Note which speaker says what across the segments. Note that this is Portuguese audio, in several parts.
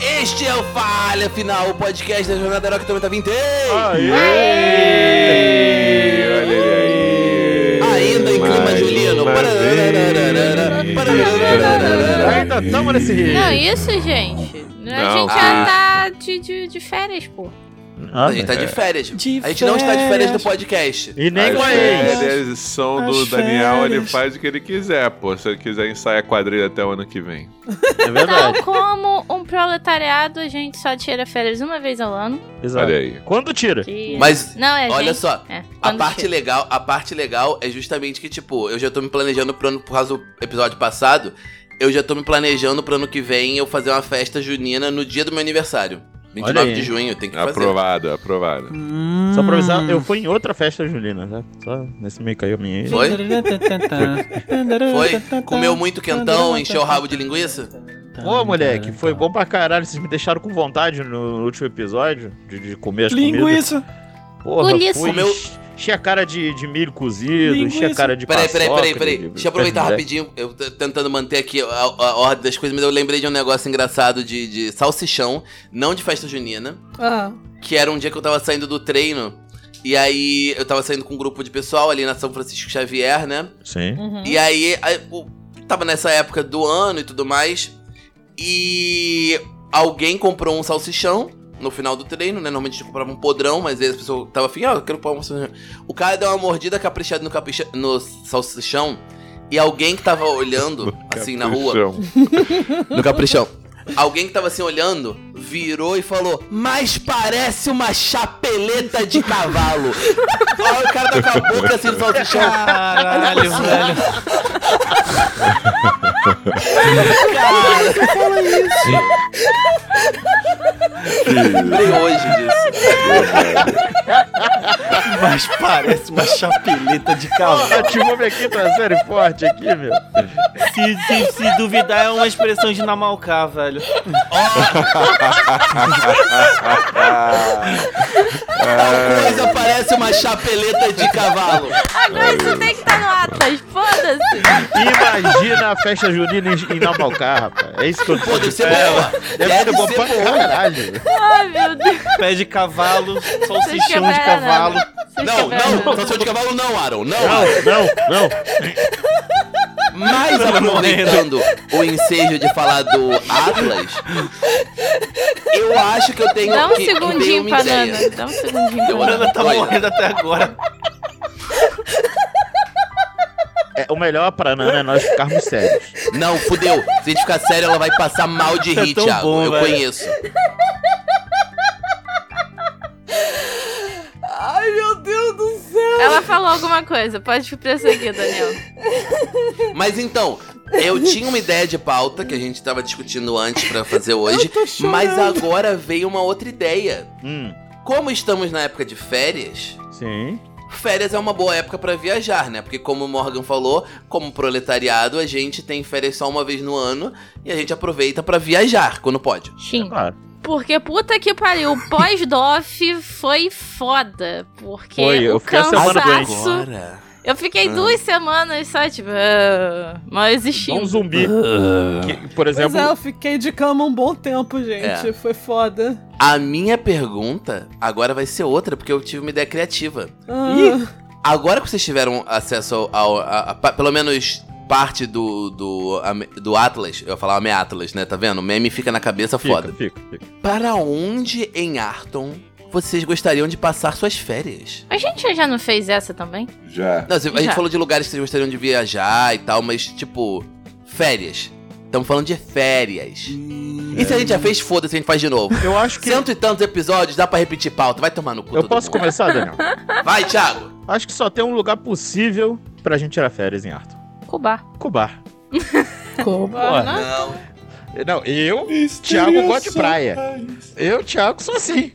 Speaker 1: Este é o Falha Final, o podcast da Jornada Heróica 9020.
Speaker 2: Aê! Olha ele aí!
Speaker 1: Ainda em clima
Speaker 2: Mais
Speaker 1: julino.
Speaker 2: uma
Speaker 1: Parararararara,
Speaker 2: vez.
Speaker 1: parararararara.
Speaker 2: Ainda estamos nesse ritmo.
Speaker 3: Não, isso, gente. A
Speaker 2: Não,
Speaker 3: gente
Speaker 1: ah.
Speaker 3: já tá de, de, de férias, pô.
Speaker 4: Ah,
Speaker 1: A gente tá de férias.
Speaker 4: De
Speaker 1: a gente não está de férias do
Speaker 4: férias.
Speaker 1: podcast.
Speaker 2: E nem
Speaker 5: As
Speaker 2: com a ex.
Speaker 5: férias são é do
Speaker 4: As
Speaker 5: Daniel, ele
Speaker 4: férias.
Speaker 5: faz o que ele quiser, pô. Se ele quiser ensaiar quadrilha até o ano que vem.
Speaker 4: É
Speaker 3: Tal
Speaker 4: verdade.
Speaker 3: como um proletariado, a gente só tira férias uma vez ao ano.
Speaker 4: Exato.
Speaker 5: Olha aí.
Speaker 2: Quando tira?
Speaker 3: que-
Speaker 1: Mas
Speaker 3: Não, é
Speaker 1: Olha
Speaker 3: gente.
Speaker 1: só,
Speaker 3: É,
Speaker 1: a
Speaker 3: quando
Speaker 1: parte
Speaker 3: tira.
Speaker 1: legal, a parte legal é justamente que, tipo, eu já tô me planejando pro ano, por causa do episódio passado, eu já tô me planejando pro ano que vem eu fazer uma festa junina no dia do meu aniversário. 29
Speaker 4: aí.
Speaker 1: de junho, tem que fazer.
Speaker 5: Aprovado, aprovado.
Speaker 4: Só pra avisar, eu fui em outra festa julina, tá? Só nesse meio caiu a minha aí.
Speaker 1: Hum. Foi?
Speaker 4: Foi? Tá,
Speaker 1: Foi? Comeu muito quentão, encheu o rabo de linguiça?
Speaker 2: Pô, moleque, foi bom pra caralho. Vocês me deixaram com vontade no último episódio de, de comer as comidas.
Speaker 4: Linguiça.
Speaker 2: Porra,
Speaker 3: Linguiça.
Speaker 2: fui,
Speaker 1: Comeu-
Speaker 2: Enchi a cara de, de milho cozido, enchi a
Speaker 4: Linguiça.
Speaker 2: cara de
Speaker 1: Peraí,
Speaker 2: paçoca.
Speaker 1: peraí, peraí, peraí.
Speaker 2: de- de-
Speaker 1: Deixa eu aproveitar
Speaker 2: de-
Speaker 1: rapidinho. Eu tô tentando manter aqui a, a ordem das coisas, mas eu lembrei de um negócio engraçado de, de salsichão, não de festa junina. Que era um dia que eu tava saindo do treino. E aí eu tava saindo com um grupo de pessoal ali na São Francisco Xavier, né?
Speaker 2: Sim.
Speaker 1: E aí, aí, o- tava nessa época do ano e tudo mais. E alguém comprou um salsichão no final do treino, né? Normalmente a gente comprava um podrão, mas aí a pessoa tava afim, ah, eu quero pôr um salsichão. O cara deu uma mordida caprichada no, capricha- no salsichão. E alguém que tava olhando, assim, na rua.
Speaker 5: Caprichão.
Speaker 1: No caprichão. Alguém que tava assim olhando, virou e falou: Mas parece uma chapeleta de cavalo. Olha o cara tá com a boca assim no salsichão.
Speaker 4: Caralho, velho.
Speaker 1: Lembrei hoje disso.
Speaker 4: Mas parece uma chapeleta de
Speaker 2: Ó,
Speaker 4: cavalo.
Speaker 2: Ativou minha quinta série forte aqui, meu.
Speaker 6: Se, se- se duvidar, é uma expressão de namalcar, velho.
Speaker 1: coisa parece uma chapeleta de cavalo. é
Speaker 3: Agora isso tem que estar no Atlas, foda-se.
Speaker 2: Imagina a festa junina em, em Nabalcá, rapaz. É isso que eu tô
Speaker 1: Pode ser
Speaker 2: dizendo. É
Speaker 1: boa.
Speaker 2: Deve ser bom pra
Speaker 1: boa.
Speaker 2: caralho.
Speaker 3: Ai, meu Deus.
Speaker 6: Pé de cavalo,
Speaker 3: Vocês
Speaker 6: salsichão de
Speaker 3: quebraram
Speaker 6: cavalo.
Speaker 3: nada. Vocês
Speaker 1: Não,
Speaker 3: quebraram
Speaker 1: não,
Speaker 3: nada.
Speaker 1: salsichão de cavalo não, Aaron, não.
Speaker 2: Não, não, não.
Speaker 1: Mas aproveitando o ensejo de falar do Atlas, eu acho que eu tenho
Speaker 3: Dá um
Speaker 1: que, que tenho
Speaker 3: segundinho
Speaker 1: uma
Speaker 3: pra
Speaker 1: ideia.
Speaker 3: Nana. Dá um segundinho pra
Speaker 1: Deu
Speaker 3: Nana.
Speaker 1: uma-
Speaker 6: Ana tá
Speaker 1: Olha.
Speaker 6: morrendo até agora.
Speaker 2: É, o melhor pra Nana é nós ficarmos sérios.
Speaker 1: Não, fudeu. Se a gente ficar sério, ela vai passar mal de
Speaker 6: É
Speaker 1: rir,
Speaker 6: tão
Speaker 1: Thiago.
Speaker 6: bom,
Speaker 1: eu
Speaker 6: velho.
Speaker 1: conheço.
Speaker 7: Ai, meu Deus do céu!
Speaker 3: Ela falou alguma coisa. Pode prosseguir, Daniel.
Speaker 1: Mas então, eu tinha uma ideia de pauta que a gente tava discutindo antes pra fazer hoje, mas agora veio uma outra ideia.
Speaker 2: Hum,
Speaker 1: Como estamos na época de férias,
Speaker 2: sim.
Speaker 1: Férias é uma boa época pra viajar, né? Porque como o Morgan falou, como proletariado, a gente tem férias só uma vez no ano e a gente aproveita pra viajar quando pode.
Speaker 3: Sim.
Speaker 2: Claro.
Speaker 3: Porque puta que pariu, o pós-DOF foi foda. Porque
Speaker 2: Foi, eu
Speaker 3: o
Speaker 2: fiquei a semana
Speaker 3: cansaço. Eu fiquei
Speaker 2: Ah.
Speaker 3: duas semanas só, tipo, ah, mal
Speaker 2: Igual um
Speaker 3: existindo.
Speaker 2: zumbi. Que, por
Speaker 7: Pois
Speaker 2: exemplo,
Speaker 7: é, eu fiquei de cama um bom tempo, gente.
Speaker 1: É.
Speaker 7: Foi foda.
Speaker 1: A minha pergunta agora vai ser outra, porque eu tive uma ideia criativa.
Speaker 7: Ah,
Speaker 1: Agora que vocês tiveram acesso ao, ao- a, a pa- pelo menos parte do do, ame- do Atlas, eu ia falar Ame Atlas, né? Tá vendo? O meme fica na cabeça
Speaker 2: fica,
Speaker 1: foda.
Speaker 2: fica, fica.
Speaker 1: Para onde em Arton vocês gostariam de passar suas férias?
Speaker 3: A gente já não fez essa também?
Speaker 5: Já.
Speaker 1: Não, a gente
Speaker 3: Já.
Speaker 1: falou de lugares que vocês gostariam de viajar e tal, mas, tipo, férias. Estamos falando de férias. E se a gente já fez, foda-se, a gente faz de novo.
Speaker 2: Eu acho que...
Speaker 1: Cento e tantos episódios, dá pra repetir pauta, vai tomar no cu.
Speaker 2: Eu
Speaker 1: todo
Speaker 2: posso
Speaker 1: mundo.
Speaker 2: começar, Daniel?
Speaker 1: Vai, Thiago!
Speaker 2: Acho que só tem um lugar possível pra gente tirar férias em Arthur.
Speaker 3: Cubar.
Speaker 2: Cubar.
Speaker 7: como?
Speaker 2: Porra.
Speaker 3: Não.
Speaker 1: Não.
Speaker 2: Não, eu, Thiago, gosta de praia. Eu, Thiago, sou assim.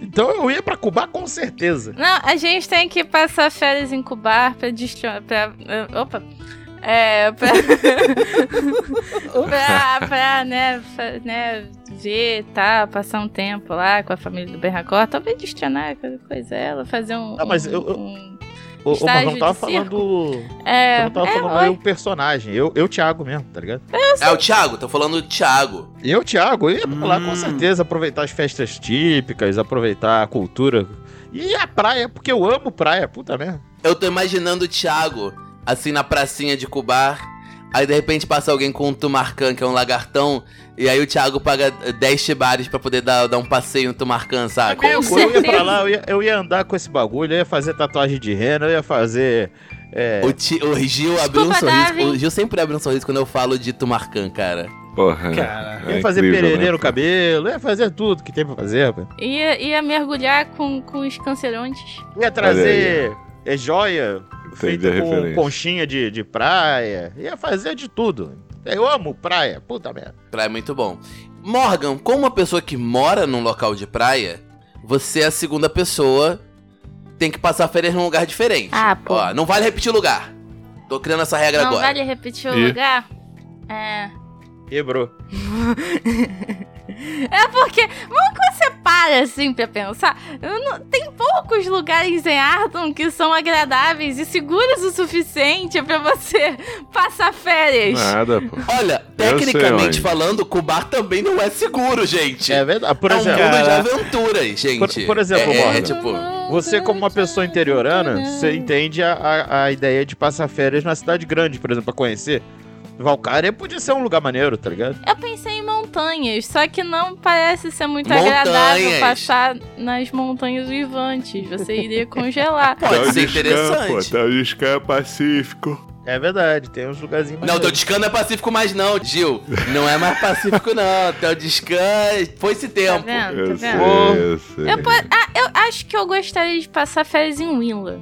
Speaker 2: Então eu ia pra Cuba com certeza.
Speaker 3: Não, a gente tem que passar férias em Cubar pra destra... pra... eh, Opa! É, pra... pra, pra, né, fa- né, ver, tá, passar um tempo lá com a família do Berracó, talvez destinar coisa, ela, fazer um...
Speaker 2: Ah, mas
Speaker 3: um-
Speaker 2: eu- eu-
Speaker 3: um-
Speaker 2: O, o Marcão
Speaker 3: Estágio
Speaker 2: tava
Speaker 3: de
Speaker 2: falando.
Speaker 3: É,
Speaker 2: eu Então tava
Speaker 3: é,
Speaker 2: falando
Speaker 3: vai.
Speaker 2: aí o personagem. Eu, eu, Thiago mesmo, tá ligado?
Speaker 1: É o Thiago, tô falando do Thiago.
Speaker 2: E eu, Thiago, eu ia pra lá com
Speaker 6: Hum.
Speaker 2: certeza aproveitar as festas típicas, aproveitar a cultura. E a praia, porque eu amo praia, puta merda.
Speaker 1: Eu tô imaginando o Thiago, assim, na pracinha de Cubar. Aí, de repente, passa alguém com um Tumarcan, que é um lagartão. E aí o Thiago paga eh, 10 chibares pra poder dar, dar um passeio no Tumarcan, saca?
Speaker 3: Com
Speaker 2: eu ia pra
Speaker 3: certeza.
Speaker 2: lá, eu ia, eu ia andar com esse bagulho, eu ia fazer tatuagem de rena, eu ia fazer. É,
Speaker 1: O, Ti- o Gil abriu um
Speaker 3: Desculpa,
Speaker 1: sorriso.
Speaker 3: Davi.
Speaker 1: O Gil sempre abre um sorriso quando eu falo de Tumarcan, cara.
Speaker 5: Porra.
Speaker 6: Cara.
Speaker 2: eu ia
Speaker 5: é
Speaker 2: fazer
Speaker 5: incrível,
Speaker 2: pererê
Speaker 5: né?
Speaker 2: no cabelo, eu ia fazer tudo que tem pra fazer, rapaz.
Speaker 3: Ia, ia mergulhar com, com os cancerontes.
Speaker 2: Ia trazer é, joia
Speaker 5: Entendi a
Speaker 2: feita com
Speaker 5: referência.
Speaker 2: conchinha de, de praia. Ia fazer de tudo. Eu amo praia, puta merda.
Speaker 1: Praia é muito bom. Morgan, como uma pessoa que mora num local de praia, você é a segunda pessoa tem que passar férias num lugar diferente.
Speaker 3: Ah, pô.
Speaker 1: Ó, não vale repetir lugar. Tô criando essa regra
Speaker 3: Não
Speaker 1: agora.
Speaker 3: vale repetir o
Speaker 5: E?
Speaker 3: lugar? É.
Speaker 2: Quebrou.
Speaker 3: É porque. Mas quando você para assim pra pensar, eu não- tem poucos lugares em Arton que são agradáveis e seguros o suficiente pra você passar férias.
Speaker 5: Nada, pô.
Speaker 1: Olha,
Speaker 5: Eu
Speaker 1: tecnicamente
Speaker 5: sei, mãe.
Speaker 1: falando, Cubar também não é seguro, gente.
Speaker 2: É verdade. Por
Speaker 1: É um
Speaker 2: exemplo,
Speaker 1: mundo de
Speaker 6: Cara.
Speaker 1: aventuras, gente.
Speaker 2: Por- por exemplo,
Speaker 1: é, é,
Speaker 2: Morgan.
Speaker 1: tipo,
Speaker 2: você como uma pessoa interiorana, você entende a, a, a ideia de passar férias na cidade grande, por exemplo, pra conhecer. Valcária podia ser um lugar maneiro, tá ligado?
Speaker 3: Eu pensei em montanhas, só que não parece ser muito
Speaker 1: Montanhas.
Speaker 3: agradável passar nas montanhas vivantes. Você iria congelar.
Speaker 1: Pode
Speaker 5: Tá o
Speaker 1: ser
Speaker 5: Discan,
Speaker 1: interessante.
Speaker 5: Pô, tá o Discan Pacífico.
Speaker 2: É verdade, tem uns lugarzinhos
Speaker 1: Não, teu Discan não é pacífico mais não, Gil. Não é mais pacífico não. Teu Discan foi esse
Speaker 3: Tá
Speaker 1: tempo.
Speaker 3: vendo? Tá
Speaker 5: Eu sei,
Speaker 3: vendo?
Speaker 5: eu sei.
Speaker 3: Eu, po- ah, eu acho que eu gostaria de passar férias em Winla,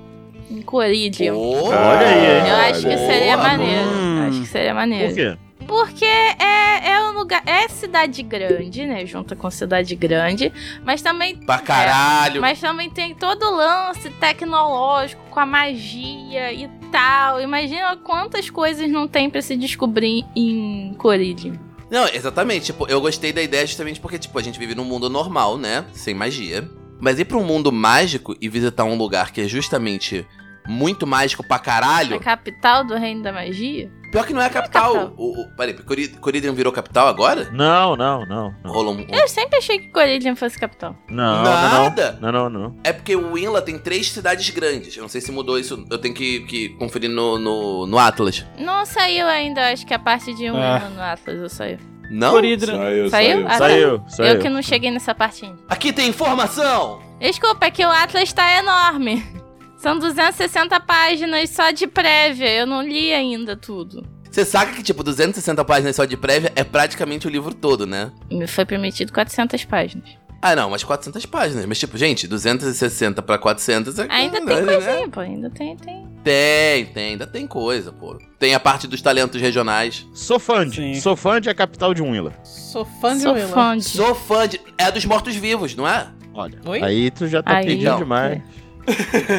Speaker 3: em Coridia.
Speaker 1: Pô,
Speaker 5: Olha aí, hein?
Speaker 3: eu acho que
Speaker 5: olha.
Speaker 3: seria
Speaker 1: Boa,
Speaker 3: maneiro.
Speaker 6: boa.
Speaker 3: Acho que seria
Speaker 2: Por
Speaker 3: maneiro.
Speaker 2: quê?
Speaker 3: Porque é, é um lugar. É cidade grande, né? Junta com cidade grande. Mas também.
Speaker 1: Pra caralho.
Speaker 3: É, Mas também tem todo o lance tecnológico, com a magia e tal. Imagina quantas coisas não tem pra se descobrir em Coridia.
Speaker 1: Não, exatamente. Tipo, eu gostei da ideia justamente porque, tipo, a gente vive num mundo normal, né? Sem magia. Mas ir pra um mundo mágico e visitar um lugar que é justamente muito mágico pra
Speaker 3: A
Speaker 1: caralho.
Speaker 3: capital do reino da magia?
Speaker 1: Pior que não é a capital.
Speaker 3: capital.
Speaker 1: O, o, peraí, Cori- Corydon virou capital agora?
Speaker 2: Não, não, não. Não,
Speaker 1: Rolou um.
Speaker 3: Eu sempre achei que Coridia fosse capital.
Speaker 2: não, não.
Speaker 1: Nada!
Speaker 2: Não, não, não.
Speaker 1: É porque o Winla tem três cidades grandes. Eu não sei se mudou isso. Eu tenho que, que conferir no, no, no Atlas.
Speaker 3: Não saiu ainda, acho que a parte de um
Speaker 6: Ah.
Speaker 3: ano no Atlas eu saiu.
Speaker 1: Não?
Speaker 6: Coridra.
Speaker 5: Saiu,
Speaker 3: Saiu? Ah, tá.
Speaker 2: Saiu, saiu.
Speaker 3: Eu que não cheguei nessa parte ainda.
Speaker 1: Aqui tem informação!
Speaker 3: Desculpa, é que o Atlas tá enorme. São 260 páginas só de prévia, eu não li ainda tudo.
Speaker 1: Você saca que, tipo, 260 páginas só de prévia é praticamente o livro todo, né?
Speaker 3: Me foi prometido 400 páginas.
Speaker 1: Ah, não, mas 400 páginas. Mas, tipo, gente, 260 pra 400 é...
Speaker 3: Ainda tem
Speaker 1: né?
Speaker 3: coisinha, pô, ainda tem, tem.
Speaker 1: Tem, tem. Ainda tem coisa, pô. Tem a parte dos talentos regionais.
Speaker 2: Sou fã
Speaker 6: Sim.
Speaker 2: de. Sou fã de é a capital de Willa.
Speaker 4: Sou fã de
Speaker 3: Sou
Speaker 4: Willa.
Speaker 3: fã de.
Speaker 1: Sou fã de... É a dos mortos-vivos, não é?
Speaker 2: Olha.
Speaker 4: Oi?
Speaker 2: Aí tu já tá
Speaker 3: Aí, É.
Speaker 2: pedindo
Speaker 1: então.
Speaker 2: demais.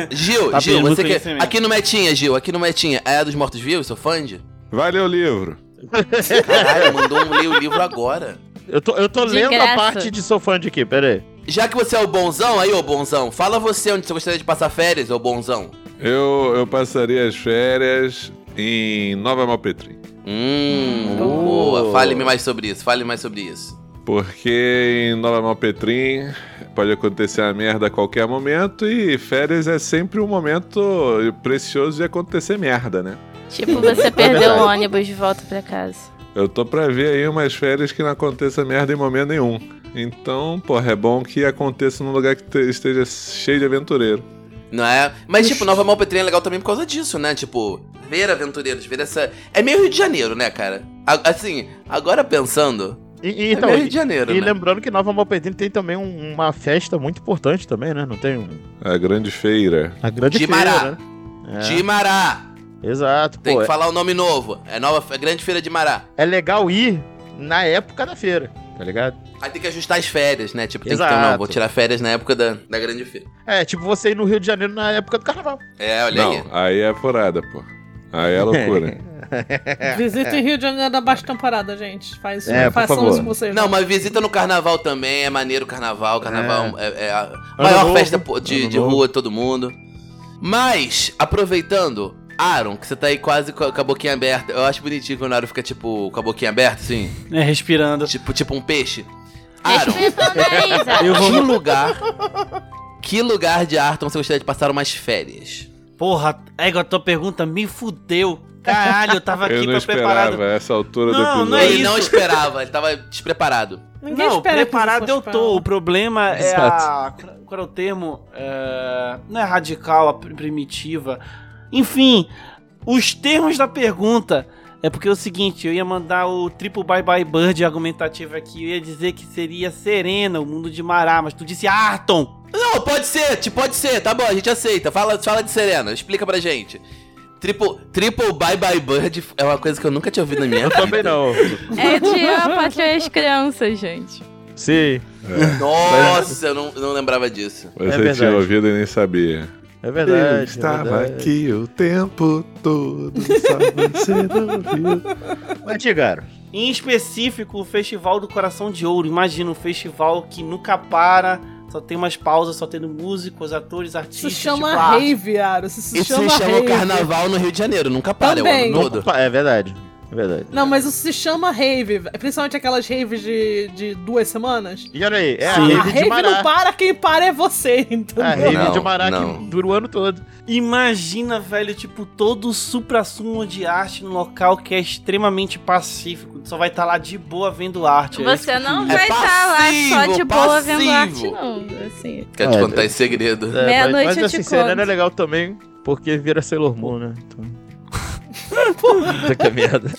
Speaker 1: Gil,
Speaker 6: Tá
Speaker 1: Gil, você
Speaker 6: bem, muito
Speaker 1: quer...
Speaker 6: conhecimento.
Speaker 1: Aqui no Metinha, Gil, aqui no Metinha. É a dos mortos-vivos, sou fã de?
Speaker 5: Valeu o livro.
Speaker 1: Caralho, mandou um ler o livro agora.
Speaker 2: Eu tô, eu tô
Speaker 3: De
Speaker 2: lendo
Speaker 3: graça.
Speaker 2: a parte de sou fã de aqui, pera aí.
Speaker 1: Já que você é o bonzão, aí, ô bonzão, fala você onde você gostaria de passar férias, ô bonzão.
Speaker 5: Eu, eu passaria as férias em Nova Malpetrim.
Speaker 1: Hum,
Speaker 2: Boa.
Speaker 1: boa. Fale-me mais sobre isso, fale mais sobre isso.
Speaker 5: Porque em Nova Malpetrim pode acontecer a merda a qualquer momento e férias é sempre um momento precioso de acontecer merda, né?
Speaker 3: Tipo, você perdeu o ônibus de volta pra casa.
Speaker 5: Eu tô pra ver aí umas férias que não aconteça merda em momento nenhum. Então, porra, é bom que aconteça num lugar que te- esteja cheio de aventureiro.
Speaker 1: Não é? Mas, tipo, Nova Malpetrinha é legal também por causa disso, né? Tipo, ver aventureiros, ver essa. É meio Rio de Janeiro, né, cara? A- assim, agora pensando.
Speaker 2: E, e então,
Speaker 1: é meio
Speaker 2: e,
Speaker 1: Rio de Janeiro,
Speaker 2: e
Speaker 1: né?
Speaker 2: lembrando que Nova Malpedrinho tem também um- uma festa muito importante também, né? Não tem um,
Speaker 5: A grande feira.
Speaker 2: a grande
Speaker 1: De
Speaker 2: feira,
Speaker 1: Mará.
Speaker 2: né? É,
Speaker 1: De Mará!
Speaker 2: Exato,
Speaker 1: Tem
Speaker 2: pô.
Speaker 1: que falar o nome novo. É nova é Grande Feira de Mará.
Speaker 2: É legal ir na época da feira, tá ligado?
Speaker 1: Aí tem que ajustar as férias, né? Tipo, tem que ter,
Speaker 2: Exato.
Speaker 1: não, vou tirar férias na época da, da Grande Feira.
Speaker 2: É, tipo você ir no Rio de Janeiro na época do carnaval.
Speaker 1: É, olha
Speaker 5: não,
Speaker 1: aí.
Speaker 5: aí é furada, pô. Aí é loucura.
Speaker 4: Visita em Rio de Janeiro na baixa temporada, gente. Faz isso,
Speaker 2: É, por
Speaker 4: façam
Speaker 2: favor.
Speaker 4: isso com vocês.
Speaker 1: Não, mas visita no carnaval também, é maneiro o carnaval. Carnaval é, é a
Speaker 2: Ano
Speaker 1: maior
Speaker 2: novo,
Speaker 1: festa pô, de,
Speaker 2: ano
Speaker 1: de
Speaker 2: novo.
Speaker 1: rua de todo mundo. Mas, aproveitando, Aaron, que você tá aí quase com a com a boquinha aberta. Eu acho bonitinho quando o Aaron fica, tipo, com a boquinha aberta, assim.
Speaker 6: É, respirando.
Speaker 1: Tipo, tipo um peixe. Aaron,
Speaker 3: Respira pelo nariz, ó.
Speaker 6: Eu
Speaker 1: que
Speaker 6: vou.
Speaker 1: lugar... Que lugar de Arton você gostaria de passar umas férias?
Speaker 6: Porra, égua, tua pergunta me fudeu. Caralho, eu tava
Speaker 5: Eu
Speaker 6: aqui
Speaker 5: não
Speaker 6: pra
Speaker 5: esperava
Speaker 6: preparado.
Speaker 5: essa altura do
Speaker 6: Não,
Speaker 5: episódio.
Speaker 6: não é
Speaker 1: ele
Speaker 6: isso.
Speaker 1: não esperava, ele tava despreparado.
Speaker 4: Ninguém
Speaker 6: não,
Speaker 4: espera que
Speaker 6: preparado
Speaker 4: você
Speaker 6: eu
Speaker 4: fosse
Speaker 6: tô. O problema é a.
Speaker 2: Exato.
Speaker 6: Qual é o termo? É, não é radical, a pr- primitiva. Enfim, os termos da pergunta. É porque é o seguinte, eu ia mandar o triplo Bye Bye Bird argumentativo aqui. Eu ia dizer que seria Serena, o mundo de Mará, mas tu disse Arton.
Speaker 1: Não, pode ser, ti- pode ser, tá bom, a gente aceita. Fala, fala de Serena, explica pra gente. Triple, triple Bye Bye Bird é uma coisa que eu nunca tinha ouvido na minha vida.
Speaker 2: Também não.
Speaker 3: É de eu apaixonei as crianças, gente.
Speaker 2: Sim,
Speaker 1: Nossa, eu não, não lembrava disso.
Speaker 5: Você
Speaker 2: É
Speaker 5: tinha
Speaker 2: verdade.
Speaker 5: ouvido e nem sabia.
Speaker 2: é verdade.
Speaker 5: eu estava
Speaker 2: é verdade.
Speaker 5: aqui o tempo todo, só você não viu.
Speaker 2: Mas chegaram.
Speaker 6: Em específico, o Festival do Coração de Ouro. Imagina um festival que nunca para, só tem umas pausas, só tendo músicos, atores,
Speaker 4: Isso
Speaker 6: artistas.
Speaker 4: se chama
Speaker 6: tipo, ah,
Speaker 4: rave, Aro. Isso se
Speaker 1: Isso
Speaker 4: chama
Speaker 1: se chama
Speaker 4: rave.
Speaker 1: carnaval no Rio de Janeiro, nunca para
Speaker 4: Também.
Speaker 1: o ano todo.
Speaker 2: É verdade. É verdade.
Speaker 4: Não, mas isso se chama rave. Principalmente aquelas raves de, de duas semanas.
Speaker 2: E olha aí, é a
Speaker 6: Sim.
Speaker 4: A
Speaker 2: rave de
Speaker 4: rave não
Speaker 2: Mará.
Speaker 4: para, quem para é você, então.
Speaker 2: É a rave de
Speaker 1: Não,
Speaker 2: Mará
Speaker 1: não.
Speaker 2: que dura o ano todo.
Speaker 6: Imagina, velho, tipo, todo o supra-sumo de arte num local que é extremamente pacífico. Só vai estar lá de boa vendo arte. É isso
Speaker 3: Você
Speaker 6: que
Speaker 3: não
Speaker 6: eu queria.
Speaker 3: vai estar lá só
Speaker 1: passivo,
Speaker 3: de boa vendo arte,
Speaker 1: passivo.
Speaker 3: não. Assim.
Speaker 1: Quero te
Speaker 2: É,
Speaker 1: contar
Speaker 2: Deus.
Speaker 1: esse segredo.
Speaker 2: É,
Speaker 3: Meia
Speaker 2: mas-
Speaker 3: noite
Speaker 2: mas,
Speaker 3: eu te
Speaker 2: assim,
Speaker 3: conto.
Speaker 2: Serena é legal também, porque vira Sailor Moon, né? Então... Puta que merda.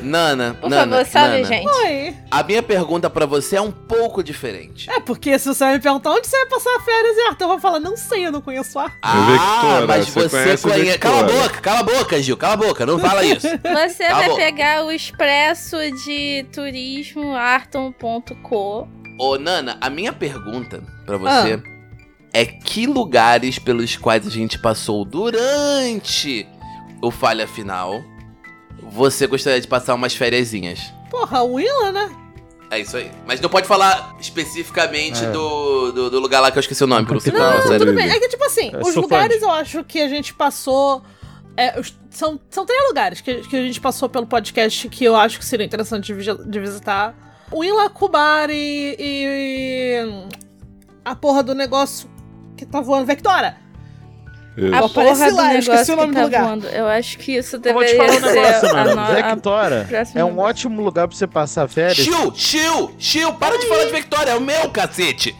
Speaker 1: Nana,
Speaker 3: Por
Speaker 1: Nana,
Speaker 3: favor, sabe,
Speaker 1: Nana,
Speaker 3: gente?
Speaker 4: Oi.
Speaker 1: A minha pergunta pra você é um pouco diferente.
Speaker 4: É porque se você me perguntar onde você vai passar férias, Arthur, eu vou falar, não sei, eu não conheço Arthur.
Speaker 5: Victora,
Speaker 1: Ah, mas
Speaker 5: você
Speaker 1: você
Speaker 5: conhece
Speaker 1: conhece.
Speaker 5: Victora.
Speaker 1: Cala a boca, cala a boca, Gil, cala a boca, não fala isso.
Speaker 3: Você
Speaker 1: Tá
Speaker 3: vai
Speaker 1: bom.
Speaker 3: pegar o expresso de turismo arton.co.
Speaker 1: Ô, Nana, a minha pergunta pra
Speaker 4: Ah.
Speaker 1: você é que lugares pelos quais a gente passou durante o Falha Final você gostaria de passar umas fériasinhas?
Speaker 4: Porra, o Willa, né?
Speaker 1: É isso aí. Mas não pode falar especificamente
Speaker 2: É.
Speaker 1: do, do, do lugar lá que eu esqueci o nome, por
Speaker 2: Não,
Speaker 1: sinal, sério.
Speaker 4: Tudo bem, é que tipo assim,
Speaker 2: É,
Speaker 4: os
Speaker 2: sou
Speaker 4: lugares eu acho que a gente passou. é, os- são, são três lugares que, que a gente passou pelo podcast que eu acho que seria interessante de, vi- de visitar. O Inla Kubari e, e- A porra do negócio que tá voando. Vectora!
Speaker 5: Isso.
Speaker 3: A
Speaker 4: Pô,
Speaker 3: porra
Speaker 4: aparece
Speaker 3: do
Speaker 4: lá, eu esqueci
Speaker 3: negócio
Speaker 4: o nome
Speaker 3: que
Speaker 4: do
Speaker 3: tá
Speaker 4: lugar.
Speaker 3: voando. Eu acho que isso
Speaker 2: Eu vou te
Speaker 3: deveria
Speaker 2: falar um
Speaker 3: ser
Speaker 2: negócio,
Speaker 3: a
Speaker 2: mano.
Speaker 3: no- a
Speaker 2: Vectora
Speaker 3: próxima
Speaker 2: é um ótimo lugar pra você passar férias.
Speaker 1: Chill, chill, chill, para de falar de Victoria, é o meu cacete.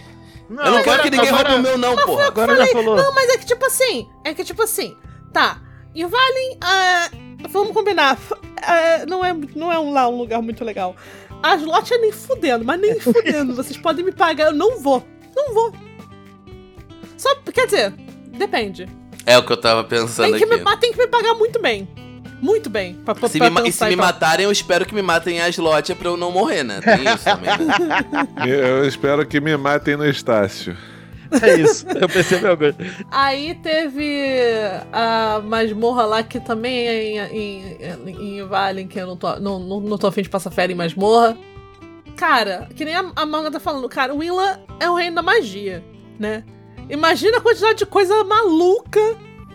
Speaker 1: eu não
Speaker 2: agora-
Speaker 1: quero que ninguém
Speaker 2: agora-
Speaker 1: roube o meu, não, porra.
Speaker 2: Agora já falou.
Speaker 4: Não, mas é que tipo assim, é que tipo assim, tá. E Valen, ah, vamos combinar, f- ah, não é, não é um, lá um lugar muito legal. As lotes é nem fudendo, mas nem fudendo. Vocês podem me pagar, eu não vou. Não vou. Só, quer dizer, depende.
Speaker 1: É o que eu tava
Speaker 4: Tem
Speaker 1: pensando
Speaker 4: que, me,
Speaker 1: aqui.
Speaker 4: mas tem que me pagar muito bem. Muito bem. Pra, pra,
Speaker 1: Se
Speaker 4: pra
Speaker 1: me ma- e se
Speaker 4: pensar então.
Speaker 1: me
Speaker 4: e tal.
Speaker 1: matarem, eu espero que me matem as lotes pra eu não morrer, né? Tem isso também, né?
Speaker 2: Ah.
Speaker 5: Eu espero que me matem no Estácio.
Speaker 2: É isso. Eu pensei, meu Deus.
Speaker 4: Aí teve a masmorra lá que também é em, em, em, em Valen, que eu não tô, não, não, não tô afim de passar férias em masmorra. Cara, que nem a, a manga tá falando, cara, o Willa é o reino da magia, né? Imagina a quantidade de coisa maluca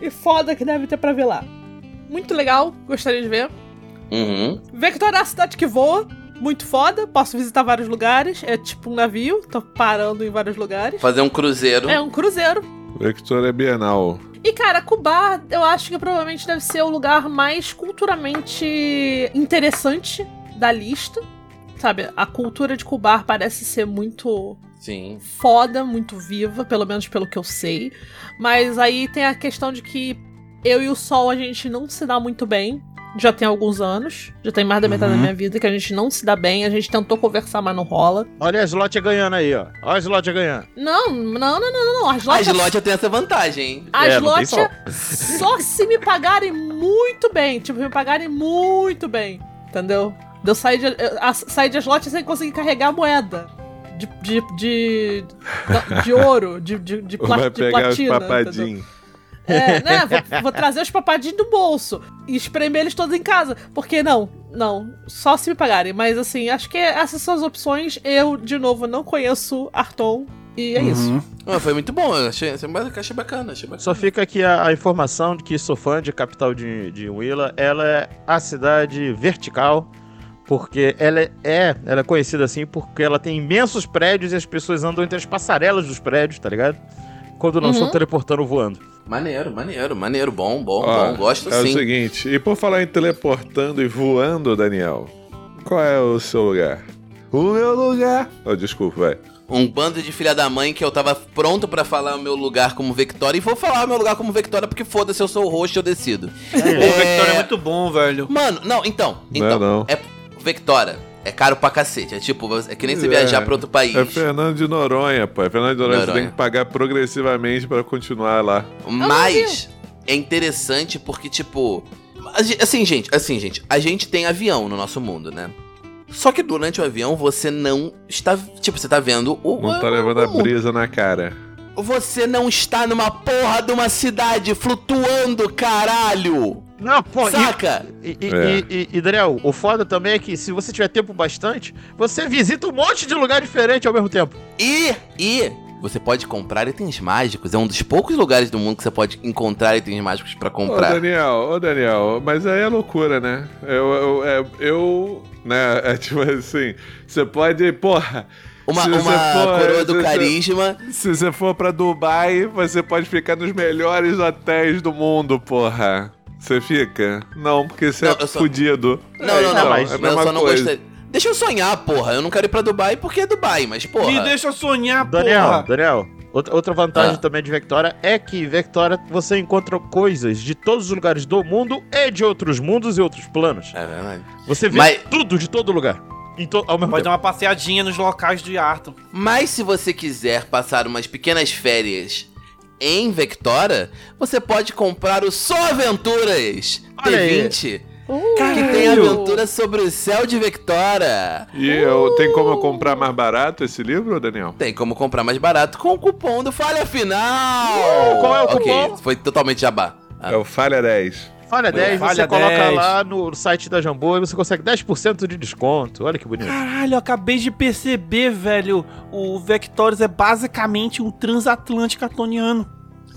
Speaker 4: e foda que deve ter pra ver lá. Muito legal, gostaria de ver.
Speaker 1: Uhum.
Speaker 4: Vector é a cidade que voa, muito foda, posso visitar vários lugares, é tipo um navio, tô parando em vários lugares.
Speaker 1: Fazer um cruzeiro.
Speaker 4: É um cruzeiro,
Speaker 5: Victor é bienal.
Speaker 4: E, cara, Cuba, eu acho que provavelmente deve ser o lugar mais culturalmente interessante da lista. Sabe, a cultura de Cubar parece ser muito
Speaker 1: Sim.
Speaker 4: foda, muito viva, pelo menos pelo que eu sei. Mas aí tem a questão de que eu e o Sol a gente não se dá muito bem. Já tem alguns anos, já tem mais da metade
Speaker 2: Uhum.
Speaker 4: da minha vida que a gente não se dá bem. A gente tentou conversar, mas não rola.
Speaker 2: Olha a Slot ganhando aí, ó. Olha a Slot ganhando.
Speaker 4: Não, não, não, não, não, não. As
Speaker 1: A
Speaker 4: lojas
Speaker 1: Slotia tem essa vantagem, hein?
Speaker 4: As
Speaker 2: É, não tem
Speaker 4: lojas só se me pagarem muito bem. Tipo, me pagarem muito bem. Entendeu? Eu saí de, eu, a- saí de as lojas sem conseguir carregar a moeda. De. de. de, da- de ouro, de, de, de, pla-
Speaker 5: Vai
Speaker 4: de
Speaker 5: pegar os
Speaker 4: platina. entendeu?
Speaker 5: papadinhos.
Speaker 4: É, né? Vou, vou trazer os papadinhos do bolso e espremer eles todos em casa. Porque não, não, só se me pagarem. Mas assim, acho que essas são as opções. Eu, de novo, não conheço Arton. E é isso.
Speaker 6: Uhum.
Speaker 1: Ah, foi muito bom, eu achei, achei bacana, achei bacana.
Speaker 2: Só fica aqui a, a informação de que Sofândia, capital de, de Willa, ela é a cidade vertical, porque ela é- é, ela é conhecida assim porque ela tem imensos prédios e as pessoas andam entre as passarelas dos prédios, tá ligado? Quando não
Speaker 4: Uhum.
Speaker 2: estão teleportando ou voando.
Speaker 1: Maneiro, maneiro, maneiro, bom, bom,
Speaker 5: Ó,
Speaker 1: bom, gosto
Speaker 5: É o
Speaker 1: sim.
Speaker 5: seguinte, e por falar em teleportando e voando, Daniel, qual é o seu lugar? O meu lugar. Oh, desculpa, vai.
Speaker 1: Um bando de filha da mãe que eu tava pronto pra falar o meu lugar como Victoria. E vou falar o meu lugar como Victoria porque foda-se, eu sou o roxo, eu decido.
Speaker 6: Pô, Victoria é muito bom, velho.
Speaker 1: Mano, não, então.
Speaker 5: Não é
Speaker 1: então
Speaker 5: não.
Speaker 1: É Victoria. É caro pra cacete. É tipo, é que nem você
Speaker 5: É.
Speaker 1: viajar pra outro país.
Speaker 5: É Fernando de Noronha, pô. É Fernando de Noronha, você
Speaker 1: Noronha.
Speaker 5: tem que pagar progressivamente pra continuar lá.
Speaker 1: Mas é interessante porque, tipo. a gen- Assim, gente, assim, gente, a gente tem avião no nosso mundo, né? Só que durante o avião você não está. Tipo, você tá vendo o.
Speaker 5: Não tá
Speaker 1: o-
Speaker 5: levando
Speaker 1: o
Speaker 5: a
Speaker 1: mundo.
Speaker 5: brisa na cara.
Speaker 1: Você não está numa porra de uma cidade flutuando, caralho!
Speaker 2: Não, pô, e-
Speaker 1: Saca?
Speaker 2: E, e,
Speaker 5: É.
Speaker 2: e- e- e, Daniel, o foda também é que se você tiver tempo bastante, você visita um monte de lugar diferente ao mesmo tempo.
Speaker 1: E, e você pode comprar itens mágicos. É um dos poucos lugares do mundo que você pode encontrar itens mágicos pra
Speaker 5: Ô,
Speaker 1: comprar.
Speaker 5: Daniel, ô, Daniel, mas aí é loucura, né? Eu, eu, eu, eu- né, é tipo assim, você pode, porra,
Speaker 1: uma
Speaker 5: se
Speaker 1: uma
Speaker 5: você for-
Speaker 1: coroa
Speaker 5: se
Speaker 1: do
Speaker 5: você-
Speaker 1: carisma.
Speaker 5: se você for pra Dubai, você pode ficar nos melhores hotéis do mundo, porra. Você fica? Não, porque você
Speaker 1: Não,
Speaker 5: é
Speaker 1: eu só-
Speaker 5: fudido.
Speaker 1: Não,
Speaker 5: É,
Speaker 1: não,
Speaker 5: então,
Speaker 1: não.
Speaker 5: é a
Speaker 1: mas eu
Speaker 5: mesma
Speaker 1: só não
Speaker 5: coisa.
Speaker 1: gostaria. Deixa eu sonhar, porra. Eu não quero ir pra Dubai porque é Dubai, mas, porra.
Speaker 6: Me deixa sonhar,
Speaker 2: Daniel,
Speaker 6: Ah, porra.
Speaker 2: Daniel, outra, outra vantagem
Speaker 1: Ah.
Speaker 2: também de Vectora é que Vectora você encontra coisas de todos os lugares do mundo e de outros mundos e outros planos.
Speaker 1: É verdade.
Speaker 2: Você vê
Speaker 1: Mas-
Speaker 2: tudo de todo lugar. Em to- ao mesmo tempo.
Speaker 6: Pode dar uma passeadinha nos locais de Arthur.
Speaker 1: Mas se você quiser passar umas pequenas férias em Vectora, você pode comprar o Só Aventuras
Speaker 2: Olha aí.
Speaker 1: T20. Que tem aventuras sobre o céu de Vectora.
Speaker 5: E eu, tem como eu comprar mais barato esse livro, Daniel?
Speaker 1: Tem como comprar mais barato com o cupom do Falha Final.
Speaker 2: Uh, qual é o
Speaker 1: Ok,
Speaker 2: cupom?
Speaker 1: Foi totalmente jabá. Ah,
Speaker 5: É o Falha 10.
Speaker 2: Olha, 10, você
Speaker 6: Falha
Speaker 2: coloca
Speaker 6: 10.
Speaker 2: lá no site da Jambô e você consegue 10% de desconto. Olha que
Speaker 6: É.
Speaker 2: bonito.
Speaker 6: Caralho, eu acabei de perceber, velho. O Vectores é basicamente um transatlântico atoniano.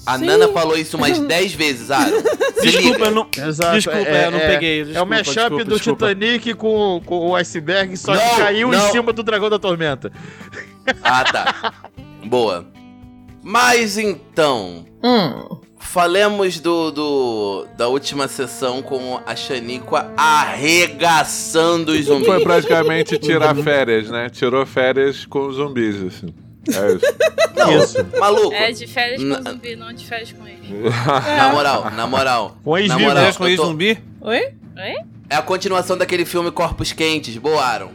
Speaker 1: A
Speaker 4: Sim.
Speaker 1: Nana falou isso umas 10 vezes, Aaron. Se
Speaker 6: Desculpa,
Speaker 1: liga.
Speaker 6: eu não,
Speaker 2: Exato.
Speaker 6: Ah, desculpa, eu não peguei.
Speaker 2: É o
Speaker 6: desculpa,
Speaker 2: mashup
Speaker 6: desculpa,
Speaker 2: do
Speaker 6: desculpa.
Speaker 2: Titanic com, com o iceberg, só
Speaker 1: Não,
Speaker 2: que caiu
Speaker 1: não.
Speaker 2: em cima do Dragão da Tormenta.
Speaker 1: Ah, tá. Boa. Mas então,
Speaker 4: Hum.
Speaker 1: falemos do, do- da última sessão com a Xaniqua arregaçando os zumbis.
Speaker 5: Foi praticamente tirar férias, né? Tirou férias com os zumbis, assim. É isso.
Speaker 1: Não, maluco.
Speaker 8: É, de férias
Speaker 1: Na-
Speaker 8: com zumbi, não de férias com ele.
Speaker 4: É.
Speaker 1: Na moral, na moral.
Speaker 2: Com
Speaker 1: Na
Speaker 2: ex-vivo.
Speaker 1: moral,
Speaker 6: Férias né? com
Speaker 1: eu tô-
Speaker 6: ex-zumbi?
Speaker 4: Oi?
Speaker 1: é a continuação daquele filme Corpos Quentes. Boa, Aaron.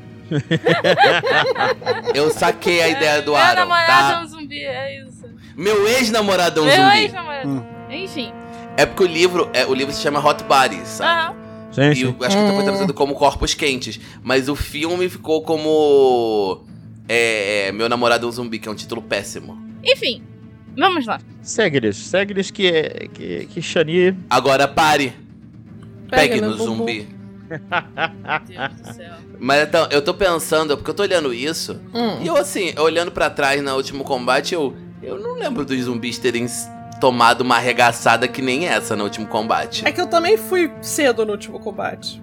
Speaker 1: Eu saquei a ideia do
Speaker 8: Meu
Speaker 1: Aaron,
Speaker 8: namorado é
Speaker 1: tá?
Speaker 8: um zumbi, é isso.
Speaker 1: Meu ex-namorado é um
Speaker 8: Meu
Speaker 1: zumbi.
Speaker 8: ex-namorado.
Speaker 4: Hum.
Speaker 8: Enfim.
Speaker 1: É porque o livro, é, o livro se chama Hot Bodies, sabe?
Speaker 3: Ah,
Speaker 8: Aham.
Speaker 2: Sim,
Speaker 1: E eu acho que
Speaker 3: É.
Speaker 1: depois tá fazendo como Corpos Quentes. Mas o filme ficou como. É, é, Meu Namorado é um Zumbi, que é um título péssimo.
Speaker 8: Enfim. Vamos lá.
Speaker 2: Segres. Segres que é. que, que Shani.
Speaker 1: Agora pare. Pegue,
Speaker 4: Pega
Speaker 1: no
Speaker 4: no bumbum.
Speaker 1: zumbi.
Speaker 8: Meu Deus do céu.
Speaker 1: Mas então, eu tô pensando, porque eu tô olhando isso.
Speaker 4: Hum.
Speaker 1: E eu, assim, eu olhando pra trás no último combate, eu. Eu não lembro dos zumbis terem s- tomado uma arregaçada que nem essa no último combate.
Speaker 4: É que eu também fui cedo no último combate.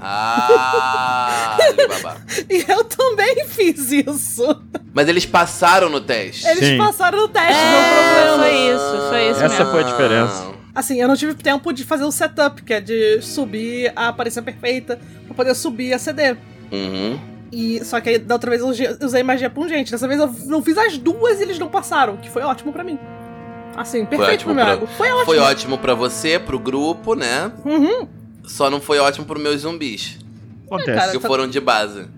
Speaker 1: Ah, Alibaba.
Speaker 4: E eu também fiz isso.
Speaker 1: Mas eles passaram no teste.
Speaker 4: Eles
Speaker 2: Sim.
Speaker 4: passaram no teste,
Speaker 3: É,
Speaker 4: não
Speaker 3: foi
Speaker 4: problema.
Speaker 3: isso, foi isso
Speaker 2: Essa
Speaker 3: mesmo.
Speaker 2: foi a diferença.
Speaker 4: Assim, eu não tive tempo de fazer o setup, que é de subir a aparição perfeita pra poder subir a CD.
Speaker 1: Uhum.
Speaker 4: E, só que aí, da outra vez eu usei- usei magia pungente. Dessa vez eu não fiz as duas e eles não passaram, que foi ótimo pra mim. Assim, perfeito
Speaker 1: ótimo
Speaker 4: pro meu
Speaker 1: pra-
Speaker 4: ego. Foi ótimo.
Speaker 1: Foi ótimo pra você, pro grupo, né?
Speaker 4: Uhum.
Speaker 1: Só não foi ótimo pros meus zumbis,
Speaker 4: Cara,
Speaker 2: Acontece.
Speaker 1: que
Speaker 4: tá-
Speaker 1: foram de base.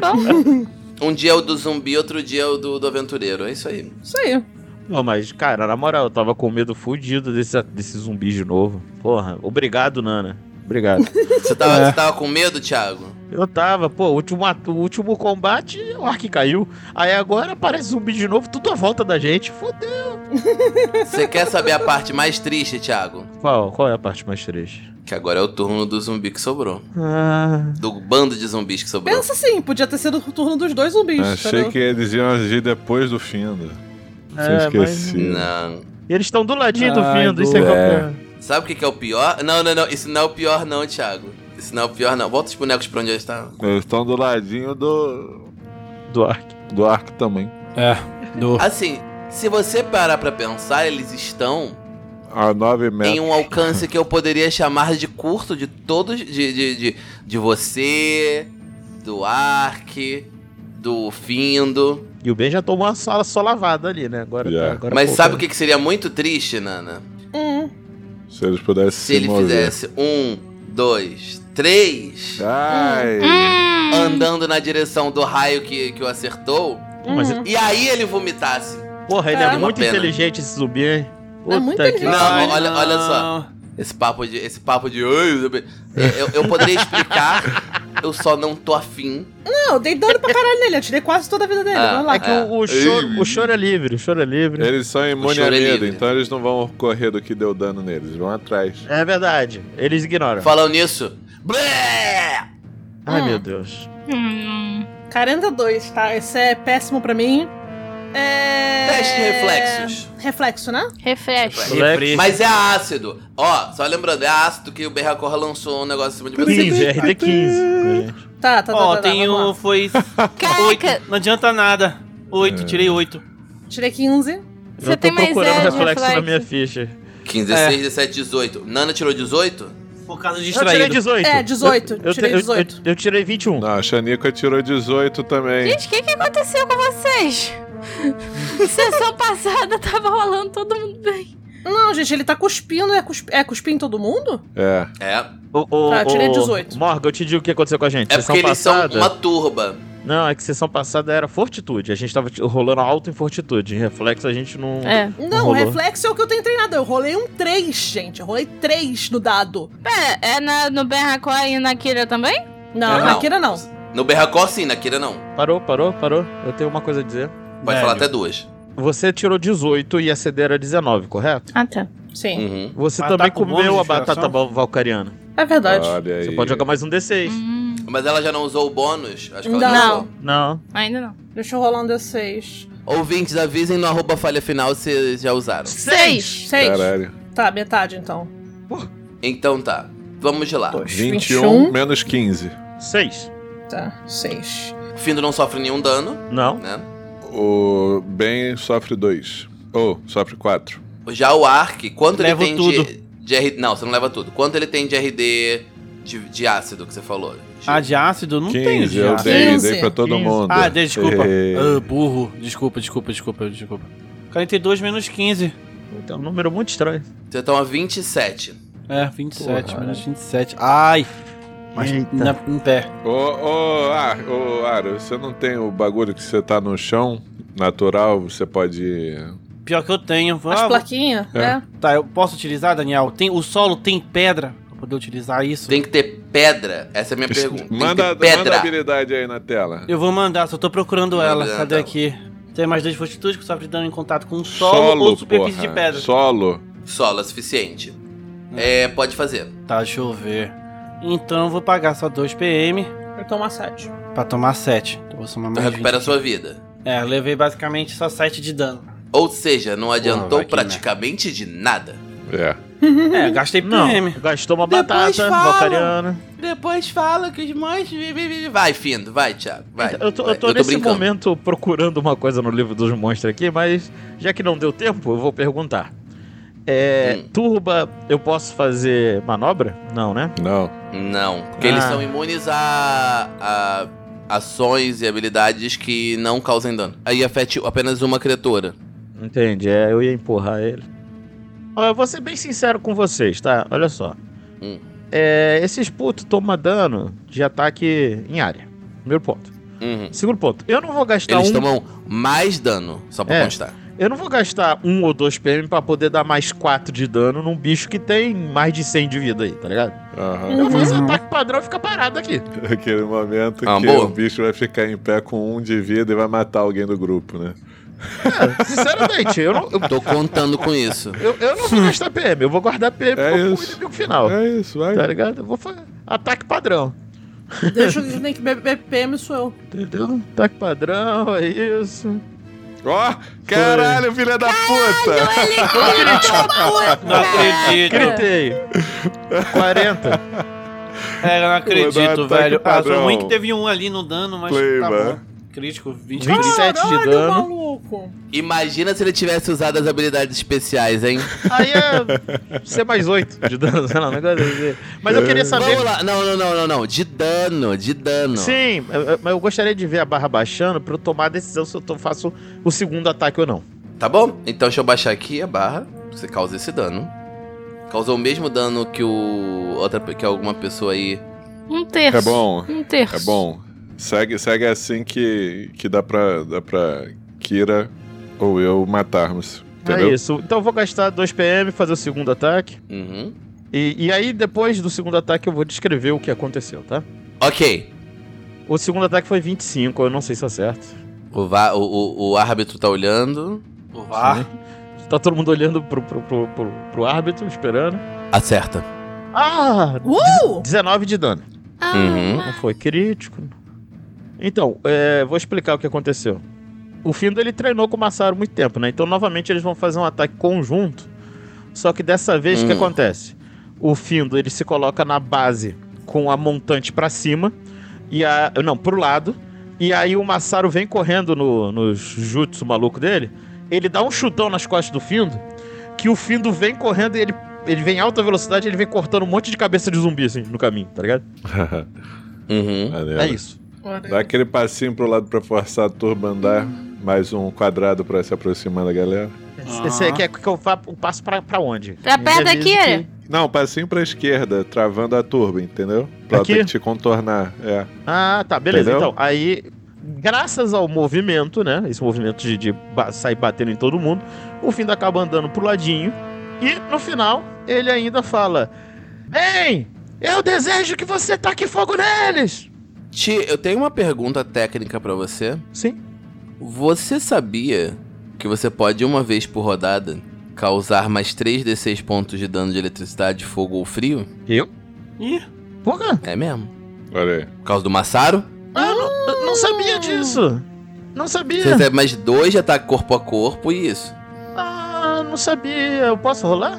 Speaker 3: Tá bom.
Speaker 1: Um dia é o do zumbi, outro dia é o do, do aventureiro. É isso aí.
Speaker 4: Isso aí.
Speaker 2: Não, mas, cara, na moral, eu tava com medo fudido desse, desse zumbi de novo. Porra, obrigado, Nana. Obrigado.
Speaker 1: Você tava, você tava com medo, Thiago?
Speaker 2: Eu tava, pô, o último, ato- o último combate, o arco caiu. Aí agora aparece zumbi de novo, tudo à volta da gente. Fudeu.
Speaker 1: Você quer saber a parte mais triste, Thiago?
Speaker 2: Qual, qual é a parte mais triste?
Speaker 1: Que agora é o turno do zumbi que sobrou.
Speaker 2: Ah,
Speaker 1: Do bando de zumbis que sobrou.
Speaker 4: Pensa assim, podia ter sido o turno dos dois zumbis.
Speaker 5: É, Achei
Speaker 4: entendeu?
Speaker 5: que eles iam agir depois do findo.
Speaker 2: É,
Speaker 5: Tinha esquecido.
Speaker 1: Não.
Speaker 2: eles estão do ladinho do
Speaker 6: Ai,
Speaker 2: vindo, isso é
Speaker 5: Ah, do-
Speaker 2: qualquer.
Speaker 1: Sabe o que que é o pior? Não, não, não. Isso não é o pior, não, Thiago. Isso não é o pior, não. Volta os bonecos pra onde eles estavam.
Speaker 5: Eles estão do ladinho do,
Speaker 2: Do arco.
Speaker 5: do arco também.
Speaker 6: É, do...
Speaker 1: Assim, se você parar pra pensar, eles estão
Speaker 5: A 9
Speaker 1: em
Speaker 5: metros.
Speaker 1: um alcance que eu poderia chamar de curto de todos. De, de, de, de você, do Ark, do Findo.
Speaker 2: E o Ben já tomou uma sala só lavada ali, né? Agora,
Speaker 5: Já.
Speaker 2: agora
Speaker 1: Mas
Speaker 2: pouco,
Speaker 1: sabe o
Speaker 2: né?
Speaker 1: que que seria muito triste, Nana?
Speaker 4: Hum.
Speaker 5: Se eles pudessem se,
Speaker 1: um Se ele
Speaker 5: mover.
Speaker 1: fizesse um, dois, três.
Speaker 5: Ai,
Speaker 3: Hum. Ah.
Speaker 1: Andando na direção do raio que, que o acertou.
Speaker 2: Mas,
Speaker 4: uhum.
Speaker 1: E aí ele vomitasse.
Speaker 2: porra, ele é,
Speaker 4: É.
Speaker 2: muito
Speaker 1: Pena.
Speaker 2: inteligente esse zumbi, hein?
Speaker 4: É muito
Speaker 2: Puta que
Speaker 4: inteligente.
Speaker 1: Não,
Speaker 6: Ai,
Speaker 1: olha- olha só.
Speaker 6: não.
Speaker 1: Esse papo de. Esse papo de. "Ai, eu, É, eu- eu poderia explicar. eu só não tô afim.
Speaker 4: Não, eu dei dano pra caralho nele, eu tirei quase toda a vida dele.
Speaker 1: Ah,
Speaker 4: Vai lá.
Speaker 2: É que o, o choro, o choro é livre, o choro é livre.
Speaker 5: eles são imunes
Speaker 1: O
Speaker 5: a
Speaker 1: choro é
Speaker 5: medo,
Speaker 1: livre.
Speaker 5: então eles não vão correr do que deu dano neles, vão atrás.
Speaker 2: É verdade, eles ignoram.
Speaker 1: Falando nisso. Blé!
Speaker 2: Ai,
Speaker 4: Hum.
Speaker 2: meu Deus.
Speaker 8: Hum.
Speaker 4: 42, tá? Esse é péssimo pra mim. É...
Speaker 1: Teste de reflexos.
Speaker 4: Reflexo, né?
Speaker 8: Refresh.
Speaker 2: Flex.
Speaker 1: Mas é ácido. Ó, só lembrando, é ácido que o Berracor lançou um negócio em cima de você.
Speaker 2: 15, RD15.
Speaker 4: Tá, tá, tá.
Speaker 6: Ó,
Speaker 4: tá, tá,
Speaker 6: tenho...
Speaker 4: vamos lá.
Speaker 6: Foi
Speaker 3: Caraca,
Speaker 6: oito. Não adianta nada.
Speaker 5: É.
Speaker 6: Oito, tirei oito.
Speaker 4: Tirei 15.
Speaker 2: Eu
Speaker 3: Você
Speaker 2: tô
Speaker 3: tem mais
Speaker 2: procurando
Speaker 3: zero de
Speaker 2: reflexo na
Speaker 3: reflexo.
Speaker 2: minha ficha.
Speaker 1: 15, 16, 17, 18. Nana tirou 18?
Speaker 6: Por causa de
Speaker 2: Eu tirei
Speaker 6: distraído.
Speaker 2: 18.
Speaker 4: É, 18.
Speaker 2: Eu, eu,
Speaker 4: tirei
Speaker 2: eu-
Speaker 4: 18.
Speaker 2: eu- eu tirei 21.
Speaker 1: Tá,
Speaker 5: Não, a Xanica tirou 18 também.
Speaker 3: Gente, o que, que aconteceu com vocês? Sessão passada tava rolando todo mundo bem.
Speaker 4: Não, gente, ele tá cuspindo. É, cusp... é cuspir em todo mundo?
Speaker 5: É.
Speaker 1: É.
Speaker 2: O, o,
Speaker 4: Tá, eu tirei
Speaker 2: o-
Speaker 4: 18.
Speaker 2: Morgan, eu te digo o que aconteceu com a gente.
Speaker 1: É
Speaker 2: sessão
Speaker 1: porque eles
Speaker 2: passada...
Speaker 1: são uma turba.
Speaker 2: Não, é que sessão passada era fortitude. A gente tava t- rolando alto em fortitude. Em reflexo a gente não...
Speaker 3: É.
Speaker 4: Não,
Speaker 2: Rolou.
Speaker 4: reflexo é o que eu tenho treinado. Eu rolei um 3, gente. Eu rolei 3 no dado.
Speaker 3: Pera, é na, no Ben Hakor e na Kira também?
Speaker 4: Não,
Speaker 1: Não.
Speaker 4: na Kira não.
Speaker 1: No Berracor, sim, na Kira não.
Speaker 2: Parou, parou, parou. Eu tenho uma coisa a dizer.
Speaker 1: Pode
Speaker 6: Velho.
Speaker 1: falar até duas.
Speaker 2: Você tirou 18 e a CD era 19, correto?
Speaker 3: Ah, tá.
Speaker 4: Sim.
Speaker 1: Uhum.
Speaker 2: Você
Speaker 6: Batata
Speaker 2: também
Speaker 6: com bônus
Speaker 2: comeu
Speaker 6: de
Speaker 2: a batata
Speaker 6: inspiração?
Speaker 2: val- valcariana.
Speaker 4: É verdade.
Speaker 5: Olha aí.
Speaker 2: Você pode jogar mais um D6.
Speaker 3: Hum,
Speaker 1: Mas ela já não usou o bônus? Acho que ela
Speaker 4: Não.
Speaker 1: usou.
Speaker 2: Não.
Speaker 3: ainda não.
Speaker 4: Deixa eu rolar um D6.
Speaker 1: Ouvintes, avisem no arroba falha final se já usaram.
Speaker 3: Seis!
Speaker 4: 6.
Speaker 5: Caralho.
Speaker 4: Tá, metade então.
Speaker 1: Então tá, vamos lá.
Speaker 4: Dois.
Speaker 5: 21 menos 15.
Speaker 2: 6.
Speaker 4: um. Tá, 6.
Speaker 1: O Findo não sofre nenhum dano,
Speaker 2: Não.
Speaker 1: né?
Speaker 5: O Ben sofre 2. Ou sofre 4.
Speaker 1: Já o Ark, quanto
Speaker 6: Levo
Speaker 1: ele tem de,
Speaker 6: tudo.
Speaker 1: de RD... Não, você não leva tudo. Quanto ele tem de RD de, de ácido que você falou?
Speaker 6: Ah, de ácido? Não tem
Speaker 5: 15,
Speaker 6: de
Speaker 5: eu
Speaker 6: ácido.
Speaker 5: dei,
Speaker 4: 15.
Speaker 5: dei pra todo
Speaker 2: 15.
Speaker 5: mundo.
Speaker 6: Ah, de- desculpa.
Speaker 5: Eh,
Speaker 6: Ah, burro. Desculpa, desculpa, desculpa, desculpa. 42 menos 15.
Speaker 2: Então, um número muito estranho.
Speaker 1: Você toma 27.
Speaker 6: É, 27 menos 27. Ai! Mas
Speaker 2: Eita.
Speaker 6: na, em pé.
Speaker 5: Ô, ô, ah, ô, Ara, você não tem o bagulho que você tá no chão natural, você pode.
Speaker 6: Pior que eu tenho.
Speaker 4: As
Speaker 6: Ah, vou-
Speaker 4: plaquinhas,
Speaker 5: É.
Speaker 4: né?
Speaker 6: Tá, eu posso utilizar, Daniel? Tem, o solo tem pedra pra poder utilizar isso?
Speaker 1: Tem que ter pedra? Essa é a minha pergunta. Tem que ter
Speaker 5: Manda, manda a
Speaker 1: pedra.
Speaker 5: habilidade aí na tela.
Speaker 6: Eu vou mandar, só tô procurando ela.
Speaker 1: Manda,
Speaker 6: Cadê
Speaker 1: tá.
Speaker 6: aqui? Tem mais dois fortitudes que sofre dano em contato com solo, ou superfície
Speaker 5: porra.
Speaker 6: de pedra.
Speaker 5: Solo.
Speaker 1: Solo é suficiente.
Speaker 2: Hum.
Speaker 1: É, pode fazer.
Speaker 6: Tá, deixa eu ver. Então eu vou pagar só 2 PM
Speaker 4: Eu tomo a 7.
Speaker 6: pra tomar 7. Então eu vou somar
Speaker 1: Então
Speaker 6: mais 20.
Speaker 1: recupera a sua vida.
Speaker 6: É, eu levei basicamente só 7 de dano.
Speaker 1: Ou seja, não adiantou
Speaker 6: vai que
Speaker 1: praticamente de nada.
Speaker 5: É.
Speaker 6: É, gastei
Speaker 2: Não.
Speaker 6: PM.
Speaker 2: Gastou uma
Speaker 1: Depois
Speaker 2: batata
Speaker 1: falam.
Speaker 2: valcariana.
Speaker 1: Depois fala que os mais. Vai, Findo, vai, Thiago. Vai.
Speaker 2: Então, Eu tô,
Speaker 1: vai.
Speaker 2: eu tô nesse momento procurando uma coisa no livro dos monstros aqui, mas já que não deu tempo, eu vou perguntar. É,
Speaker 1: Hum.
Speaker 2: Turba, eu posso fazer manobra? Não, né?
Speaker 5: Não.
Speaker 1: Não, porque
Speaker 2: Ah.
Speaker 1: eles são imunes a, a ações e habilidades que não causem dano. Aí afete apenas uma criatura.
Speaker 2: Entendi, é, eu ia empurrar ele. Olha, eu vou ser bem sincero com vocês, tá? Olha só.
Speaker 1: Hum.
Speaker 2: É, esses putos tomam dano de ataque em área. Primeiro ponto.
Speaker 1: Uhum.
Speaker 2: Segundo ponto, eu não vou gastar
Speaker 1: Eles
Speaker 2: um.
Speaker 1: tomam mais dano, só pra
Speaker 2: É.
Speaker 1: constar.
Speaker 2: Eu não vou gastar um ou dois PM pra poder dar mais quatro de dano num bicho que tem mais de 100 de vida aí, tá ligado?
Speaker 5: Aham.
Speaker 2: Eu faço ataque padrão e fica parado aqui.
Speaker 5: Aquele momento
Speaker 1: Ah,
Speaker 5: que
Speaker 1: boa.
Speaker 5: o bicho vai ficar em pé com um de vida e vai matar alguém do grupo, né?
Speaker 2: É, sinceramente, eu não, eu,
Speaker 1: Tô contando com isso.
Speaker 2: eu, eu não vou gastar PM, eu vou guardar PM
Speaker 5: É
Speaker 2: pro
Speaker 5: isso.
Speaker 2: um inimigo final.
Speaker 5: É isso, vai.
Speaker 2: Tá ligado? Eu vou fazer ataque padrão.
Speaker 4: Deixa o que tem que beber PM sou eu.
Speaker 2: Entendeu? Ataque padrão, é isso.
Speaker 5: Ó, caralho, filha da puta!
Speaker 6: Não acredito.
Speaker 2: Gritei. 40.
Speaker 6: É, eu não
Speaker 5: Mandar
Speaker 6: acredito,
Speaker 5: ataque
Speaker 6: velho. Ah,
Speaker 5: padrão.
Speaker 6: sua mãe que teve um ali no dano, mas tá
Speaker 5: Pleiba.
Speaker 6: bom. Crítico, 20 crítico.
Speaker 2: 27 de
Speaker 4: Caralho,
Speaker 2: dano.
Speaker 4: maluco.
Speaker 1: Imagina se ele tivesse usado as habilidades especiais, hein?
Speaker 2: Aí é C mais 8 de dano, sei lá, um negócio assim. Mas
Speaker 5: É.
Speaker 2: eu queria saber.
Speaker 1: Vamos lá. Não, não, não, não, não. De dano, de dano.
Speaker 2: Sim, eu- eu- mas eu gostaria de ver a barra baixando pra eu tomar a decisão se eu to- faço o segundo ataque ou não.
Speaker 1: Tá bom? Então deixa eu baixar aqui a barra. Você causa esse dano. Causou o mesmo dano que o. Outra, que alguma pessoa aí.
Speaker 3: Um terço.
Speaker 5: É bom,
Speaker 3: Um terço.
Speaker 5: é bom. Segue, segue assim que, que dá, pra, dá pra Kira ou eu matarmos. Entendeu?
Speaker 2: É isso. Então eu vou gastar 2 PM, fazer o segundo ataque.
Speaker 1: Uhum.
Speaker 2: E, e aí, depois do segundo ataque, eu vou descrever o que aconteceu, tá?
Speaker 1: Ok.
Speaker 2: O segundo ataque foi 25, eu não sei se acerto.
Speaker 1: O, va- o, o, o árbitro tá olhando.
Speaker 6: O VAR.
Speaker 2: Tá todo mundo olhando pro, pro, pro, pro, pro árbitro, esperando.
Speaker 1: Acerta.
Speaker 2: Ah!
Speaker 4: Uh!
Speaker 2: 19 de dano.
Speaker 3: Ah,
Speaker 1: Uhum.
Speaker 2: Não foi crítico. Então, é, vou explicar o que aconteceu. O Findo ele treinou com o Massaro muito tempo, né? Então, novamente, eles vão fazer um ataque conjunto. Só que dessa vez, o que
Speaker 1: Hum.
Speaker 2: acontece? O Findo ele se coloca na base com a montante pra cima. E a. Não, pro lado. E aí o Massaro vem correndo no, no jutsu maluco dele. Ele dá um chutão nas costas do Findo. Que o Findo vem correndo e ele, ele vem em alta velocidade ele vem cortando um monte de cabeça de zumbi, assim, no caminho, tá ligado?
Speaker 1: Uhum.
Speaker 5: Maneiro.
Speaker 2: É isso.
Speaker 5: Dá aquele passinho pro lado pra forçar a turma a andar. Mais um quadrado pra se aproximar da galera.
Speaker 2: Você quer que eu vá um passo pra, pra onde?
Speaker 3: Pra
Speaker 2: Me
Speaker 3: perto da
Speaker 2: avisa
Speaker 3: Kira?
Speaker 2: que-
Speaker 5: Não, passinho pra esquerda, travando a turba, entendeu? Pra
Speaker 2: Aqui?
Speaker 5: ter que te contornar. É.
Speaker 2: Ah, tá, beleza.
Speaker 5: Entendeu?
Speaker 2: Então, aí, graças ao movimento, né? Esse movimento de, de ba- sair batendo em todo mundo, o Findo acaba andando pro ladinho. E no final, ele ainda fala: Vem! Eu desejo que você taque fogo neles!
Speaker 1: Ti, eu tenho uma pergunta técnica pra você.
Speaker 2: Sim.
Speaker 1: Você sabia que você pode, uma vez por rodada, causar mais 3d6 pontos de dano de eletricidade, fogo ou frio?
Speaker 6: Ih,
Speaker 2: Por quê?
Speaker 1: É mesmo.
Speaker 5: Olha aí.
Speaker 1: Por causa do Massaro,
Speaker 2: Ah, eu não, eu não sabia disso! Não
Speaker 1: você
Speaker 2: sabia!
Speaker 1: recebe mais dois de ataque corpo a corpo e isso.
Speaker 2: Ah, não sabia! Eu posso rolar?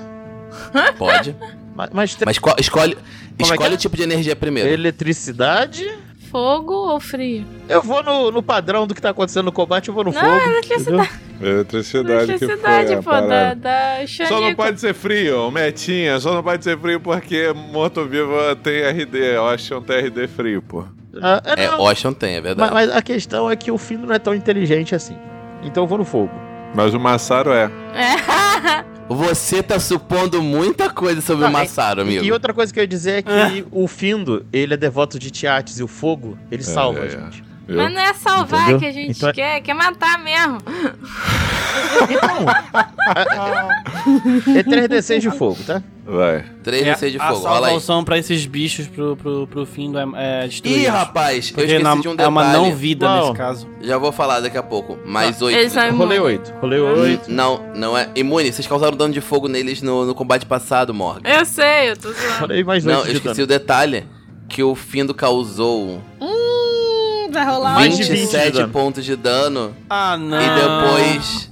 Speaker 1: Pode.
Speaker 2: Ma- Mas,
Speaker 1: Mas co- escolhe,
Speaker 2: é que
Speaker 1: escolhe
Speaker 2: é?
Speaker 1: o tipo de energia primeiro.
Speaker 2: eletricidade?
Speaker 3: Fogo ou frio?
Speaker 2: Eu vou no, no padrão do que tá acontecendo no combate, eu vou no
Speaker 3: Não,
Speaker 2: fogo.
Speaker 3: eletricidade.
Speaker 2: entendeu?
Speaker 5: Eletricidade que foi
Speaker 3: Eletricidade,
Speaker 5: a
Speaker 3: é pô, da,
Speaker 5: parada.
Speaker 3: da
Speaker 5: Só não
Speaker 3: Xanico.
Speaker 5: pode ser frio, metinha. Só não pode ser frio porque morto-vivo tem RD. Ocean tem RD frio, pô.
Speaker 2: Ah, é,
Speaker 1: É,
Speaker 2: não,
Speaker 1: Ocean tem, é
Speaker 2: ma-
Speaker 1: verdade.
Speaker 2: mas a questão é que o Findo não é tão inteligente assim. Então eu vou no fogo.
Speaker 5: Mas o Massaro é.
Speaker 3: É.
Speaker 1: Você tá supondo muita coisa sobre
Speaker 2: Não,
Speaker 1: o
Speaker 2: é-
Speaker 1: Massaro, amigo.
Speaker 2: E outra coisa que eu ia dizer é que o Findo, ele é devoto de Tiates e o fogo, ele salva
Speaker 5: é,
Speaker 2: a
Speaker 5: é.
Speaker 2: gente.
Speaker 5: Eu-
Speaker 3: Mas não é salvar
Speaker 2: Entendeu?
Speaker 3: que a gente
Speaker 2: Então é-
Speaker 3: quer, quer matar mesmo.
Speaker 2: Então, é 3D6 de fogo, tá?
Speaker 5: Vai.
Speaker 2: é
Speaker 1: 3d6 de
Speaker 6: é a
Speaker 1: fogo, olha aí.
Speaker 6: salvação pra esses bichos pro, pro, pro fim do é, é destruir.
Speaker 1: Ih, rapaz, eu
Speaker 6: Porque
Speaker 1: esqueci
Speaker 6: na-
Speaker 1: de um
Speaker 6: é uma
Speaker 1: detalhe.
Speaker 6: não vida
Speaker 2: Não.
Speaker 6: nesse caso.
Speaker 1: Já vou falar daqui a pouco. Mais oito.
Speaker 3: Eles são
Speaker 2: Eu rolei
Speaker 3: imunes.
Speaker 2: 8. Rolei 8.
Speaker 1: Não, não é. Imune, vocês causaram dano de fogo neles no, no combate passado, Morgan.
Speaker 2: É,
Speaker 3: Eu sei, eu tô zoando.
Speaker 2: Rolei mais
Speaker 1: Não,
Speaker 2: 8
Speaker 1: eu
Speaker 2: de
Speaker 1: esqueci
Speaker 2: dano.
Speaker 1: o detalhe que o Findo causou
Speaker 4: Hum, vai rolar.
Speaker 2: Mais de 20 de
Speaker 1: 27
Speaker 2: dano.
Speaker 1: pontos de dano
Speaker 6: Ah, não.
Speaker 1: e depois.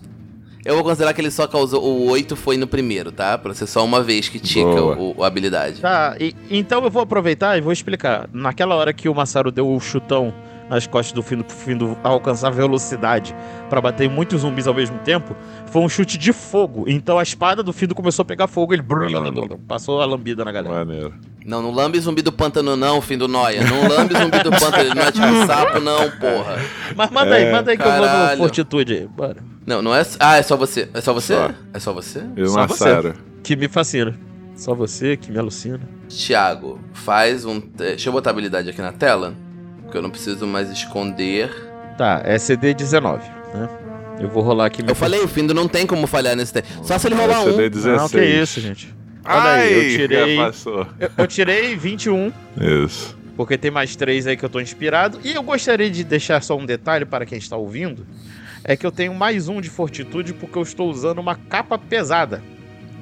Speaker 1: Eu vou considerar que ele só causou. O 8 foi no primeiro, tá? Pra ser só uma vez que tica
Speaker 5: Boa.
Speaker 1: o, o- a habilidade.
Speaker 2: Tá, e- então eu vou aproveitar e vou explicar. Naquela hora que o Massaro deu o chutão nas costas do Findo, pro Findo alcançar velocidade pra bater em muitos zumbis ao mesmo tempo, foi um chute de fogo. Então a espada do Findo começou a pegar fogo, ele brul, brul, brul, passou a lambida na galera.
Speaker 5: Maneiro.
Speaker 1: Não, não lambe zumbi do pântano, não, Findo Noia. Não lambe zumbi do pântano, não é tipo sapo, não, porra.
Speaker 2: Mas manda aí, manda aí que eu vou no
Speaker 1: É, caralho.
Speaker 2: fortitude aí, bora.
Speaker 1: Não, não é. Ah, é só você. É só você?
Speaker 5: Só.
Speaker 1: É só você?
Speaker 5: E o
Speaker 2: Só
Speaker 5: Massaro.
Speaker 2: Que me fascina. Só você que me alucina.
Speaker 1: Tiago, faz um. te- Deixa eu botar a habilidade aqui na tela. Porque eu não preciso mais esconder.
Speaker 2: Tá, é CD 19, né? Eu vou rolar aqui meu
Speaker 1: Eu falei, o Findo não tem como falhar nesse tempo. Só se ele rolar
Speaker 5: Você
Speaker 1: um.
Speaker 5: deu 16.
Speaker 2: Não, que isso, gente. Olha
Speaker 5: Ai,
Speaker 2: aí, eu tirei-
Speaker 5: já passou.
Speaker 2: Eu, eu tirei 21
Speaker 5: Isso.
Speaker 2: porque tem mais três aí que eu tô inspirado. E eu gostaria de deixar só um detalhe para quem está ouvindo. é que eu tenho mais um de fortitude porque eu estou usando uma capa pesada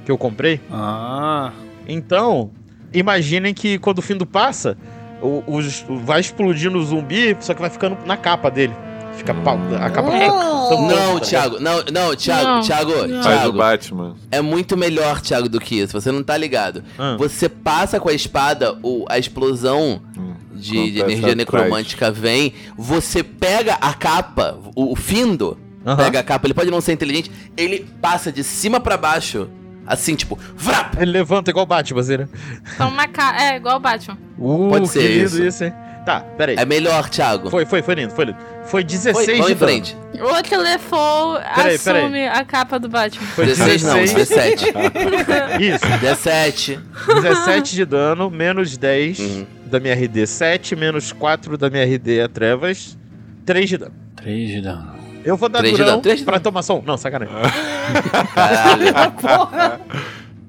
Speaker 2: que eu comprei.
Speaker 6: Ah.
Speaker 2: Então, imaginem que quando o Findo passa, o, os- o- vai explodindo o zumbi, só que vai ficando na capa dele. Fica pau- a capa
Speaker 4: Hum.
Speaker 2: fica
Speaker 1: Hum.
Speaker 2: tampando,
Speaker 1: Não,
Speaker 2: tá
Speaker 1: Thiago, não, não, Thiago,
Speaker 3: Não.
Speaker 1: Thiago,
Speaker 5: Faz o
Speaker 1: Thiago.
Speaker 5: Batman.
Speaker 1: É muito melhor, Thiago, do que isso. Você não tá ligado.
Speaker 2: Ah.
Speaker 1: Você passa com a espada, o, a explosão
Speaker 5: Hum,
Speaker 1: de, de
Speaker 5: acontece
Speaker 1: energia
Speaker 5: atrás.
Speaker 1: necromântica vem. Você pega a capa, o, o Findo
Speaker 2: Aham.
Speaker 1: pega a capa, ele pode não ser inteligente, ele passa de cima pra baixo, assim, tipo, vrap!
Speaker 2: Ele levanta igual o Batman, assim, né?
Speaker 3: Então, uma ca... É, igual o Batman.
Speaker 2: Uh,
Speaker 1: Pode
Speaker 2: que
Speaker 1: ser
Speaker 2: lindo
Speaker 1: isso.
Speaker 2: hein? Tá, peraí.
Speaker 1: É melhor, Thiago.
Speaker 2: Foi, foi, foi lindo, foi lindo. Foi 16
Speaker 1: Foi, vamos
Speaker 2: de
Speaker 1: em
Speaker 2: dano.
Speaker 1: frente.
Speaker 3: Outro lefou
Speaker 2: Peraí, peraí.
Speaker 3: assume a capa do Batman.
Speaker 2: Foi
Speaker 1: 16 não,
Speaker 2: 16.
Speaker 1: 17.
Speaker 2: Isso,
Speaker 1: 17.
Speaker 2: 17 de dano, menos 10
Speaker 1: Uhum.
Speaker 2: da minha RD 7, menos 4 da minha RD é trevas, 3 de dano.
Speaker 6: Três de dano.
Speaker 2: Eu vou dar
Speaker 1: Três de
Speaker 2: durão
Speaker 1: dano, três de
Speaker 2: pra tomar som. Não, sacanagem.
Speaker 1: Caralho.
Speaker 2: Ah,
Speaker 4: Porra.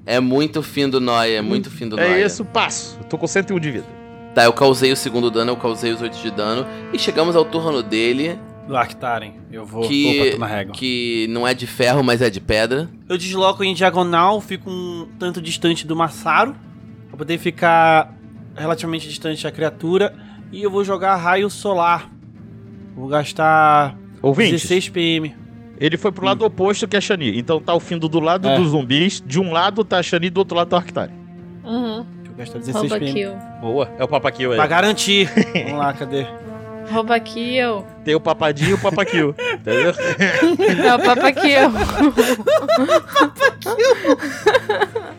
Speaker 1: É muito fim do Noia, é muito fim do Noia.
Speaker 2: é isso, passo. Eu tô com 101 de vida.
Speaker 1: Tá, eu causei o segundo dano, eu causei os 8 de dano. E chegamos ao turno dele,
Speaker 6: Lactaren, eu vou.
Speaker 1: Que-
Speaker 6: Opa, tô na régua.
Speaker 1: que não é de ferro, mas é de pedra.
Speaker 6: Eu desloco em diagonal, fico um tanto distante do Massaro, pra poder ficar relativamente distante da criatura, e eu vou jogar raio solar. Vou gastar
Speaker 2: Ouvinte,
Speaker 6: 16 PM.
Speaker 2: ele foi pro lado oposto que a Shani. Então tá o Findo do lado
Speaker 6: É.
Speaker 2: dos zumbis. De um lado tá a Shani, do outro lado tá o Arctari.
Speaker 4: Uhum.
Speaker 6: Deixa eu gastar 16
Speaker 8: Rouba
Speaker 6: PM.
Speaker 8: kill.
Speaker 2: Boa, é o Papaquil aí.
Speaker 6: Pra garantir. Vamos lá, cadê?
Speaker 8: Rouba kill.
Speaker 2: Tem o Papadinho e o Papaquil. entendeu?
Speaker 3: É o Papa Kill.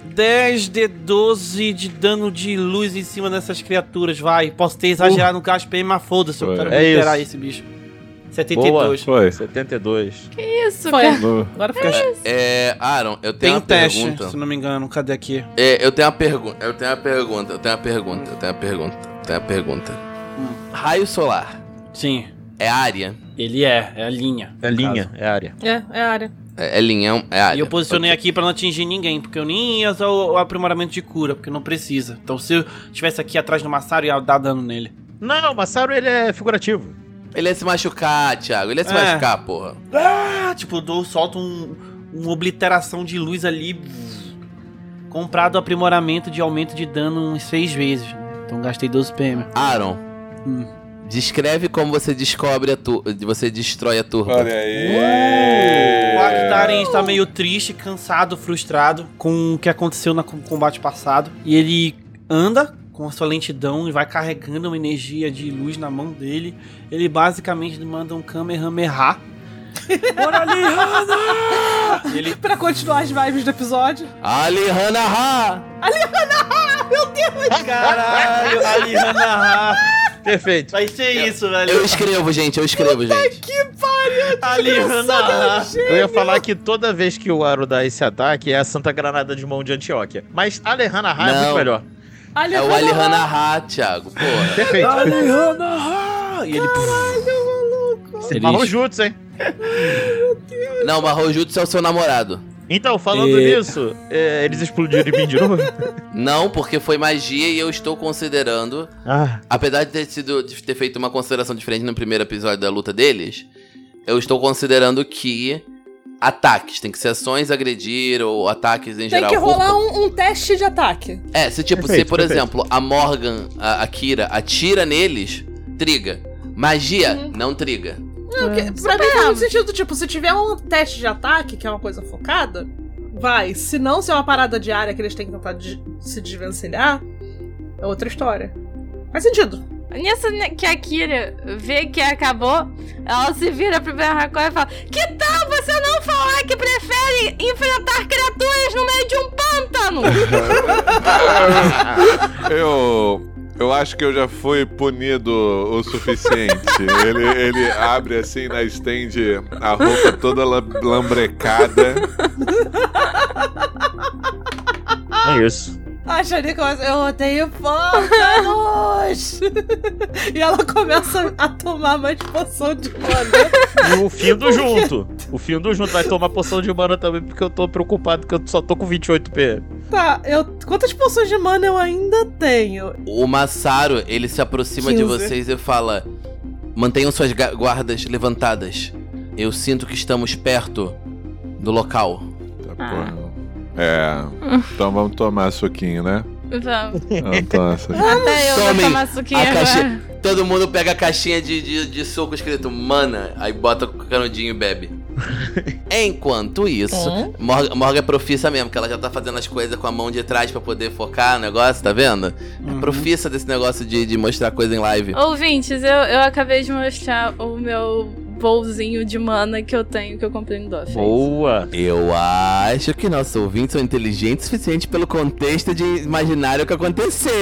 Speaker 6: 10 de 12 de dano de luz em cima dessas criaturas, vai. Posso ter exagerado no gasto PM, mas foda-se, eu
Speaker 5: Foi.
Speaker 6: quero
Speaker 2: É
Speaker 6: recuperar
Speaker 2: isso.
Speaker 6: esse bicho. 72.
Speaker 5: Foi.
Speaker 2: 72.
Speaker 3: Isso,
Speaker 4: Foi.
Speaker 3: cara.
Speaker 5: No-
Speaker 6: Agora fica.
Speaker 1: É, Aaron, eu
Speaker 6: Tem
Speaker 1: tenho
Speaker 6: um
Speaker 1: uma
Speaker 6: teste,
Speaker 1: pergunta.
Speaker 6: se não me engano. Cadê aqui?
Speaker 1: É, eu tenho uma pergunta, eu tenho uma pergunta, eu tenho uma pergunta, eu tenho uma pergunta, eu tenho uma pergunta.
Speaker 2: Hum.
Speaker 1: Raio solar
Speaker 6: Sim,
Speaker 1: é área?
Speaker 6: ele é, é a linha.
Speaker 2: É linha, é área.
Speaker 4: É, é a área.
Speaker 1: É, é linha, é um- é área.
Speaker 6: E eu posicionei
Speaker 1: Ok.
Speaker 6: aqui pra não atingir ninguém, porque eu nem ia usar o, o aprimoramento de cura, porque não precisa. Então se eu estivesse aqui atrás do Massaro, ia dar dano nele.
Speaker 2: Não, não, o Massaro ele é figurativo.
Speaker 1: Ele ia se machucar, Thiago, ele ia se
Speaker 6: É.
Speaker 1: machucar, porra.
Speaker 6: Ah, tipo, eu dou, solto um, uma obliteração de luz ali. Comprado o aprimoramento de aumento de dano uns 6 vezes. né? Então gastei 12 PM.
Speaker 1: Aaron,
Speaker 6: Hum.
Speaker 1: descreve como você descobre a tu... você destrói a turma.
Speaker 5: Olha aí. É.
Speaker 6: O Akhtaren está meio triste, cansado, frustrado com o que aconteceu no com- combate passado. E ele anda com a sua lentidão e vai carregando uma energia de luz na mão dele. Ele basicamente manda um Kamehameha. Bora ali, Hana! E ele
Speaker 4: Pra continuar as vibes do episódio.
Speaker 1: Ali Hanaha!
Speaker 6: Caralho, ali,
Speaker 2: Ah!
Speaker 6: Hana!
Speaker 2: Perfeito.
Speaker 6: Vai ser isso,
Speaker 1: Eu
Speaker 6: velho.
Speaker 1: escrevo, gente, eu escrevo, gente.
Speaker 6: Ali, Hana!
Speaker 2: Eu ia falar que toda vez que o Aro dá esse ataque é a Santa Granada de Mão de Antioquia. Mas Alejandra Ra é
Speaker 1: Não.
Speaker 2: muito melhor.
Speaker 1: É o Ali Hanaha, Thiago, porra.
Speaker 2: Perfeito.
Speaker 6: Ali, Hana! E ele. Caralho,
Speaker 2: Marrom
Speaker 6: maluco!
Speaker 2: Jutsu, hein?
Speaker 1: Não, mas Rojutsu é o seu namorado.
Speaker 2: Então, falando
Speaker 6: E-
Speaker 2: nisso, é, eles explodiram em mim de novo?
Speaker 1: Não, porque foi magia e eu estou considerando.
Speaker 2: Ah,
Speaker 1: Apesar de ter sido de ter feito uma consideração diferente no primeiro episódio da luta deles, eu estou considerando que ataques tem que ser ações, agredir ou ataques em
Speaker 4: Tem
Speaker 1: geral.
Speaker 4: que
Speaker 1: corpo-
Speaker 4: rolar um, um teste de ataque.
Speaker 1: É, se tipo, se
Speaker 2: Perfeito,
Speaker 1: por
Speaker 2: perfeito.
Speaker 1: exemplo a Morgan, a, a Kira atira neles, triga. Magia não triga.
Speaker 4: Não, que, pra mim faz um sentido, tipo, se tiver um teste de ataque, que é uma coisa focada, vai. Se não, se é uma parada diária que eles têm que tentar de- se desvencilhar, é outra história. Faz sentido.
Speaker 3: Nisso né, que a Kira vê que acabou, ela se vira pro Ben Hakor e fala: Que tal você não falar que prefere enfrentar criaturas no meio de um pântano?
Speaker 5: Eu. Eu acho que eu já fui punido o suficiente. Ele, ele abre assim na estende a roupa toda la- lambrecada.
Speaker 2: é isso.
Speaker 4: A Shani começa, eu odeio pântanos! e ela começa a tomar mais poção de mana.
Speaker 2: E o Findo junto. O Findo junto vai tomar poção de mana também, porque eu tô preocupado que eu só tô com 28 PM.
Speaker 4: Tá, eu, quantas poções de mana eu ainda tenho?
Speaker 1: O Massaro, ele se aproxima de
Speaker 4: 15.
Speaker 1: vocês e fala: Mantenham suas ga- guardas levantadas. Eu sinto que estamos perto do local.
Speaker 5: Tá
Speaker 3: Ah.
Speaker 5: bom. É. Então vamos tomar suquinho, né?
Speaker 3: Vamos.
Speaker 5: Vamos tomar suquinho.
Speaker 3: Até eu vou
Speaker 1: Tomem
Speaker 3: tomar suquinha
Speaker 1: a caixinha.
Speaker 3: agora.
Speaker 1: Todo mundo pega a caixinha de, de, de suco escrito mana, aí bota o canudinho e bebe. Enquanto isso,
Speaker 4: Hum.
Speaker 1: Morgan, Morgan é profissa mesmo, que ela já tá fazendo as coisas com a mão de trás pra poder focar o negócio, tá vendo? É profissa desse negócio de, de mostrar coisa em live.
Speaker 8: Oh. Ouvintes, eu, eu acabei de mostrar o meu bolzinho de mana que eu tenho, que eu comprei no Doff.
Speaker 2: Boa!
Speaker 1: Eu acho que nossos ouvintes são inteligentes o suficiente pelo contexto de imaginário que aconteceu.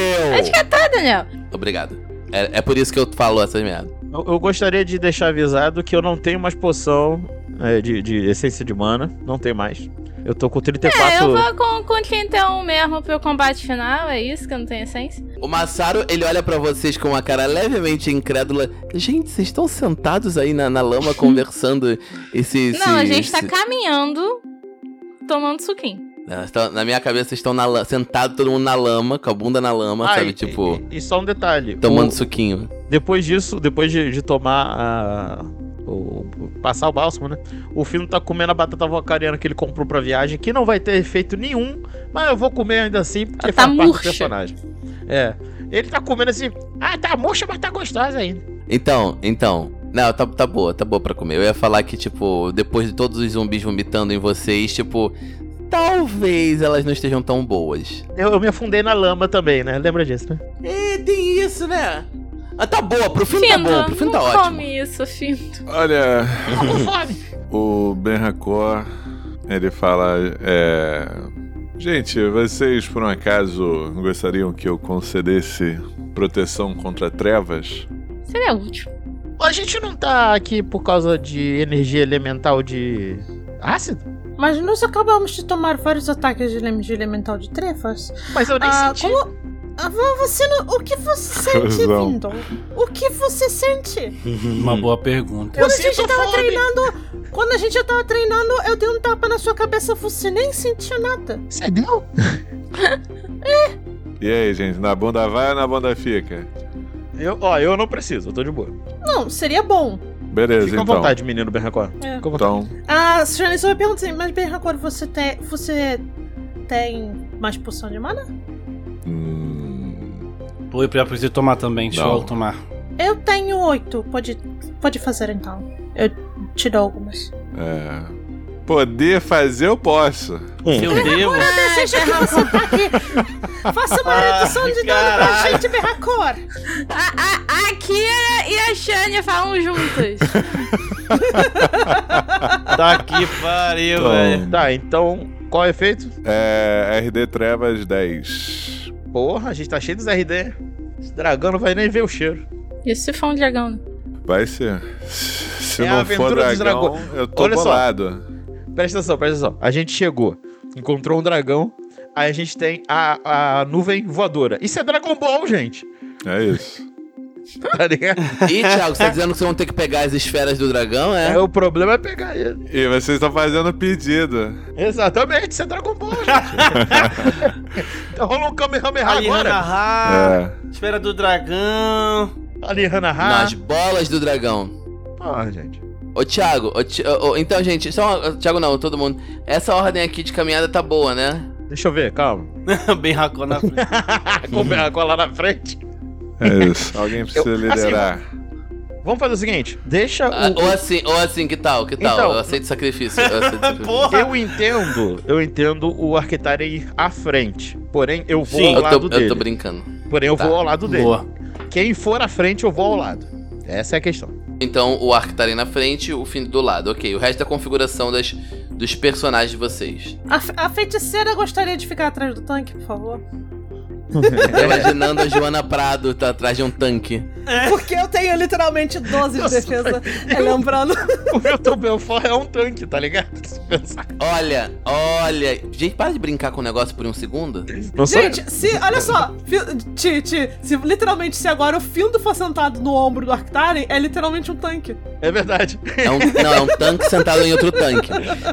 Speaker 8: Ah, Daniel,
Speaker 1: Obrigado. É, é por isso que eu falo essas merdas.
Speaker 2: Eu, eu gostaria de deixar avisado que eu não tenho mais poção é, de, de essência de mana. Não tenho mais. Eu tô com 34.
Speaker 8: É, eu vou com, com 31 mesmo pro combate final, é isso que eu não tenho essência.
Speaker 1: O Massaro, ele olha pra vocês com uma cara levemente incrédula. Gente, vocês estão sentados aí na, na lama conversando esse, esse-
Speaker 8: não, a gente tá
Speaker 1: esse- caminhando.
Speaker 8: caminhando, tomando suquinho.
Speaker 1: Né? Então, Na minha cabeça, vocês estão na la- sentado todo mundo na lama, com a bunda na lama,
Speaker 2: Ah,
Speaker 1: sabe?
Speaker 2: e-
Speaker 1: tipo,
Speaker 2: E, e só um detalhe.
Speaker 1: tomando
Speaker 2: O-
Speaker 1: suquinho.
Speaker 2: Depois disso, depois de, de tomar a. o- o- passar o bálsamo, né? O Fino tá comendo a batata vocariana que ele comprou pra viagem, que não vai ter efeito nenhum, mas eu vou comer ainda assim, porque
Speaker 8: Ela tá
Speaker 2: faz
Speaker 8: murcha.
Speaker 2: parte do personagem. É. Ele tá comendo assim. Ah, tá murcha, mas tá gostosa ainda.
Speaker 1: Então, então. Não, tá, tá boa, tá boa pra comer. Eu ia falar que, tipo, depois de todos os zumbis vomitando em vocês, tipo, talvez elas não estejam tão boas.
Speaker 2: Eu, eu me afundei na lama também, né? Lembra disso, né?
Speaker 1: É, tem isso, né? Ah, tá boa, pro fim tá bom, pro fim
Speaker 8: não
Speaker 1: tá ótimo.
Speaker 8: come isso, Findo.
Speaker 5: Olha,
Speaker 2: Tô com fome.
Speaker 5: o Ben Hakor, ele fala. É... Gente, vocês por um acaso gostariam que eu concedesse proteção contra trevas?
Speaker 8: Seria útil.
Speaker 2: A gente não tá aqui por causa de energia elemental de. ácido?
Speaker 4: Mas nós acabamos de tomar vários ataques de leme- de elemental de trevas.
Speaker 2: Mas eu nem
Speaker 4: Ah,
Speaker 2: senti.
Speaker 4: como... Ah, vo- você não... O que você sente,
Speaker 5: Razão.
Speaker 4: Vindo? O que você sente?
Speaker 6: Uma boa pergunta.
Speaker 2: Eu
Speaker 4: Quando a gente
Speaker 2: sinto
Speaker 4: tava
Speaker 2: fome.
Speaker 4: treinando... Quando a gente já tava treinando, eu dei um tapa na sua cabeça, você nem sentiu nada.
Speaker 2: Você deu?
Speaker 5: E aí, gente, na bunda vai ou na bunda fica?
Speaker 2: Eu, ó, eu não preciso, eu tô de boa.
Speaker 4: Não, seria bom.
Speaker 5: Beleza,
Speaker 2: Fica à
Speaker 5: então.
Speaker 2: vontade, menino Bernacor.
Speaker 4: É.
Speaker 2: Fica à vontade.
Speaker 5: Então,
Speaker 4: Ah, Shani, só me pergunta assim, mas bem, agora você tem... Você tem mais poção de mana?
Speaker 5: hum,
Speaker 6: Pô, eu preciso tomar também, deixa
Speaker 5: Não.
Speaker 6: eu tomar.
Speaker 4: Eu tenho oito. Pode, pode fazer, então. Eu te dou algumas.
Speaker 5: é, poder fazer eu posso.
Speaker 6: Eu devo.
Speaker 4: Deseja que Ah, você tá aqui. Faça uma redução de dano pra gente, Berracor.
Speaker 8: A, a, a Kira e a Shania falam juntas.
Speaker 6: Tá que pariu, velho.
Speaker 5: Então,
Speaker 2: Tá, então, qual é o efeito?
Speaker 5: é, RD Trevas 10.
Speaker 2: Porra, a gente tá cheio dos RD. Esse dragão não vai nem ver o cheiro.
Speaker 8: Isso se for um dragão. né?
Speaker 5: Vai ser. Se
Speaker 2: É a
Speaker 5: não for
Speaker 2: aventura dos
Speaker 5: dragão, eu tô
Speaker 2: Olha só.
Speaker 5: bolado.
Speaker 2: Presta atenção, presta atenção. A gente chegou, encontrou um dragão, aí a gente tem a, a nuvem voadora. Isso é Dragon Ball, gente.
Speaker 5: É isso.
Speaker 2: Tá ligado?
Speaker 1: Ih, Thiago, você tá dizendo que vocês vão ter que pegar as esferas do dragão, é?
Speaker 2: É, o problema é pegar ele.
Speaker 5: E vocês estão fazendo pedido.
Speaker 2: Exatamente, isso é Dragon Ball, gente. então rola um Kamehameha
Speaker 6: Ali,
Speaker 2: agora. Ah.
Speaker 6: Hanaha,
Speaker 5: É.
Speaker 6: Esfera do Dragão.
Speaker 2: Ali, Hanaha.
Speaker 1: Nas bolas do dragão.
Speaker 2: Ah, gente.
Speaker 1: Ô, Thiago, ô, Ti- ô, ô, então, gente, só uma- Thiago não, todo mundo. Essa ordem aqui de caminhada tá boa, né?
Speaker 2: Deixa eu ver, calma.
Speaker 6: Bem racó na frente.
Speaker 2: Com ela lá na frente.
Speaker 5: É isso. Alguém precisa
Speaker 2: Eu- assim,
Speaker 5: liderar.
Speaker 2: Vamos fazer o seguinte, deixa
Speaker 1: Ah,
Speaker 2: o...
Speaker 1: ou assim, ou assim, que tal, que tal?
Speaker 2: Tá Então-
Speaker 1: eu aceito sacrifício. Eu aceito sacrifício.
Speaker 6: Porra!
Speaker 2: Eu entendo, eu entendo o Arquitara ir à frente. Porém, eu vou
Speaker 6: Sim.
Speaker 2: ao
Speaker 1: Eu
Speaker 2: lado
Speaker 1: tô, eu
Speaker 2: dele.
Speaker 1: tô brincando.
Speaker 2: Porém, eu
Speaker 1: Tá.
Speaker 2: vou ao lado dele.
Speaker 6: Boa.
Speaker 2: Quem for à frente, eu vou ao lado. Essa é a questão.
Speaker 1: Então, o arco tá ali na frente, o fim do lado. Ok, o resto é a configuração das, dos personagens de vocês.
Speaker 4: A, a feiticeira gostaria de ficar atrás do tanque, por favor.
Speaker 1: Eu tô imaginando a Joana Prado tá atrás de um tanque.
Speaker 4: Porque eu tenho literalmente 12 de
Speaker 2: Nossa,
Speaker 4: defesa. É, lembrando.
Speaker 2: o Milton Belfort é um tanque, tá ligado? Se pensar.
Speaker 1: Olha, olha. Gente, para de brincar com o negócio por um segundo.
Speaker 2: Não sou
Speaker 4: Gente, se. Olha só. fi- Ti, ti, se, literalmente, se agora o Findo for sentado no ombro do Arctaren, é literalmente um tanque.
Speaker 2: eu? É verdade.
Speaker 1: É um, não, é um tanque sentado em outro tanque.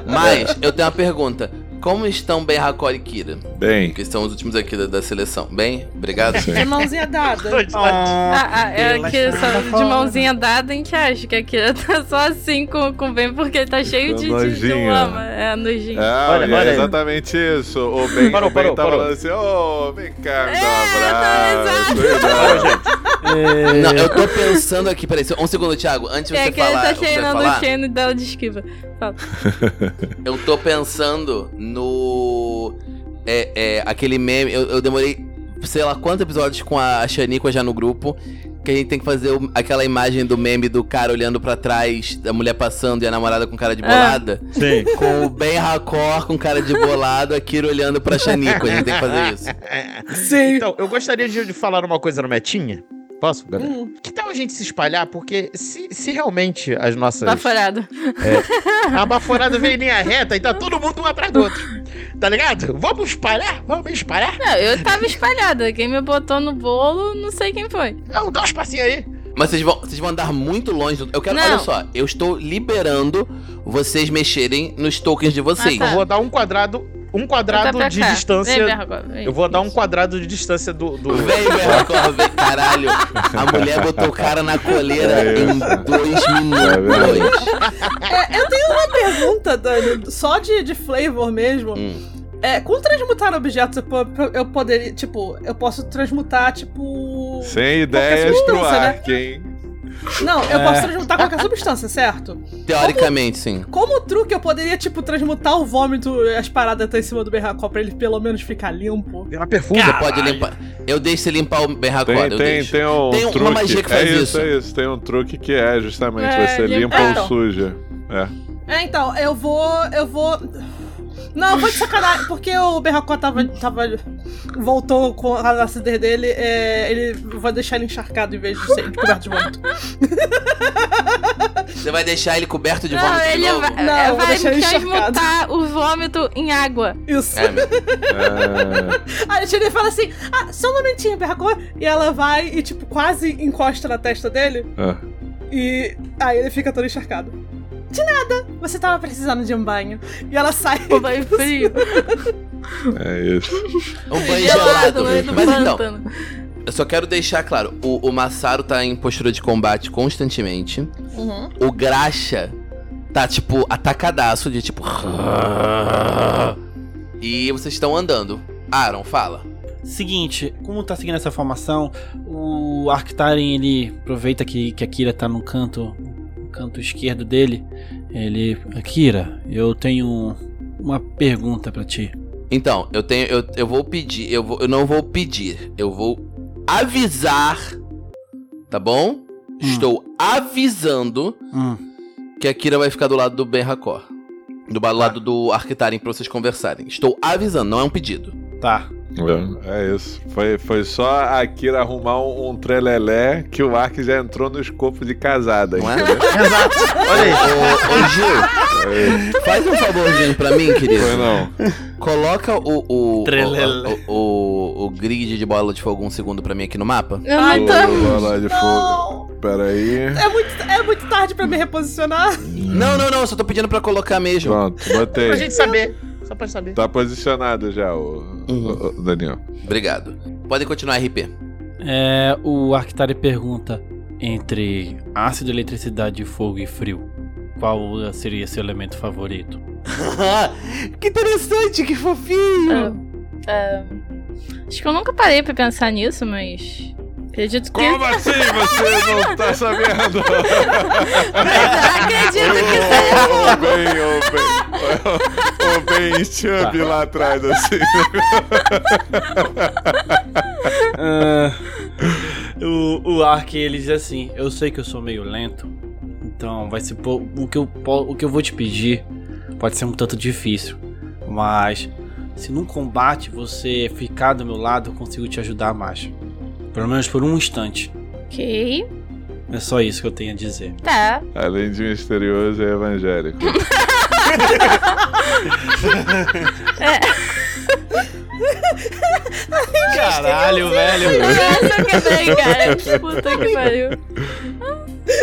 Speaker 1: Mas, eu tenho uma pergunta. Como estão bem Hakor e Kira?
Speaker 5: Bem,
Speaker 1: Que são os últimos aqui da, da seleção. Bem, obrigado.
Speaker 5: sim.
Speaker 4: De É mãozinha dada.
Speaker 6: Ah,
Speaker 8: Ah, ah, é
Speaker 6: Deus.
Speaker 8: aqui
Speaker 1: tá
Speaker 8: só
Speaker 1: né?
Speaker 8: de mãozinha dada, a gente acha que aqui tá só assim com, com o Ben, porque ele tá cheio de, de, de
Speaker 5: Nojinho.
Speaker 8: lama. É, nojinho.
Speaker 5: Ah,
Speaker 2: Olha,
Speaker 5: olha,
Speaker 2: olha aí.
Speaker 5: exatamente isso. O Ben,
Speaker 2: Parou,
Speaker 5: o ben
Speaker 2: parou,
Speaker 5: tá
Speaker 2: parou.
Speaker 5: falando assim, ô, vem cá, me dá
Speaker 8: É,
Speaker 5: um abraço.
Speaker 8: tá
Speaker 5: cuidado."
Speaker 6: é,
Speaker 1: Não, eu tô pensando aqui, peraí, só- um segundo, Thiago. Antes de
Speaker 8: é
Speaker 1: você
Speaker 8: que ele
Speaker 1: falar,
Speaker 8: tá
Speaker 1: você
Speaker 8: cheirando
Speaker 1: falar
Speaker 8: o cheiro dela de esquiva.
Speaker 1: eu tô pensando no. É, é, aquele meme. Eu, eu demorei, sei lá, quantos episódios com a Xanica já no grupo. Que a gente tem que fazer o- aquela imagem do meme do cara olhando pra trás, da mulher passando e a namorada com
Speaker 8: Ah.
Speaker 1: cara de bolada.
Speaker 2: Sim.
Speaker 1: Com o Ben Racor com cara de bolado, a Kira olhando pra Xanico. A gente tem que fazer isso.
Speaker 4: Sim.
Speaker 2: Então, eu gostaria de, de falar uma coisa no Metinha. Posso, galera?
Speaker 4: Hum.
Speaker 2: Que tal a gente se espalhar? Porque se, se realmente as nossas.
Speaker 8: Baforado.
Speaker 2: A baforada vem em linha reta e tá todo mundo um atrás do outro. Tá ligado? Vamos espalhar? Vamos espalhar?
Speaker 8: Não, eu tava espalhada. Quem me botou no bolo, não sei quem foi.
Speaker 2: Não, dá um espacinho aí.
Speaker 1: Mas vocês vão, vocês vão andar muito longe. do- Eu quero.
Speaker 8: Não.
Speaker 1: Olha só, eu estou liberando vocês mexerem nos tokens de vocês.
Speaker 8: Ah,
Speaker 2: Eu vou dar um quadrado. Um quadrado
Speaker 8: Volta pra
Speaker 2: de
Speaker 8: cá. Vem,
Speaker 2: distância.
Speaker 8: Berracor, vem.
Speaker 2: Eu vou dar um quadrado de distância do. do...
Speaker 1: Vem, Berracor, vem. Caralho, a mulher botou o cara na coleira
Speaker 5: É
Speaker 1: em
Speaker 5: isso.
Speaker 1: dois
Speaker 5: É
Speaker 1: minutos.
Speaker 5: verdade.
Speaker 4: É, eu tenho uma pergunta, Dani, só de, de flavor mesmo.
Speaker 1: Hum.
Speaker 4: É, com transmutar objetos, eu, po- eu poderia, tipo, eu posso transmutar, tipo.
Speaker 5: Sem ideias pro
Speaker 4: substância, né?
Speaker 5: Ark, hein?
Speaker 4: Não, eu posso transmutar qualquer substância, certo?
Speaker 1: Teoricamente, sim.
Speaker 4: Como truque, eu poderia, tipo, transmutar o vômito, as paradas até em cima do berracol pra ele pelo menos ficar limpo.
Speaker 2: Uma perfusa.
Speaker 1: Você pode limpar. Eu deixo você limpar o Berracor,
Speaker 5: Tem,
Speaker 1: eu
Speaker 5: tem,
Speaker 1: deixo.
Speaker 5: tem um
Speaker 1: Tem uma
Speaker 5: truque.
Speaker 1: magia que faz
Speaker 5: é
Speaker 1: isso.
Speaker 5: É isso, tem um truque que é justamente
Speaker 8: É,
Speaker 5: você limpa
Speaker 4: limpar.
Speaker 5: ou suja.
Speaker 4: É, então, eu vou. Eu vou. Não, eu vou de sacanagem, porque o Berracó tava, tava. voltou com a acidez dele, é, ele vai deixar ele encharcado em vez de ser coberto de vômito.
Speaker 1: Você vai deixar ele coberto de
Speaker 8: Não,
Speaker 1: vômito de
Speaker 8: ele
Speaker 1: novo?
Speaker 8: vai, é,
Speaker 4: Não, eu vou
Speaker 8: vai
Speaker 4: deixar ele
Speaker 8: transmutar o vômito em água.
Speaker 4: Isso.
Speaker 1: É, meu.
Speaker 5: É.
Speaker 4: Aí a Tirei fala assim: ah, só um momentinho, Berracó. E ela vai e, tipo, quase encosta na testa dele,
Speaker 5: Ah.
Speaker 4: e aí ele fica todo encharcado. De nada, você tava precisando de um banho. E ela sai.
Speaker 8: O banho frio.
Speaker 5: É isso.
Speaker 1: um banho
Speaker 8: Gelado
Speaker 1: gelado.
Speaker 8: no meio do
Speaker 1: Mas então,
Speaker 8: pântano.
Speaker 1: eu só quero deixar claro: o, o Massaro tá em postura de combate constantemente.
Speaker 4: Uhum.
Speaker 1: o graxa tá, tipo, atacadaço de tipo. E vocês estão andando. Aaron, fala.
Speaker 6: Seguinte, como tá seguindo essa formação, o Arctaren ele aproveita que, que a Kira tá no canto, no canto esquerdo dele. Ele, Akira, eu tenho uma pergunta pra ti.
Speaker 1: Então, eu tenho. Eu, eu vou pedir. Eu, vou, eu não vou pedir. Eu vou avisar. Tá bom? Estou avisando
Speaker 6: Hum,
Speaker 1: que a Kira vai ficar do lado do Ben Hakor. Do ba- lado do Arctaren pra vocês conversarem. Estou avisando, não é um pedido.
Speaker 6: tá.
Speaker 5: É, é isso. Foi, foi só a Kira arrumar um, um trelelé que o Ark já entrou no escopo de casada.
Speaker 1: Não é?
Speaker 5: entendeu?
Speaker 2: Exato. Olha aí.
Speaker 1: ô, ô, Gil,
Speaker 5: É isso.
Speaker 1: faz um favorzinho pra mim, querido.
Speaker 5: Foi não.
Speaker 1: Coloca o o,
Speaker 6: Trelelé.
Speaker 1: o, o, o grid de bola de fogo um segundo pra mim aqui no mapa.
Speaker 8: Eu
Speaker 4: Ai,
Speaker 8: não
Speaker 2: tá.
Speaker 8: tô...
Speaker 5: Ô, bola de fogo.
Speaker 4: Não!
Speaker 5: Peraí.
Speaker 4: É muito, é muito tarde pra me reposicionar.
Speaker 1: Não, não, não, eu só tô pedindo pra colocar mesmo.
Speaker 5: Pronto,
Speaker 2: Pra
Speaker 5: botei.
Speaker 2: gente saber. Só pra saber.
Speaker 5: Tá posicionado já o, o- o Daniel.
Speaker 1: Obrigado. Podem continuar, RP.
Speaker 6: É, o Arctaren pergunta entre ácido, eletricidade, fogo e frio. Qual seria seu elemento favorito?
Speaker 1: que interessante, que fofinho.
Speaker 8: Ah, ah, acho que eu nunca parei pra pensar nisso, mas... Acredito que...
Speaker 5: Como assim você não tá sabendo?
Speaker 8: Acredito que seja...
Speaker 5: Ô, bem, ô, bem. Ô, bem, Chub lá atrás, assim.
Speaker 6: Ah, o, o Ark ele diz assim: Eu sei que eu sou meio lento, então vai ser pou- o que eu po- o que eu vou te pedir pode ser um tanto difícil, mas se num combate você ficar do meu lado, eu consigo te ajudar mais, pelo menos por um instante.
Speaker 8: Ok,
Speaker 6: É só isso que eu tenho a dizer.
Speaker 8: tá.
Speaker 5: Além de misterioso, é evangélico.
Speaker 6: Caralho, velho!
Speaker 8: é Essa que vem, cara. Puta que pariu.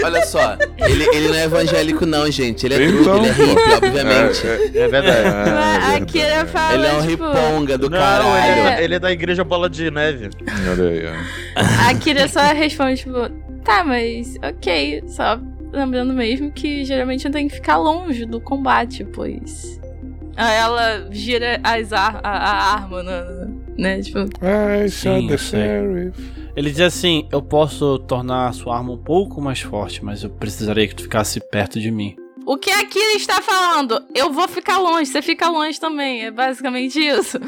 Speaker 1: olha só. Ele, ele não é evangélico, não, gente. Ele é truque,
Speaker 5: Então,
Speaker 1: ele é hippie, obviamente.
Speaker 5: É,
Speaker 2: É verdade.
Speaker 5: é,
Speaker 3: Aqui ele fala,
Speaker 1: Ele é um
Speaker 3: tipo,
Speaker 1: riponga do
Speaker 2: Não, ele
Speaker 1: caralho.
Speaker 2: é, ele é da igreja Bola de Neve.
Speaker 5: Olha aí,
Speaker 8: A Kira só responde, tipo, tá, mas ok. Só lembrando mesmo que geralmente tem que ficar longe do combate, pois. Aí ela gira as ar a, a arma, na- né? Tipo,
Speaker 5: ó. I shot
Speaker 6: Sim,
Speaker 5: the
Speaker 6: eu sei.
Speaker 5: sheriff.
Speaker 6: Ele diz assim: Eu posso tornar a sua arma um pouco mais forte, mas eu precisaria que tu ficasse perto de mim.
Speaker 3: o que a Kira está falando? Eu vou ficar longe, você fica longe também. É basicamente isso.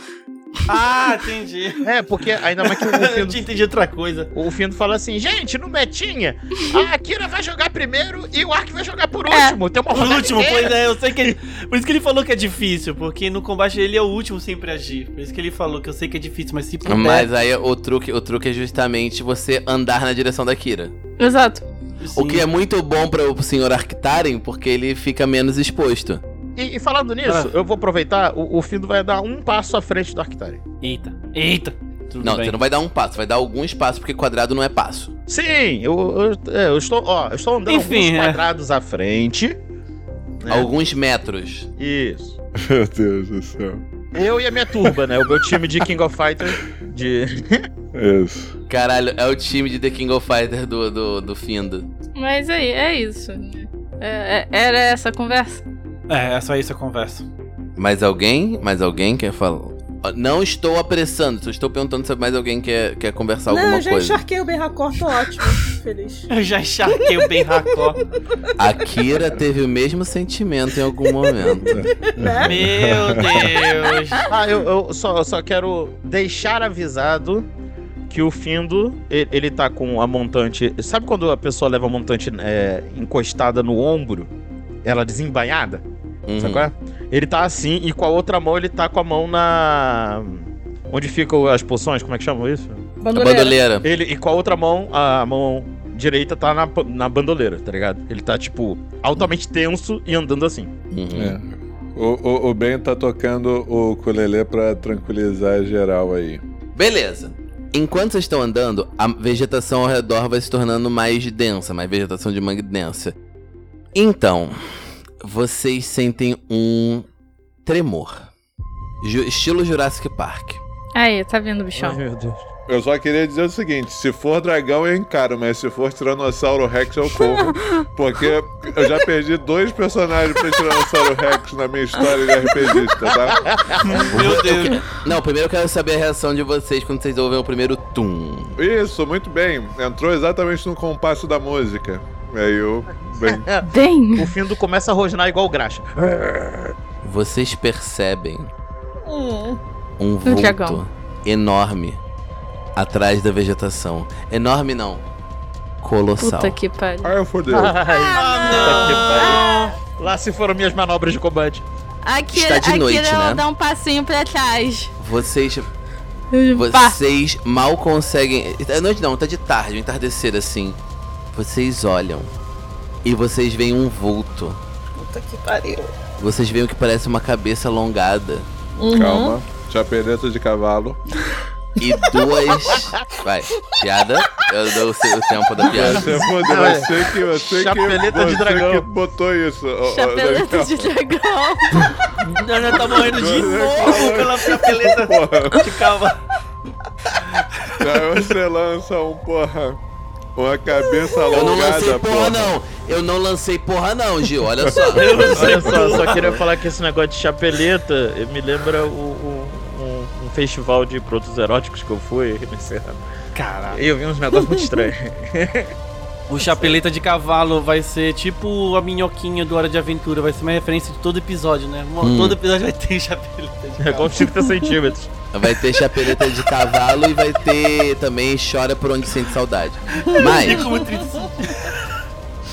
Speaker 6: Ah, entendi.
Speaker 2: É, porque ainda mais que o Findo,
Speaker 6: entendido outra coisa.
Speaker 2: o Findo fala assim, gente, no metinha, a Akira vai jogar primeiro e o Ark vai jogar por
Speaker 3: É.
Speaker 2: último. Tem uma
Speaker 6: Por
Speaker 2: rodada
Speaker 6: último,
Speaker 2: inteira."
Speaker 6: pois é, eu sei que ele. Por isso que ele falou que é difícil, porque no combate ele é o último sempre a agir. Por isso que ele falou que eu sei que é difícil, mas se puder.
Speaker 1: Mas aí o truque, o truque é justamente você andar na direção da Kira.
Speaker 8: exato.
Speaker 1: O que é muito bom para o senhor Arctaren, porque ele fica menos exposto.
Speaker 2: E, e falando nisso, eu vou aproveitar, o, o Findo vai dar um passo à frente do Arctari.
Speaker 6: Eita, eita. Tudo
Speaker 1: não,
Speaker 6: bem.
Speaker 1: você não vai dar um passo, vai dar alguns passos, porque quadrado não é passo.
Speaker 2: Sim, eu, eu- é, eu estou, ó, eu estou andando
Speaker 6: Enfim,
Speaker 2: alguns
Speaker 6: é.
Speaker 2: quadrados à frente. né?
Speaker 1: Alguns metros.
Speaker 2: Isso.
Speaker 5: Meu Deus do céu.
Speaker 2: Eu e a minha turba, né? O meu time de King of Fighters de...
Speaker 5: Isso.
Speaker 1: Caralho, é o time de The King of Fighter do, do, do Findo.
Speaker 8: Mas aí, é isso. né? É- é- era essa a conversa?
Speaker 6: É, é só isso a conversa.
Speaker 1: Mais alguém? Mais alguém quer falar? Ó, Não estou apressando, só estou perguntando se mais alguém quer, quer conversar
Speaker 4: Não,
Speaker 1: Tá, alguma
Speaker 4: eu já
Speaker 1: coisa.
Speaker 4: encharquei o Berracor, tô ótimo. Feliz.
Speaker 6: Eu já encharquei o Ben Racó.
Speaker 1: A Kira teve o mesmo sentimento em algum momento.
Speaker 2: É.
Speaker 4: Né?
Speaker 6: Meu Deus.
Speaker 2: Ah, eu, eu só, eu só quero deixar avisado que o Findo, ele, ele tá com a montante. Sabe quando a pessoa leva a montante é, encostada no ombro? Ela desembainhada?
Speaker 1: Uhum.
Speaker 2: Sabe qual é? Ele tá assim e com a outra mão ele tá com a mão na. Onde ficam as poções? Como é que chamam isso?
Speaker 1: A
Speaker 4: Bandoleira.
Speaker 1: bandoleira.
Speaker 2: Ele, e com a outra mão, a mão direita tá na, pa- na bandoleira, tá ligado? Ele tá, tipo, altamente tenso e andando assim.
Speaker 1: Uhum.
Speaker 5: É. O, o, o Ben tá tocando o ukulele pra tranquilizar geral aí.
Speaker 2: É.
Speaker 1: Beleza. Enquanto vocês estão andando, a vegetação ao redor vai se tornando mais densa, mais vegetação de mangue densa. Então, vocês sentem um tremor. Ju- estilo Jurassic Park.
Speaker 8: Aí, tá vindo, bichão.
Speaker 1: Uhum.
Speaker 2: meu Deus.
Speaker 5: Eu só queria dizer o seguinte: se for dragão, eu encaro, mas se for Tiranossauro Rex, eu corro. Porque eu já perdi dois personagens pra Tiranossauro Rex na minha história de RPGista, tá?
Speaker 6: Meu Deus.
Speaker 1: Não, primeiro eu quero saber a reação de vocês quando vocês ouvem o primeiro tum.
Speaker 5: Isso, muito bem. Entrou exatamente no compasso da música. Aí eu. Bem,
Speaker 8: Bem,
Speaker 2: O Findo começa a rosnar igual o graxa.
Speaker 1: Vocês percebem
Speaker 4: Hum.
Speaker 1: um
Speaker 8: Um dragão.
Speaker 1: vulto enorme atrás da vegetação. Enorme não. Colossal.
Speaker 8: puta que pariu.
Speaker 5: ai, eu fodeu.
Speaker 2: Uhum. Ah, não. Lá se foram minhas manobras de combate.
Speaker 3: A Kira,
Speaker 1: Está de
Speaker 3: a
Speaker 1: noite,
Speaker 3: Kira, ela
Speaker 1: né?
Speaker 3: dá um passinho pra trás.
Speaker 1: Vocês
Speaker 8: Pá.
Speaker 1: Vocês mal conseguem. É noite não, tá de tarde, um entardecer assim. Vocês olham e vocês veem um vulto.
Speaker 4: Puta que pariu.
Speaker 1: Vocês veem o que parece uma cabeça alongada
Speaker 5: Calma. Chapeleta de cavalo.
Speaker 1: e duas. Vai, piada. Eu dou o seu- o tempo da piada.
Speaker 5: Você fodeu,
Speaker 2: Olha,
Speaker 5: você que. Você que-
Speaker 2: chapeleta de
Speaker 5: você
Speaker 2: dragão.
Speaker 5: que botou isso. ô, ô,
Speaker 8: Chapeleta
Speaker 5: Daniel.
Speaker 8: de dragão.
Speaker 6: Ela já tá morrendo de
Speaker 5: Meu Deus.
Speaker 6: novo pela chapeleta
Speaker 5: Porra.
Speaker 6: de calma.
Speaker 5: Aí você lança um porra. Uma cabeça
Speaker 1: Eu não
Speaker 5: alongada,
Speaker 1: lancei
Speaker 5: porra.
Speaker 1: porra, não! Eu não lancei porra, não, Gil, olha só.
Speaker 2: Olha só, só queria falar que esse negócio de chapeleta eh, me lembra o, o- um, um festival de produtos eróticos que eu fui no Cerrado.
Speaker 6: Caralho.
Speaker 2: E eu vi uns negócios muito estranhos.
Speaker 6: O chapeleta de cavalo vai ser tipo a minhoquinha do Hora de Aventura, vai ser uma referência de todo episódio, né? Uma-
Speaker 1: Hum.
Speaker 6: Todo episódio vai ter chapeleta de
Speaker 2: É
Speaker 6: cavalo.
Speaker 2: igual 30 centímetros.
Speaker 1: Vai ter chapeleta de cavalo e vai ter também chora por onde sente saudade. Mas.
Speaker 6: Como triste.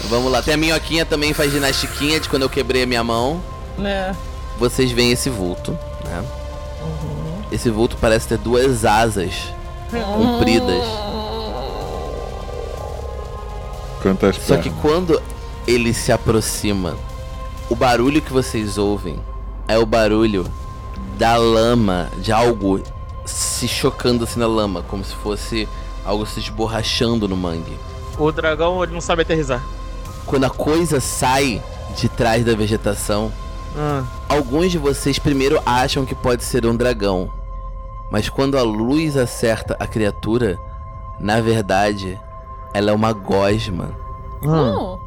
Speaker 1: Vamos lá. Tem a minhoquinha também faz ginastiquinha de quando eu quebrei a minha mão.
Speaker 4: Né?
Speaker 1: Vocês veem esse vulto, né? Esse vulto parece ter duas asas compridas.
Speaker 5: Quantas
Speaker 1: Só que quando ele se aproxima, o barulho que vocês ouvem é o barulho da lama, de algo se chocando assim na lama, como se fosse algo se esborrachando no mangue.
Speaker 2: O dragão ele não sabe aterrizar.
Speaker 1: Quando a coisa sai de trás da vegetação,
Speaker 2: Ah.
Speaker 1: alguns de vocês primeiro acham que pode ser um dragão. Mas quando a luz acerta a criatura, na verdade, ela é uma gosma
Speaker 4: Hum.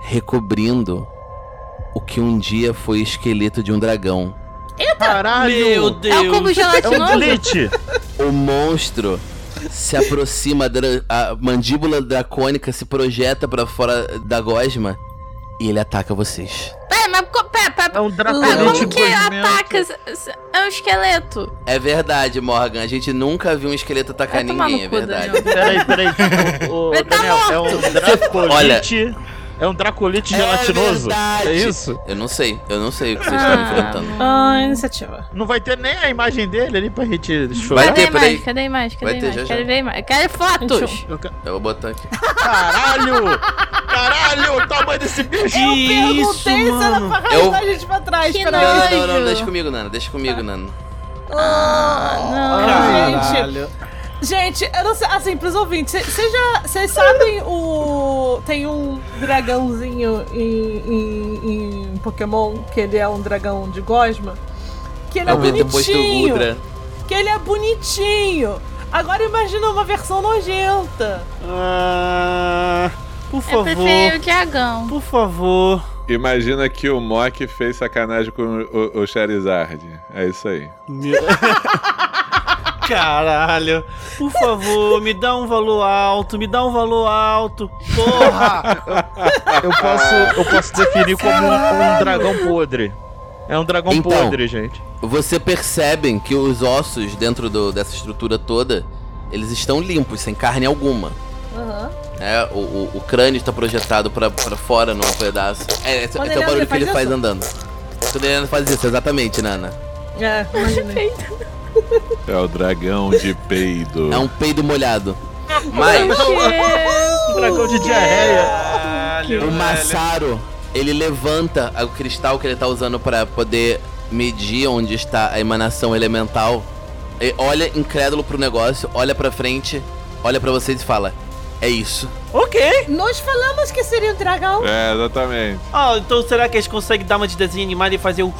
Speaker 1: recobrindo o que um dia foi esqueleto de um dragão.
Speaker 2: Caralho!
Speaker 6: Meu Deus.
Speaker 3: É o cubo
Speaker 2: É um
Speaker 3: gelatinoso?
Speaker 2: glitch!
Speaker 1: O monstro se aproxima, dra- a mandíbula dracônica se projeta pra fora da gosma e ele ataca vocês.
Speaker 3: Pera, mas co- pera, pera,
Speaker 2: É um
Speaker 3: Mas
Speaker 2: dracolite
Speaker 3: como que ataca? s- s- É um esqueleto.
Speaker 1: É verdade, Morgan. A gente nunca viu um esqueleto atacar
Speaker 3: Vai tomar
Speaker 1: ninguém, é
Speaker 3: no cu,
Speaker 1: verdade.
Speaker 3: Daniel.
Speaker 2: Peraí, peraí. O,
Speaker 3: Ele tá
Speaker 2: Daniel, é um
Speaker 1: Olha-
Speaker 2: dracolite. É um dracolite gelatinoso.
Speaker 1: verdade.
Speaker 2: É isso?
Speaker 1: Eu não sei, eu não sei o que vocês estão
Speaker 3: Ah.
Speaker 1: enfrentando.
Speaker 8: Ah, iniciativa.
Speaker 2: Não vai ter nem a imagem dele ali pra gente
Speaker 1: Vai
Speaker 2: chorar.
Speaker 1: ter,
Speaker 3: cadê mais?
Speaker 1: peraí.
Speaker 3: Cadê mais? Cadê
Speaker 1: Vai ter,
Speaker 3: mais?
Speaker 1: já, já.
Speaker 3: Quero ver mais. Eu Quero fotos.
Speaker 1: Eu vou botar aqui.
Speaker 2: Caralho! Caralho, o tamanho desse bicho!
Speaker 6: Que isso,
Speaker 4: Perguntei se era
Speaker 6: mano.
Speaker 4: pra
Speaker 1: Eu-
Speaker 4: arrastar a gente pra trás,
Speaker 3: Que
Speaker 4: peraí.
Speaker 1: Não, não, não,
Speaker 3: Anjo.
Speaker 1: deixa comigo, Nana. Deixa comigo, Nana.
Speaker 6: Caralho.
Speaker 4: Gente, eu não sei, assim, pros ouvintes, vocês já. Vocês sabem o. Tem um dragãozinho em, em- em Pokémon, que ele é um dragão de gosma. Que
Speaker 3: Tá
Speaker 4: ele é,
Speaker 1: É o depois do
Speaker 4: bonitinho.
Speaker 1: Gudra.
Speaker 4: Que ele é bonitinho. Agora imagina uma versão nojenta.
Speaker 6: Ah,
Speaker 3: É
Speaker 6: por
Speaker 3: Eu
Speaker 6: favor.
Speaker 3: prefiro o dragão.
Speaker 6: Por favor.
Speaker 5: Imagina que o Mock fez sacanagem com o, o Charizard. É isso aí.
Speaker 6: Meu- Caralho. Por favor, me dá um valor alto, me dá um valor alto. Porra!
Speaker 2: Eu posso, eu posso definir como um, um dragão podre. É um dragão
Speaker 1: Então.
Speaker 2: podre, gente.
Speaker 1: Você percebem que os ossos dentro do- dessa estrutura toda, eles estão limpos, sem carne alguma.
Speaker 4: Aham.
Speaker 1: É, o, o, o crânio está projetado pra, pra fora num pedaço. É, esse,
Speaker 4: Quando
Speaker 1: esse é
Speaker 4: ele
Speaker 1: o barulho
Speaker 4: anda,
Speaker 1: que ele
Speaker 4: faz
Speaker 1: faz
Speaker 4: isso?
Speaker 1: andando. Quando ele anda, faz isso, exatamente, Nana.
Speaker 4: É, imaginei.
Speaker 5: É o dragão de peido.
Speaker 1: É um peido molhado. Mas
Speaker 2: Um dragão de diarreia.
Speaker 6: Caralho,
Speaker 1: o
Speaker 6: velho.
Speaker 1: Massaro, ele levanta o cristal que ele tá usando pra poder medir onde está a emanação elemental. Ele olha incrédulo pro negócio, olha pra frente, olha pra vocês e fala: É isso.
Speaker 6: Ok.
Speaker 4: Nós falamos que seria um dragão.
Speaker 5: É, exatamente.
Speaker 6: Ah, então será que eles conseguem dar uma de desenho animado e fazer o...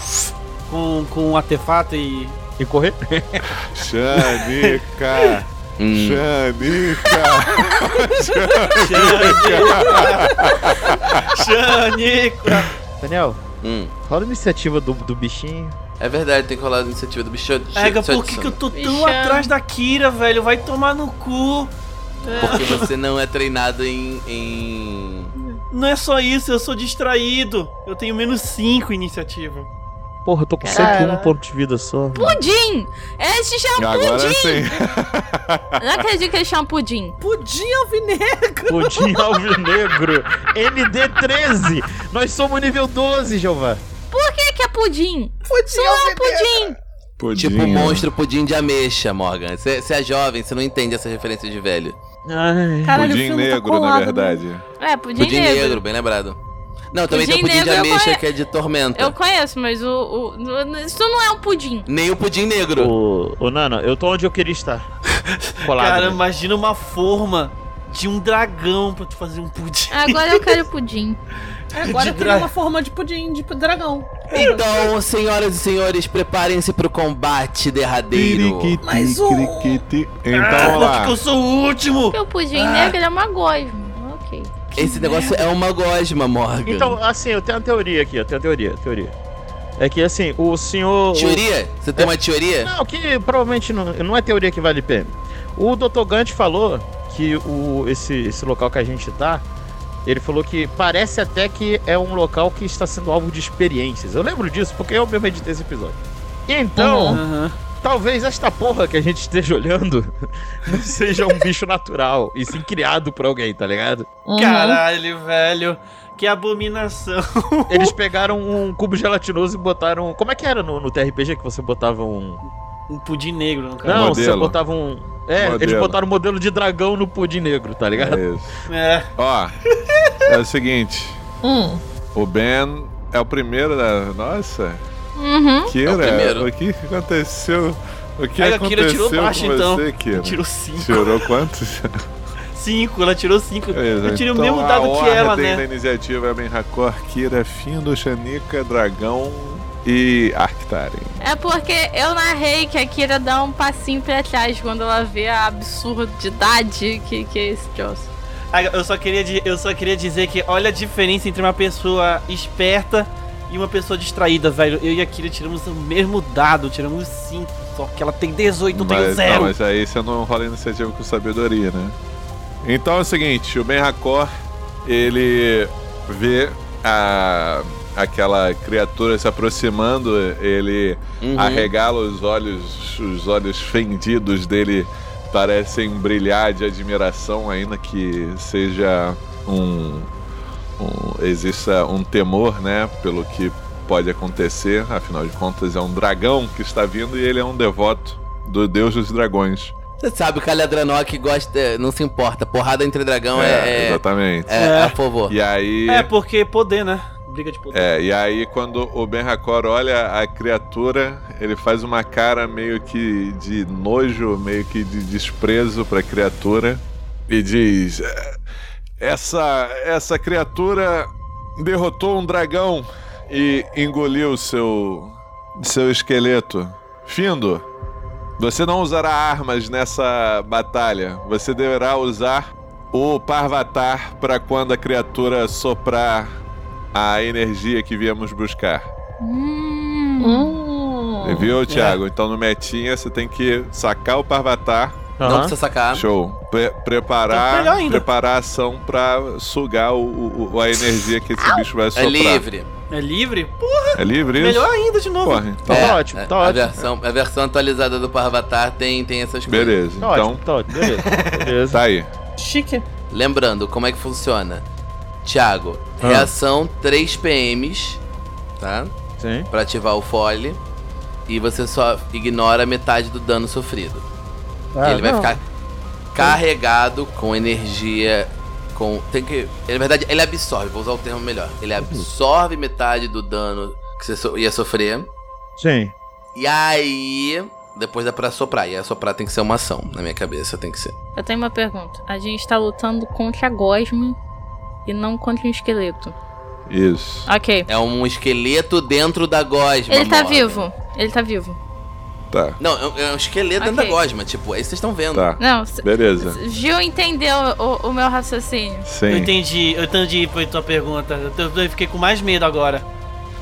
Speaker 6: Com, com um artefato e...
Speaker 2: E correr?
Speaker 5: Xanica!
Speaker 1: Hum.
Speaker 5: Xanica!
Speaker 6: Xanico.
Speaker 2: Daniel,
Speaker 1: Hum,
Speaker 2: rola a iniciativa do, do bichinho.
Speaker 1: é verdade, tem que rolar a iniciativa do bicho.
Speaker 6: Ega, por que, que eu tô tão
Speaker 3: Bichão.
Speaker 6: atrás da Kira, velho? Vai tomar no cu.
Speaker 1: Porque você não é treinado em. em...
Speaker 6: Não é só isso, eu sou distraído. Eu tenho menos 5 iniciativa.
Speaker 2: Porra, eu tô com
Speaker 3: Caralho.
Speaker 2: 101 pontos de vida só.
Speaker 3: Pudim! Esse chama
Speaker 5: Agora
Speaker 3: pudim!
Speaker 5: sim.
Speaker 3: Eu Não acredito que ele chama pudim.
Speaker 4: Pudim alvinegro.
Speaker 2: Pudim Alvinegro. ND13. Nós somos nível 12, Jeová.
Speaker 3: Por que que é pudim?
Speaker 4: Pudim
Speaker 3: Não é um pudim!
Speaker 5: Pudim.
Speaker 1: Tipo
Speaker 5: né?
Speaker 1: monstro pudim de ameixa, Morgan. Você é jovem, você não entende essa referência de velho.
Speaker 2: Ai.
Speaker 4: Caralho, o
Speaker 5: Pudim
Speaker 4: filme tá
Speaker 5: negro, na
Speaker 4: colado, né?
Speaker 5: verdade.
Speaker 3: É, pudim,
Speaker 1: Pudim negro.
Speaker 3: negro.
Speaker 1: bem lembrado. Não, também tem o
Speaker 3: Pudim
Speaker 1: pudim de
Speaker 3: negro eu
Speaker 1: ameixa
Speaker 3: conhe-
Speaker 1: que é de tormenta.
Speaker 3: Eu conheço, mas o, o- n- Isso não é um pudim.
Speaker 1: Nem o pudim negro.
Speaker 2: Ô, ô, Nana, eu tô onde eu queria estar. Colado.
Speaker 6: Cara,
Speaker 2: né?
Speaker 6: imagina uma forma de um dragão pra tu fazer um pudim.
Speaker 3: Agora eu quero pudim.
Speaker 4: É, Agora
Speaker 6: De
Speaker 4: tem
Speaker 6: dra-
Speaker 4: uma forma de pudim, de tipo, dragão.
Speaker 1: Então, senhoras e senhores, preparem-se pro combate derradeiro.
Speaker 4: Mas
Speaker 1: um.
Speaker 4: o-
Speaker 5: criquiti.
Speaker 6: Ah,
Speaker 5: Então,
Speaker 6: porque
Speaker 5: lá.
Speaker 6: eu sou o último.
Speaker 3: Porque o pudim
Speaker 1: Ah.
Speaker 3: negro ele é uma gosma. Ok.
Speaker 1: Esse negócio é uma gosma, Morgan.
Speaker 2: Então, assim, eu tenho uma teoria aqui, eu tenho uma teoria, teoria. É que, assim, o senhor... o-
Speaker 1: Teoria? Você
Speaker 6: é-
Speaker 1: tem uma teoria?
Speaker 2: Não, que provavelmente não, não é teoria que vale PM. O Dr. Gant falou que o, esse, esse local que a gente tá, ele falou que parece até que é um local que está sendo alvo de experiências. Eu lembro disso, porque eu mesmo editei esse episódio. Então,
Speaker 6: Aham.
Speaker 2: talvez esta porra que a gente esteja olhando não seja um bicho natural, e sim criado por alguém, tá ligado?
Speaker 6: Caralho, velho. Que abominação.
Speaker 2: Eles pegaram um cubo gelatinoso e botaram. Como é que era no, no TRPG que você botava um.
Speaker 6: Um pudim negro, não, cara?
Speaker 2: Não, você
Speaker 5: Modelo.
Speaker 2: botava um. É, eles
Speaker 5: Modelo.
Speaker 2: botaram um modelo de dragão no pudim negro, tá ligado?
Speaker 5: É isso.
Speaker 6: É.
Speaker 5: Ó, é o seguinte.
Speaker 4: Hum.
Speaker 5: O Ben é o primeiro da. Nossa!
Speaker 3: Uhum.
Speaker 5: Kira,
Speaker 1: É o primeiro.
Speaker 5: o que aconteceu? O que
Speaker 6: Aí a Kira
Speaker 5: aconteceu
Speaker 6: tirou baixo,
Speaker 5: com
Speaker 6: então.
Speaker 5: você, Kira?
Speaker 6: Tirou 5.
Speaker 5: Tirou quantos?
Speaker 6: 5, ela tirou 5.
Speaker 5: Beleza,
Speaker 6: Eu tirei o
Speaker 5: então
Speaker 6: mesmo
Speaker 5: a
Speaker 6: dado que
Speaker 5: ordem
Speaker 6: ela, né?
Speaker 5: da iniciativa é Benracor, Kira, Findo, Xanica, Dragão e Arctaren.
Speaker 8: É porque eu narrei que a Kira dá um passinho pra trás quando ela vê a absurdidade que, que é esse troço.
Speaker 6: Ah, Eu só, queria, di- eu só queria dizer que olha a diferença entre uma pessoa esperta e uma pessoa distraída, velho. Eu e a Kira tiramos o mesmo dado, tiramos 5. Só que ela tem 18, Então eu tenho
Speaker 5: mas, não,
Speaker 6: 0.
Speaker 5: mas aí você não rola iniciativa com sabedoria, né? Então é o seguinte, o Benracor, ele vê a, aquela criatura se aproximando, ele
Speaker 1: Uhum.
Speaker 5: arregala os olhos, os olhos fendidos dele parecem brilhar de admiração, ainda que seja um, um exista um temor, né, pelo que pode acontecer. Afinal de contas, é um dragão que está vindo e ele é um devoto do deus dos dragões.
Speaker 1: Você sabe, o Calhadranok gosta. é, Não se importa. Porrada entre dragão é. É,
Speaker 5: exatamente.
Speaker 1: é,
Speaker 6: É.
Speaker 1: a favor.
Speaker 5: E aí,
Speaker 6: É, porque poder, né? Briga de poder.
Speaker 5: É, e aí quando o Ben Hakor olha a criatura, ele faz uma cara meio que de nojo, meio que de desprezo pra criatura e diz: "É, "Essa essa criatura derrotou um dragão e engoliu seu seu esqueleto. Findo, você não usará armas nessa batalha. Você deverá usar o Parvatar para quando a criatura soprar a energia que viemos buscar.
Speaker 6: Hum.
Speaker 1: Hum.
Speaker 6: É.
Speaker 5: Viu, Thiago? Então no metinha você tem que sacar o Parvatar.
Speaker 1: Não
Speaker 2: Aham.
Speaker 1: precisa sacar.
Speaker 5: Show. Pre-
Speaker 6: Então, melhor
Speaker 5: preparar,
Speaker 6: ainda.
Speaker 5: preparar a ação pra sugar o- o- a energia que esse bicho vai
Speaker 1: É
Speaker 5: soprar.
Speaker 1: livre.
Speaker 6: É livre? Pô,
Speaker 5: É livre isso?
Speaker 6: melhor ainda de novo.
Speaker 5: Porra, então,
Speaker 2: Tá
Speaker 1: É,
Speaker 2: ótimo,
Speaker 1: é,
Speaker 2: tá
Speaker 1: a
Speaker 2: ótimo.
Speaker 1: versão, a versão atualizada do Parvatar tem, tem essas coisas.
Speaker 5: beleza.
Speaker 2: Tá ótimo,
Speaker 5: Então,
Speaker 2: tá ótimo, beleza. beleza.
Speaker 5: tá aí.
Speaker 4: Chique.
Speaker 1: Lembrando, como é que funciona? Thiago,
Speaker 5: Ah.
Speaker 1: reação 3 PMs, tá?
Speaker 2: Sim.
Speaker 1: Pra ativar o fole. E você só ignora metade do dano sofrido.
Speaker 2: Tá. Ah,
Speaker 1: E ele vai ficar carregado com energia. Com. Tem que. Na verdade, ele absorve, vou usar o termo melhor. Ele absorve metade do dano que você so- ia sofrer.
Speaker 2: Sim.
Speaker 1: E aí. Depois dá pra soprar. E aí soprar tem que ser uma ação. Na minha cabeça tem que ser.
Speaker 8: Eu tenho uma pergunta. A gente tá lutando contra a gosma e não contra um esqueleto.
Speaker 5: Isso.
Speaker 8: Ok.
Speaker 1: É um esqueleto dentro da gosma.
Speaker 8: Ele tá
Speaker 1: Morgan.
Speaker 8: vivo. Ele tá vivo.
Speaker 5: Tá.
Speaker 1: Não, é um- é um esqueleto dentro da
Speaker 8: Ok.
Speaker 1: gosma. Tipo, aí vocês estão vendo.
Speaker 5: Tá.
Speaker 8: Não, c-
Speaker 5: Beleza.
Speaker 8: Gil entendeu o, o meu raciocínio.
Speaker 6: Eu
Speaker 5: Sim.
Speaker 6: entendi, eu entendi foi tua pergunta. Eu, tô- eu fiquei com mais medo agora.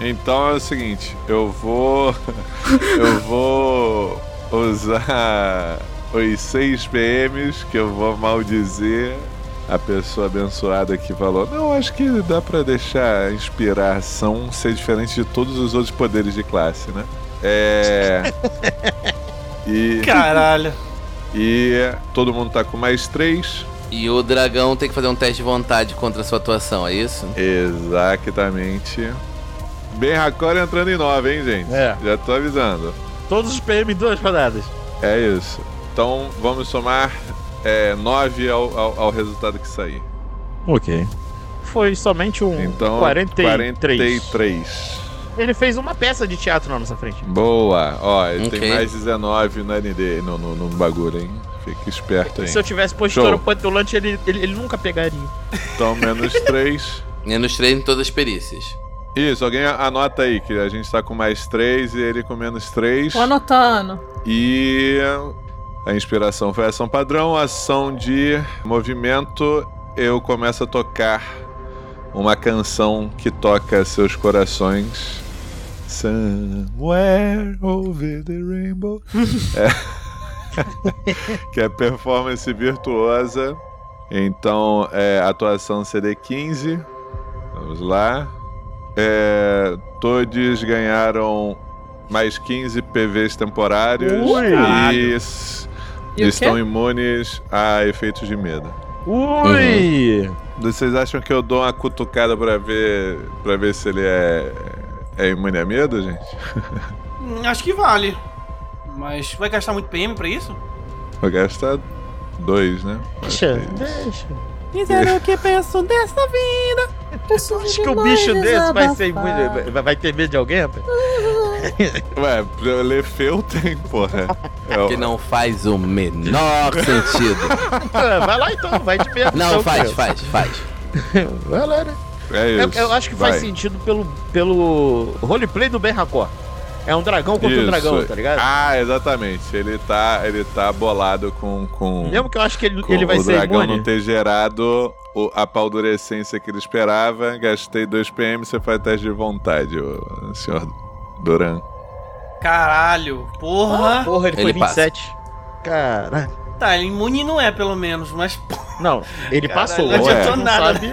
Speaker 5: Então é o seguinte, eu vou. eu vou usar os 6 PMs que eu vou maldizer a pessoa abençoada que falou. Não, acho que dá pra deixar a inspiração ser diferente de todos os outros poderes de classe, né? É. e,
Speaker 6: Caralho.
Speaker 5: e todo mundo tá com mais 3.
Speaker 1: E o dragão tem que fazer um teste de vontade contra a sua atuação, é isso?
Speaker 5: Exatamente. Bem racor entrando em 9, hein, gente?
Speaker 2: É.
Speaker 5: Já tô avisando.
Speaker 2: Todos os PM em duas rodadas.
Speaker 5: É isso. Então vamos somar 9 ao, ao- ao resultado que sair.
Speaker 2: Ok. Foi somente um
Speaker 5: Então,
Speaker 2: 43.
Speaker 5: 43.
Speaker 2: Ele fez uma peça de teatro na nossa frente.
Speaker 5: Boa. Ó, ele
Speaker 1: Ok.
Speaker 5: tem mais 19 no ND, no, no, no bagulho, hein? Fica esperto, hein?
Speaker 2: Se eu tivesse
Speaker 5: Show.
Speaker 2: postura pantelante, ele, ele, ele nunca pegaria.
Speaker 5: Então, menos 3.
Speaker 1: Menos 3 é em todas as perícias.
Speaker 5: Isso, alguém anota aí, que a gente tá com mais 3 e ele com menos 3.
Speaker 4: Tô anotando.
Speaker 5: E a inspiração foi ação padrão, ação de movimento. Eu começo a tocar uma canção que toca seus corações. Somewhere over the rainbow. É. que é performance virtuosa. Então, é, atuação CD15. Vamos lá. É, todos ganharam mais 15 PVs temporários
Speaker 2: Ui.
Speaker 5: e s-
Speaker 4: E o
Speaker 5: estão
Speaker 4: quê?
Speaker 5: imunes a efeitos de medo.
Speaker 2: Ui!
Speaker 5: Vocês acham que eu dou uma cutucada pra ver para ver se ele é é imune a medo, gente?
Speaker 6: Hum, Acho que vale. Mas vai gastar muito PM pra isso?
Speaker 5: Vou gastar dois, né?
Speaker 2: Deixa, deixa.
Speaker 6: Miséria, o que penso dessa vida?
Speaker 2: Acho que o bicho desse vai ser imune. Vai, vai ter medo de alguém, rapaz?
Speaker 5: Ué, Lefeu tem, porra. É o-
Speaker 1: Que não faz o menor sentido.
Speaker 9: Vai lá então, vai de merda.
Speaker 1: Não,
Speaker 9: então,
Speaker 1: faz,
Speaker 9: cara.
Speaker 1: faz, faz.
Speaker 9: Vai lá, né?
Speaker 5: É
Speaker 9: Eu,
Speaker 5: isso.
Speaker 9: eu acho que faz
Speaker 5: vai.
Speaker 9: sentido pelo, pelo roleplay do Ben Hakor. É um dragão contra um
Speaker 5: Isso.
Speaker 9: dragão, tá ligado?
Speaker 5: Ah, exatamente. Ele tá, ele tá bolado com, com,
Speaker 9: Mesmo que eu acho que ele,
Speaker 5: com
Speaker 9: ele vai
Speaker 5: o
Speaker 9: ser
Speaker 5: dragão não
Speaker 9: imune.
Speaker 5: ter gerado o- a paldurecência que ele esperava. Gastei 2 PM, você faz teste de vontade, ô, senhor Duran.
Speaker 6: Caralho,
Speaker 5: Ah,
Speaker 6: porra.
Speaker 9: Porra, ele foi
Speaker 1: Ele passa.
Speaker 9: 27. Caraca.
Speaker 6: Tá, ele imune não é, pelo menos, mas. porra,
Speaker 9: Não, ele
Speaker 6: Caralho,
Speaker 9: passou.
Speaker 6: não
Speaker 9: a gente
Speaker 5: adiantou
Speaker 9: não
Speaker 6: nada.
Speaker 9: sabe.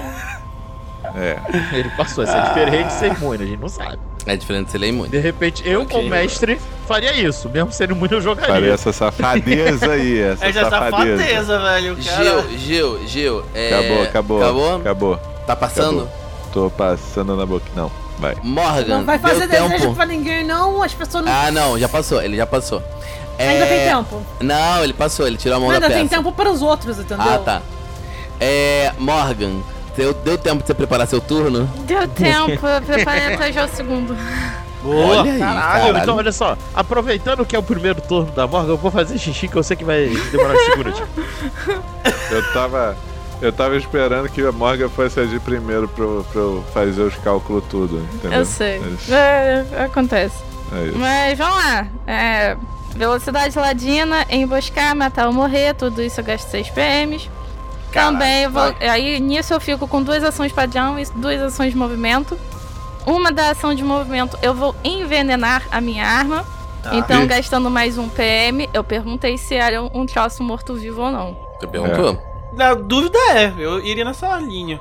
Speaker 5: É.
Speaker 9: Ele passou. Essa é diferente de ser imune, a gente não sabe.
Speaker 1: É diferente se ele é imune.
Speaker 9: De repente, eu,
Speaker 6: Ok.
Speaker 9: como mestre, faria isso. Mesmo sendo imune, eu jogaria.
Speaker 5: Faria essa safadeza aí. Essa
Speaker 6: É já
Speaker 5: safadeza.
Speaker 6: safadeza, velho. Cara.
Speaker 1: Gil, Gil, Gil, é...
Speaker 5: Acabou, acabou.
Speaker 1: Acabou?
Speaker 5: Acabou.
Speaker 1: Tá passando?
Speaker 5: Tô passando na boca. Não, vai.
Speaker 1: Morgan,
Speaker 4: Não vai fazer
Speaker 1: deu
Speaker 4: desejo
Speaker 1: tempo.
Speaker 4: pra ninguém, não. As pessoas não.
Speaker 1: Ah, não, já passou, ele já passou.
Speaker 4: Ainda
Speaker 1: É,
Speaker 4: tem tempo.
Speaker 1: Não, ele passou, ele tirou a mão
Speaker 4: Ainda
Speaker 1: da peça.
Speaker 4: tem tempo para os outros, entendeu?
Speaker 1: Ah, tá. É, Morgan, deu, deu tempo de você preparar seu turno?
Speaker 3: Deu tempo, eu preparei até já o segundo.
Speaker 6: Boa.
Speaker 1: Olha aí,
Speaker 9: Então,
Speaker 1: caralho.
Speaker 9: então, olha só, aproveitando que é o primeiro turno da Morgan, eu vou fazer xixi que eu sei que vai demorar uns segundos.
Speaker 5: Eu tava. Eu tava esperando que a Morgan fosse agir primeiro pra eu, pra eu fazer os cálculos tudo, entendeu?
Speaker 3: Eu sei.
Speaker 5: Tá Isso.
Speaker 3: É, acontece.
Speaker 5: É isso.
Speaker 3: Mas vamos lá. É, velocidade ladina, emboscar, matar ou morrer, tudo isso eu gasto 6 PMs. Também eu vou. Aí nisso eu fico com duas ações padrão e duas ações de movimento. Uma da ação de movimento eu vou envenenar a minha arma. Então,
Speaker 5: Ah. Ih.
Speaker 3: gastando mais um PM, eu perguntei se era um um troço morto-vivo ou não.
Speaker 1: Você perguntou?
Speaker 6: A dúvida é, eu iria nessa linha.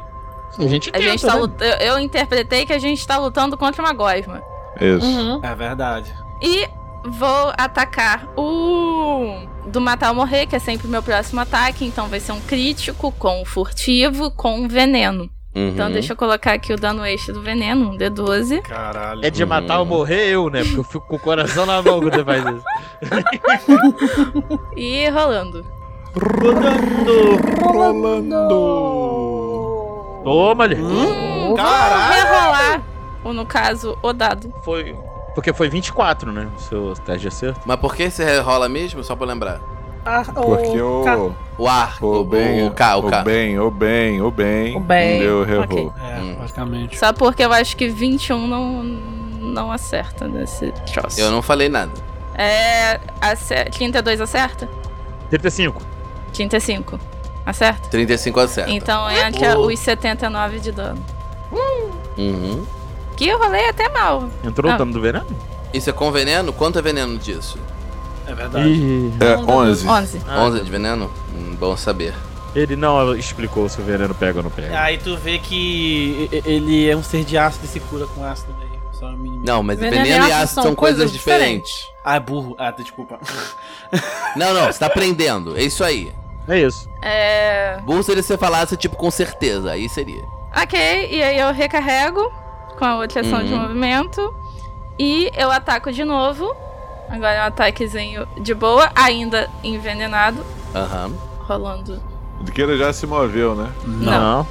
Speaker 9: A gente né?
Speaker 3: A
Speaker 5: né?
Speaker 3: gente tá lut- eu, eu interpretei que a gente tá lutando contra uma gosma.
Speaker 5: Isso.
Speaker 4: Uhum.
Speaker 6: É verdade.
Speaker 3: E vou atacar o do matar ou morrer, que é sempre o meu próximo ataque, então vai ser um crítico com o furtivo, com o veneno.
Speaker 1: Uhum.
Speaker 3: Então deixa eu colocar aqui o dano extra do veneno, um D12.
Speaker 6: Caralho.
Speaker 9: É de matar ou morrer eu, né? Porque eu fico com o coração na mão quando faz isso.
Speaker 3: E rolando.
Speaker 9: Toma, ali.
Speaker 6: Hum,
Speaker 3: Vou
Speaker 6: caralho.
Speaker 3: rerolar, ou no caso, o dado.
Speaker 9: Foi. Porque foi 24, né? O seu teste de acerto.
Speaker 1: Mas por que você rola mesmo? Só pra lembrar.
Speaker 4: Ah, o...
Speaker 5: Porque o.
Speaker 4: ca-
Speaker 1: O ar, o,
Speaker 5: O bem.
Speaker 1: o K, o K.
Speaker 5: O bem, o bem, o bem.
Speaker 4: O bem,
Speaker 5: Deu, errou.
Speaker 3: ok.
Speaker 6: É,
Speaker 1: Hum. um.
Speaker 6: basicamente.
Speaker 3: Só porque eu acho que 21 não, não acerta nesse troço.
Speaker 1: Eu não falei nada.
Speaker 3: É. Acer... 32 acerta?
Speaker 9: 35.
Speaker 3: 35. Acerta?
Speaker 1: 35 acerta.
Speaker 3: Então entra os 79 de dano.
Speaker 1: Uhum.
Speaker 3: Que eu rolei até mal.
Speaker 9: Entrou
Speaker 3: Ah.
Speaker 9: o dano do veneno?
Speaker 1: Isso é com veneno? Quanto é veneno disso?
Speaker 6: É verdade.
Speaker 9: Ih.
Speaker 5: É 11.
Speaker 3: 11.
Speaker 9: Ah,
Speaker 1: 11 de veneno? Hum, bom saber.
Speaker 9: Ele não explicou se o veneno pega ou não pega.
Speaker 6: Aí tu vê que e- ele é um ser de ácido e se cura com ácido daí. Só um mínimo.
Speaker 1: Não, mas
Speaker 4: Veneno
Speaker 1: veneno,
Speaker 4: e
Speaker 1: e
Speaker 4: ácido
Speaker 1: ácido
Speaker 4: são
Speaker 1: são coisas
Speaker 4: coisas
Speaker 1: diferentes.
Speaker 6: Ah, é burro. Ah, tá, desculpa.
Speaker 1: Não, não, você tá aprendendo. É isso aí.
Speaker 9: É isso.
Speaker 3: É.
Speaker 1: Burro seria se você falasse, tipo, com certeza. Aí seria.
Speaker 3: Ok, e aí eu recarrego com a outra ação de
Speaker 1: Uhum.
Speaker 3: movimento. E eu ataco de novo. Agora é um ataquezinho de boa, ainda envenenado.
Speaker 1: Aham.
Speaker 3: Rolando.
Speaker 5: De que ele já se moveu, né?
Speaker 3: Não.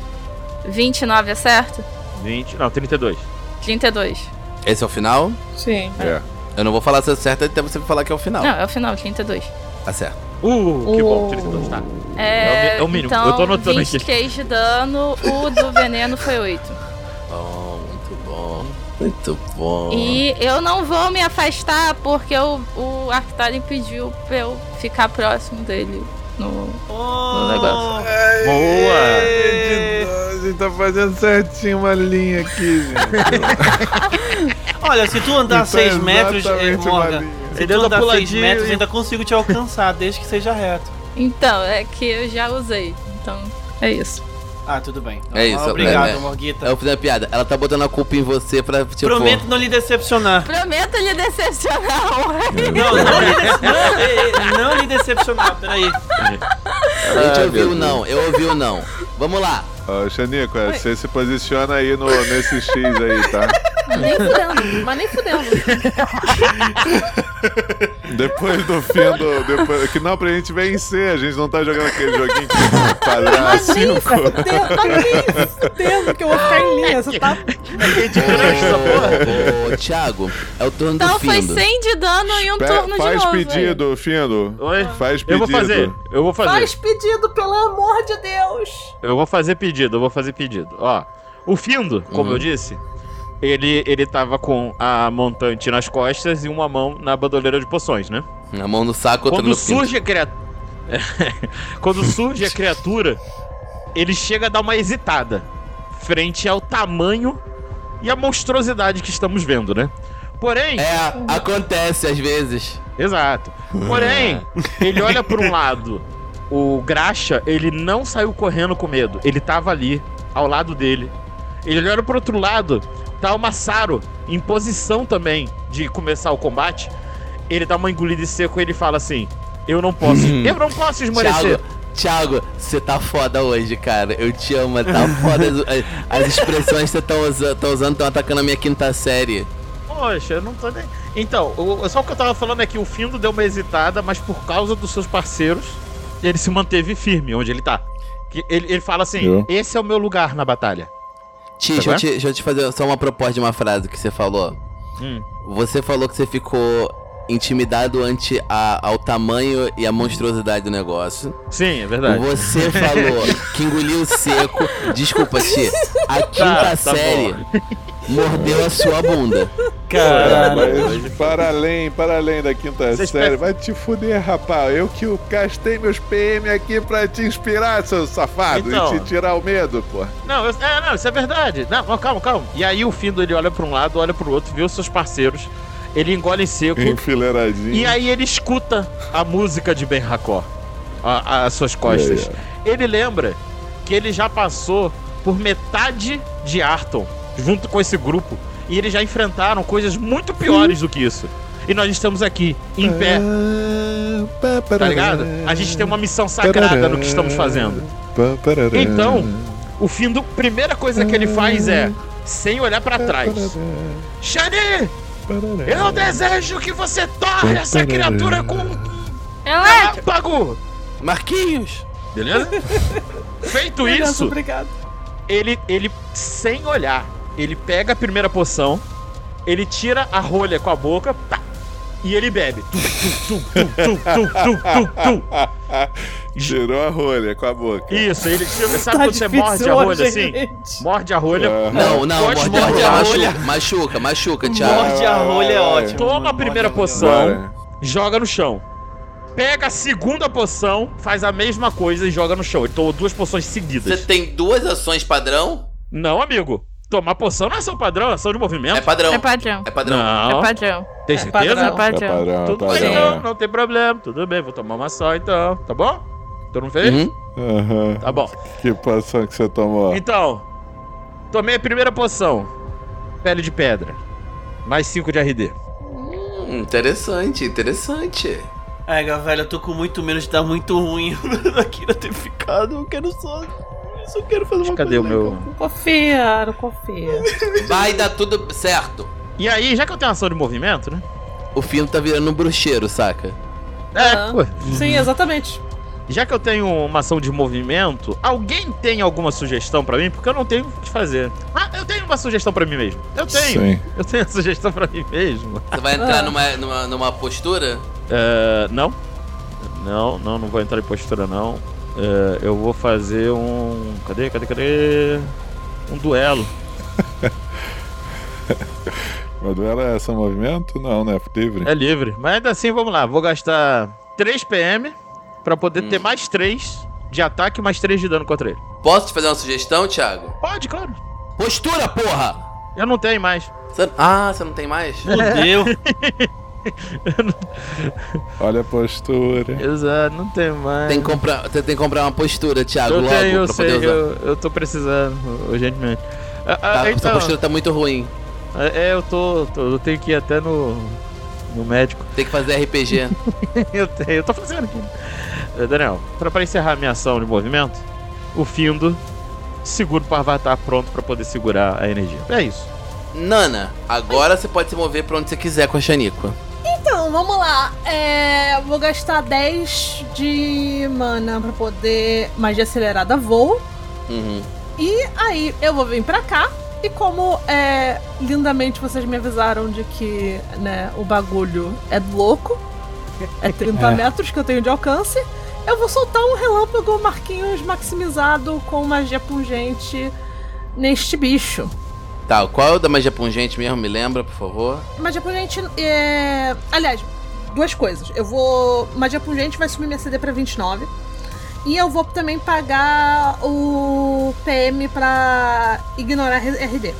Speaker 3: 29 acerta?
Speaker 9: 20. Não, 32.
Speaker 3: 32.
Speaker 1: Esse é o final?
Speaker 4: Sim.
Speaker 5: É.
Speaker 1: Eu não vou falar se é certo até você falar que é o final. Tá
Speaker 3: Não, é o final, 32.
Speaker 1: Acerta.
Speaker 9: Uh, que
Speaker 4: Uh.
Speaker 9: bom, 32, tá.
Speaker 3: É,
Speaker 9: É o mi- é o mínimo.
Speaker 3: Então,
Speaker 9: Eu tô anotando aqui.
Speaker 3: 23 de dano, o do veneno foi 8.
Speaker 1: Bom, muito bom. Muito bom.
Speaker 3: E eu não vou me afastar porque o, o Arctari pediu pra eu ficar próximo dele no
Speaker 1: Um
Speaker 6: Oh,
Speaker 3: negócio.
Speaker 9: Boa!
Speaker 6: É.
Speaker 5: A gente tá fazendo certinho uma linha aqui,
Speaker 6: Tá
Speaker 5: gente. Tá
Speaker 6: Olha, se tu andar 6 metros, é,
Speaker 5: exatamente uma
Speaker 6: Morgan,
Speaker 5: linha.
Speaker 6: se
Speaker 9: Ele
Speaker 6: tu
Speaker 9: anda
Speaker 6: andar 6
Speaker 9: puladinho
Speaker 6: metros,
Speaker 9: e-
Speaker 6: eu ainda consigo te alcançar, desde que seja reto.
Speaker 3: Então, é que eu já usei. Então, é isso.
Speaker 6: Ah, tudo bem. Então,
Speaker 1: É isso,
Speaker 6: Obrigado,
Speaker 1: é, é.
Speaker 6: Morguita.
Speaker 1: Eu fiz uma piada. Ela tá botando a culpa em você pra, tipo...
Speaker 6: Prometo não lhe decepcionar.
Speaker 3: Prometo lhe decepcionar o rei.
Speaker 6: Não, não lhe, dece- não, ei, ei, não lhe decepcionar, peraí.
Speaker 1: A gente
Speaker 5: Ai,
Speaker 1: ouviu
Speaker 5: meu
Speaker 1: não, eu ouvi o não. Vamos lá.
Speaker 5: Ó, Xanico, você se posiciona aí no, nesse X aí, tá?
Speaker 4: Nem fudendo, mas nem fudendo.
Speaker 5: Depois do fim do. Depois, que não, pra gente vencer, a gente não tá jogando aquele joguinho que tem que quadrar
Speaker 4: Mas
Speaker 3: Então,
Speaker 4: nem
Speaker 5: cinco.
Speaker 4: fudendo, tá nem fudendo que eu vou ficar em linha. Você tá
Speaker 1: Ô, ô, Thiago, é o turno
Speaker 8: Então
Speaker 1: do
Speaker 8: foi
Speaker 1: Findo.
Speaker 8: 100 de dano e um
Speaker 5: Pe-
Speaker 8: turno de
Speaker 5: faz
Speaker 8: novo.
Speaker 3: é.
Speaker 5: pedido, Findo.
Speaker 2: Oi?
Speaker 5: Faz pedido.
Speaker 2: Eu vou fazer, eu vou fazer.
Speaker 4: faz pedido, pelo amor de Deus.
Speaker 2: Eu vou fazer pedido, eu vou fazer pedido. Ó, o Findo, como
Speaker 1: Uhum.
Speaker 2: eu disse, ele, ele tava com a montante nas costas e uma mão na bandoleira de poções, né?
Speaker 1: A mão no saco, outra
Speaker 2: Quando
Speaker 1: no pinto.
Speaker 2: surge a criatura. Quando surge a criatura, ele chega a dar uma hesitada frente ao tamanho e à monstruosidade que estamos vendo, né? Porém,
Speaker 1: É, acontece às vezes.
Speaker 2: exato. Porém, ele olha para um lado. O Graxa, ele não saiu correndo com medo. Ele tava ali, ao lado dele. Ele olha pro outro lado, tá o Massaro em posição também de começar o combate. Ele dá uma engolida em seco e ele fala assim: "Eu não posso, eu não posso esmorecer".
Speaker 1: Thiago, Thiago, você tá foda hoje, cara. Eu te amo, mas tá foda. As, as expressões que você tá usa- tá usando estão atacando a minha quinta série.
Speaker 2: Poxa, eu não tô nem. Então, o- só o que eu tava falando é que o Findo deu uma hesitada, mas por causa dos seus parceiros, ele se manteve firme onde ele tá. Que ele, ele fala assim:
Speaker 5: Eu?
Speaker 2: esse é o meu lugar na batalha.
Speaker 1: Ti, deixa, eu
Speaker 2: Agora?
Speaker 1: te, deixa eu te fazer só uma proposta de uma frase que você falou.
Speaker 2: Hum.
Speaker 1: Você falou que você ficou intimidado ante a- ao tamanho e a monstruosidade do negócio.
Speaker 2: Sim, é verdade.
Speaker 1: Você falou que engoliu seco. Desculpa, Ti. A quinta
Speaker 2: tá
Speaker 1: série mordeu a sua bunda.
Speaker 5: É,
Speaker 6: Caralho.
Speaker 5: mas para além, para além da quinta
Speaker 2: Vocês
Speaker 5: série, vai te fuder, rapaz. Eu que eu gastei meus PM aqui pra te inspirar, seu safado,
Speaker 2: Então.
Speaker 5: e te tirar o medo, pô.
Speaker 2: Não, eu- é, não, isso é verdade. Não, não, calma, calma. E aí o Findo ele olha pra um lado, olha pro outro, vê os seus parceiros, ele engole em seco.
Speaker 5: Enfileiradinho.
Speaker 2: E aí ele escuta a música de Ben Hakor a- a- às suas costas.
Speaker 5: É,
Speaker 2: Ele lembra que ele já passou por metade de Arton junto com esse grupo. E eles já enfrentaram coisas muito piores do que isso. E nós estamos aqui, em pé,
Speaker 5: Ah, Pá, pá,
Speaker 2: tá ligado? A gente tem uma missão sagrada no que estamos fazendo.
Speaker 5: pá, parará.
Speaker 2: Então, O fim do. Primeira coisa que ele faz é, sem olhar pra trás. Shani!
Speaker 5: Parará.
Speaker 2: Eu desejo que você torne essa criatura com um
Speaker 3: É
Speaker 8: Ela
Speaker 2: pago!
Speaker 1: Marquinhos!
Speaker 2: Beleza? Feito
Speaker 4: é
Speaker 6: Beleza,
Speaker 2: isso,
Speaker 6: Obrigado.
Speaker 2: ele, ele, sem olhar, ele pega a primeira poção, ele tira a rolha com a boca, pá, e ele bebe. Tu, tu, tu, tu, tu, tu, tu, tu.
Speaker 5: Girou a rolha com a boca.
Speaker 2: Isso, ele tira. Sabe
Speaker 4: Tá
Speaker 2: quando você
Speaker 4: difícil
Speaker 2: morde a rolha
Speaker 4: hoje,
Speaker 2: assim?
Speaker 4: gente.
Speaker 2: Morde a rolha.
Speaker 5: Ah.
Speaker 1: Não, não, morde,
Speaker 2: Pode
Speaker 1: morde,
Speaker 2: morder é a
Speaker 1: machuca, machuca, machuca, Thiago.
Speaker 6: Morde a rolha é ótimo.
Speaker 2: Toma
Speaker 6: mano,
Speaker 2: a primeira
Speaker 6: morde
Speaker 2: poção.
Speaker 6: rolha.
Speaker 5: Bora.
Speaker 2: joga no chão. Pega a segunda poção, faz a mesma coisa e joga no chão. Ele tomou duas poções
Speaker 1: Você
Speaker 2: seguidas.
Speaker 1: tem duas ações padrão?
Speaker 2: Não, amigo. Tomar poção não é ação padrão, é ação de movimento.
Speaker 1: É padrão.
Speaker 3: É padrão.
Speaker 1: É padrão.
Speaker 2: Não,
Speaker 3: É padrão.
Speaker 2: tem certeza?
Speaker 3: É
Speaker 5: Tá
Speaker 3: padrão.
Speaker 5: parão,
Speaker 2: Tudo
Speaker 5: tá
Speaker 2: bem,
Speaker 5: parão.
Speaker 2: então, não tem problema. Tudo bem, vou tomar uma só então, tá bom? Todo mundo feliz?
Speaker 1: Uhum.
Speaker 5: Aham.
Speaker 2: Tá bom.
Speaker 5: Que poção que você tomou?
Speaker 2: Então, tomei a primeira poção. Pele de pedra. Mais 5 de RD.
Speaker 1: Hum, interessante, interessante.
Speaker 6: É, velho, eu tô com muito medo de dar muito ruim aqui não ter ficado. Eu quero só. Eu só quero fazer um uma
Speaker 2: Cadê o
Speaker 6: coisa
Speaker 2: meu?
Speaker 6: legal.
Speaker 4: Confia, não confia.
Speaker 1: Vai dar tudo certo.
Speaker 2: E aí, já que eu tenho ação de movimento, né?
Speaker 1: O Fino tá virando um bruxeiro, saca?
Speaker 4: Aham.
Speaker 2: É, pô,
Speaker 1: Uhum.
Speaker 4: Sim, exatamente.
Speaker 2: Já que eu tenho uma ação de movimento, alguém tem alguma sugestão pra mim? Porque eu não tenho o que fazer. Ah, eu tenho uma sugestão pra mim mesmo. Eu tenho.
Speaker 5: Sim.
Speaker 2: Eu tenho uma sugestão pra mim mesmo.
Speaker 1: Você vai entrar
Speaker 4: Ah.
Speaker 1: numa, numa, numa postura?
Speaker 2: É, não. Não, não, não vou entrar em postura, não. É, eu vou fazer um. Cadê, cadê, cadê? Um duelo.
Speaker 5: Mas não era essa movimento? Não, né? Livre.
Speaker 2: É livre. Mas ainda assim, vamos lá. Vou gastar 3 PM pra poder ter mais 3 de ataque e mais 3 de dano contra ele.
Speaker 1: Posso te fazer uma sugestão, Thiago?
Speaker 2: Pode, claro.
Speaker 1: Postura, porra!
Speaker 2: Eu não tenho mais.
Speaker 1: Você- Ah, você não tem mais?
Speaker 6: Fudeu.
Speaker 5: Olha a postura.
Speaker 2: Exato, não tenho mais.
Speaker 1: Tem que comprar, você tem que comprar uma postura, Thiago,
Speaker 2: Eu
Speaker 1: logo,
Speaker 2: tenho, eu
Speaker 1: pra poder
Speaker 2: sei,
Speaker 1: usar.
Speaker 2: eu, eu tô precisando urgentemente. Ah, ah,
Speaker 1: Tá, Sua
Speaker 2: então,
Speaker 1: postura tá muito ruim.
Speaker 2: é, eu tô, tô- Eu tenho que ir até no. no médico.
Speaker 1: Tem que fazer RPG.
Speaker 2: Eu, tenho, eu tô fazendo aqui. Eh, Daniel, pra, pra encerrar a minha ação de movimento, o Findo segura o Parvatar tá pronto pra poder segurar a energia. É isso.
Speaker 1: Nana, agora você pode se mover pra onde você quiser com a Xaníqua.
Speaker 4: Então, Então vamos lá. É, vou gastar 10 de mana pra poder. Magia acelerada voo.
Speaker 1: Uhum.
Speaker 4: E aí eu vou vir pra cá. E como é, lindamente vocês me avisaram de que né, o bagulho é louco, é 30
Speaker 10: É.
Speaker 4: metros que eu tenho de alcance, eu vou soltar um relâmpago Marquinhos maximizado com magia pungente neste bicho.
Speaker 1: Tá, qual é o da magia pungente mesmo? Me lembra, por favor.
Speaker 4: Magia pungente é. Aliás, duas coisas. Eu vou. Magia pungente vai subir minha CD pra 29. E eu vou também pagar o PM pra ignorar RD.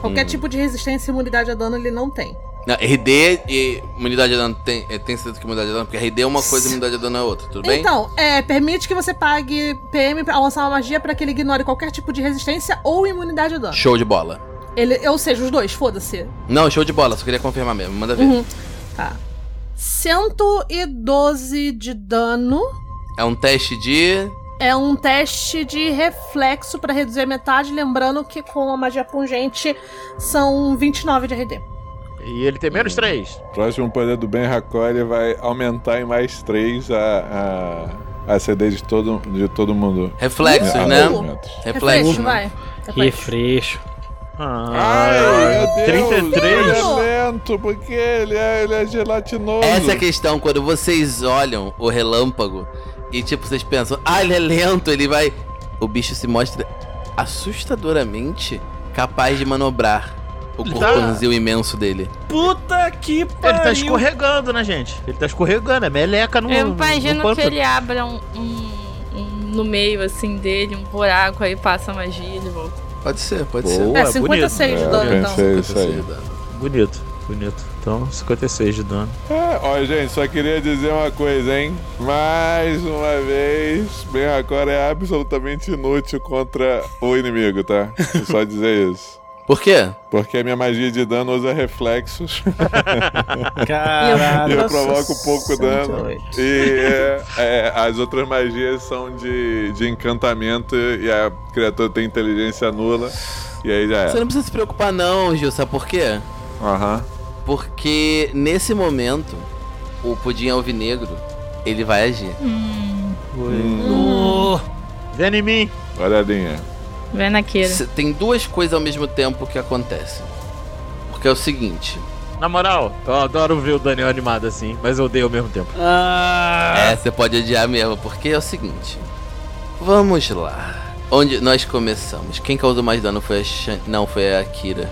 Speaker 4: Qualquer
Speaker 1: Hum.
Speaker 4: tipo de resistência e imunidade a dano ele não tem.
Speaker 1: Não, RD e imunidade a dano. Tem, é, tem certeza que imunidade a dano? Porque RD é uma coisa e imunidade a dano é outra, tudo bem?
Speaker 4: Então, é, permite que você pague PM pra lançar uma magia pra que ele ignore qualquer tipo de resistência ou imunidade a dano.
Speaker 1: Show de bola.
Speaker 4: Ele, ou seja, os dois, foda-se.
Speaker 1: Não, show de bola, só queria confirmar mesmo. Manda ver.
Speaker 4: Uhum. Tá. 112 de dano.
Speaker 1: É um teste de.
Speaker 4: É um teste de reflexo pra reduzir a metade, lembrando que com a magia pungente são 29 de RD.
Speaker 2: E ele tem menos 3.
Speaker 5: Próximo poder do Ben Hakor, ele vai aumentar em mais 3 a, a, a CD de todo, de todo mundo.
Speaker 1: Reflexos,
Speaker 5: É,
Speaker 1: né?
Speaker 5: movimentos.
Speaker 1: Reflexos. né?
Speaker 4: vai.
Speaker 10: Que
Speaker 4: Reflexo.
Speaker 10: freixo.
Speaker 2: Ah, é,
Speaker 5: Ai, meu Deus!
Speaker 2: 33?
Speaker 5: Ele é lento, porque ele é, ele é gelatinoso.
Speaker 1: Essa é a questão, quando vocês olham o relâmpago e tipo, vocês pensam, ah, ele é lento, ele vai. O bicho se mostra assustadoramente capaz de manobrar o
Speaker 2: Ele tá-
Speaker 1: corpãozinho imenso dele.
Speaker 6: Puta que
Speaker 2: Ele
Speaker 6: pariu.
Speaker 2: tá escorregando, né, gente? Ele tá escorregando, é meleca no no-
Speaker 3: Eu
Speaker 2: no
Speaker 3: imagino que
Speaker 2: pântano.
Speaker 3: ele abra um, um- um no meio assim dele, um buraco aí passa a magia de volta.
Speaker 1: Pode ser, pode
Speaker 2: Boa,
Speaker 4: É,
Speaker 2: bonito.
Speaker 4: 56 de
Speaker 5: É,
Speaker 4: dano,
Speaker 5: eu
Speaker 4: então.
Speaker 5: pensei isso aí.
Speaker 2: Bonito, bonito. Então, 56 de dano.
Speaker 5: É, ó, gente, só queria dizer uma coisa, hein? Mais uma vez, Ben Hakor é absolutamente inútil contra o inimigo, tá? Vou Só dizer isso.
Speaker 1: Por quê?
Speaker 5: Porque a minha magia de dano usa reflexos.
Speaker 6: Caralho.
Speaker 5: eu provoco um pouco dano. E é, é, as outras magias são de, de encantamento e a criatura tem inteligência nula. E aí já
Speaker 1: Você
Speaker 5: é.
Speaker 1: não precisa se preocupar, não, Gil, sabe por quê?
Speaker 5: Aham.
Speaker 1: Porque nesse momento, o Pudim Alvinegro, ele vai agir.
Speaker 2: Vem em mim.
Speaker 5: Hum, Olha a linha.
Speaker 3: Vem naquele.
Speaker 1: Cê- Tem duas coisas ao mesmo tempo que acontecem. Porque é o seguinte.
Speaker 2: Na moral, eu adoro ver o Daniel animado assim, mas eu odeio ao mesmo tempo.
Speaker 6: Ah,
Speaker 1: É, você pode odiar mesmo, porque é o seguinte. Vamos lá. Onde nós começamos? Quem causou mais dano foi a Shan... Não, foi a Kira.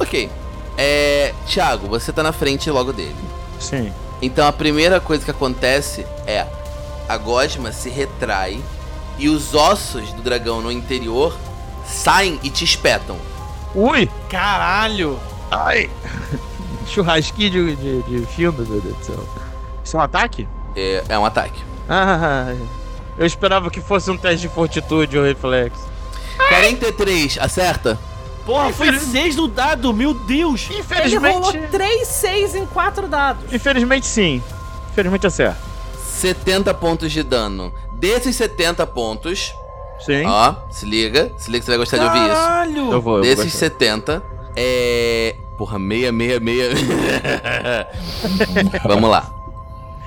Speaker 1: Ok. É. Thiago, você tá na frente logo dele.
Speaker 2: Sim.
Speaker 1: Então a primeira coisa que acontece é a gosma se retrai e os ossos do dragão no interior saem e te espetam.
Speaker 2: Ui!
Speaker 6: Caralho.
Speaker 2: Ai! Churrasquinho de, de, de filme, meu Deus do céu. Isso é um ataque?
Speaker 1: É, é um ataque.
Speaker 2: Ah, eu esperava que fosse um teste de fortitude ou reflexo.
Speaker 1: 43, acerta?
Speaker 6: Porra, foi 6 no dado, meu Deus.
Speaker 4: Ele rolou
Speaker 2: Infelizmente.
Speaker 4: 3, 6 em 4 dados.
Speaker 2: Infelizmente sim. Infelizmente acerta.
Speaker 1: 70 pontos de dano. Desses 70 pontos,
Speaker 2: Sim.
Speaker 1: Ó, se liga, se liga que você vai gostar de ouvir isso.
Speaker 6: Caralho.
Speaker 2: Ah, Eu vou, eu
Speaker 1: Desses
Speaker 2: vou.
Speaker 1: 70, é. Porra, meia, meia, meia. Vamos lá.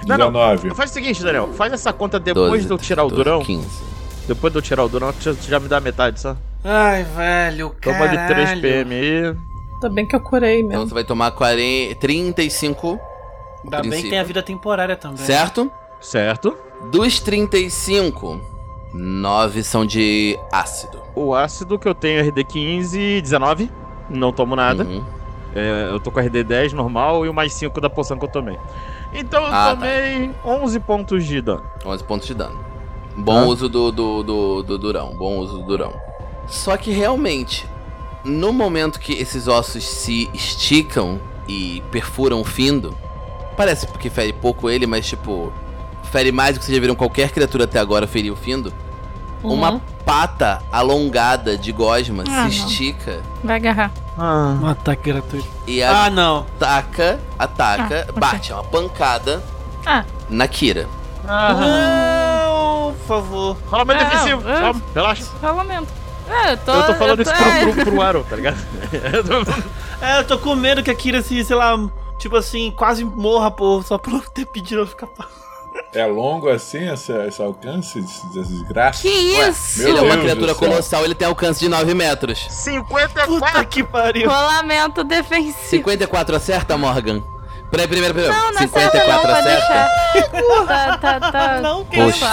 Speaker 2: Não, não.
Speaker 5: 19.
Speaker 2: Faz o seguinte, Daniel. Faz essa conta depois
Speaker 1: 12,
Speaker 2: de eu tirar o
Speaker 1: 12,
Speaker 2: durão. né?
Speaker 1: 15.
Speaker 2: Depois de eu tirar o durão, tu já- tu já me dá metade só. Então
Speaker 6: Ai, velho,
Speaker 2: Toma
Speaker 6: caralho.
Speaker 2: de 3 PM aí.
Speaker 4: Ainda bem que eu curei né?
Speaker 1: Então
Speaker 4: mesmo.
Speaker 1: você vai tomar 40, 35,
Speaker 6: Ainda bem que
Speaker 1: princípio.
Speaker 6: tem a vida temporária também.
Speaker 1: certo?
Speaker 2: Certo.
Speaker 1: Dos 35, 9 são de ácido.
Speaker 2: O ácido que eu tenho é RD15, 19. Não tomo nada.
Speaker 1: Uhum.
Speaker 2: É, eu tô com RD10 normal e o mais 5 da poção que eu tomei. Então eu
Speaker 1: Ah, tá.
Speaker 2: tomei 11 pontos de dano.
Speaker 1: 11 pontos de dano. Bom
Speaker 2: Hã?
Speaker 1: uso do, do, do, do durão, bom uso do durão. Só que realmente, no momento que esses ossos se esticam e perfuram o findo, parece porque fere pouco ele, mas tipo, fere mais do que vocês já viram qualquer criatura até agora ferir o findo.
Speaker 4: Uhum.
Speaker 1: Uma pata alongada de gosma se
Speaker 3: Ah, não.
Speaker 1: estica
Speaker 3: Vai agarrar.
Speaker 2: Ah.
Speaker 6: Um ataque gratuito.
Speaker 1: e a
Speaker 6: Ah, não.
Speaker 1: ataca, ataca,
Speaker 3: Ah, ok.
Speaker 1: bate, é uma pancada
Speaker 3: Ah.
Speaker 1: na Kira.
Speaker 6: Não, por favor.
Speaker 2: Rola mais
Speaker 3: Não,
Speaker 2: defensivo.
Speaker 3: ah.
Speaker 2: Calma, relaxa.
Speaker 3: Rolamento. É, eu tô.
Speaker 2: Eu tô falando
Speaker 3: eu
Speaker 1: é.
Speaker 2: isso pro, pro, pro Aro, tá ligado? Eu tô-
Speaker 6: É, eu tô com medo que a Kira se, sei lá, tipo assim, quase morra, pô, só por ter pedido eu ficar parado.
Speaker 5: É longo assim esse, esse alcance dessa desgraça?
Speaker 3: Que isso?
Speaker 5: Meu
Speaker 1: Ele é uma
Speaker 5: Deus
Speaker 1: criatura
Speaker 5: do céu.
Speaker 1: colossal, ele tem alcance de 9 metros.
Speaker 6: Puta
Speaker 9: 54!
Speaker 6: que pariu.
Speaker 3: Rolamento defensivo.
Speaker 1: 54 acerta, Morgan? Peraí, primeiro, primeiro.
Speaker 3: Não, na célula
Speaker 1: 54
Speaker 3: não, vai deixar.
Speaker 1: acerta?
Speaker 3: Tá, tá, tá. né?
Speaker 6: Não, que
Speaker 1: Poxa.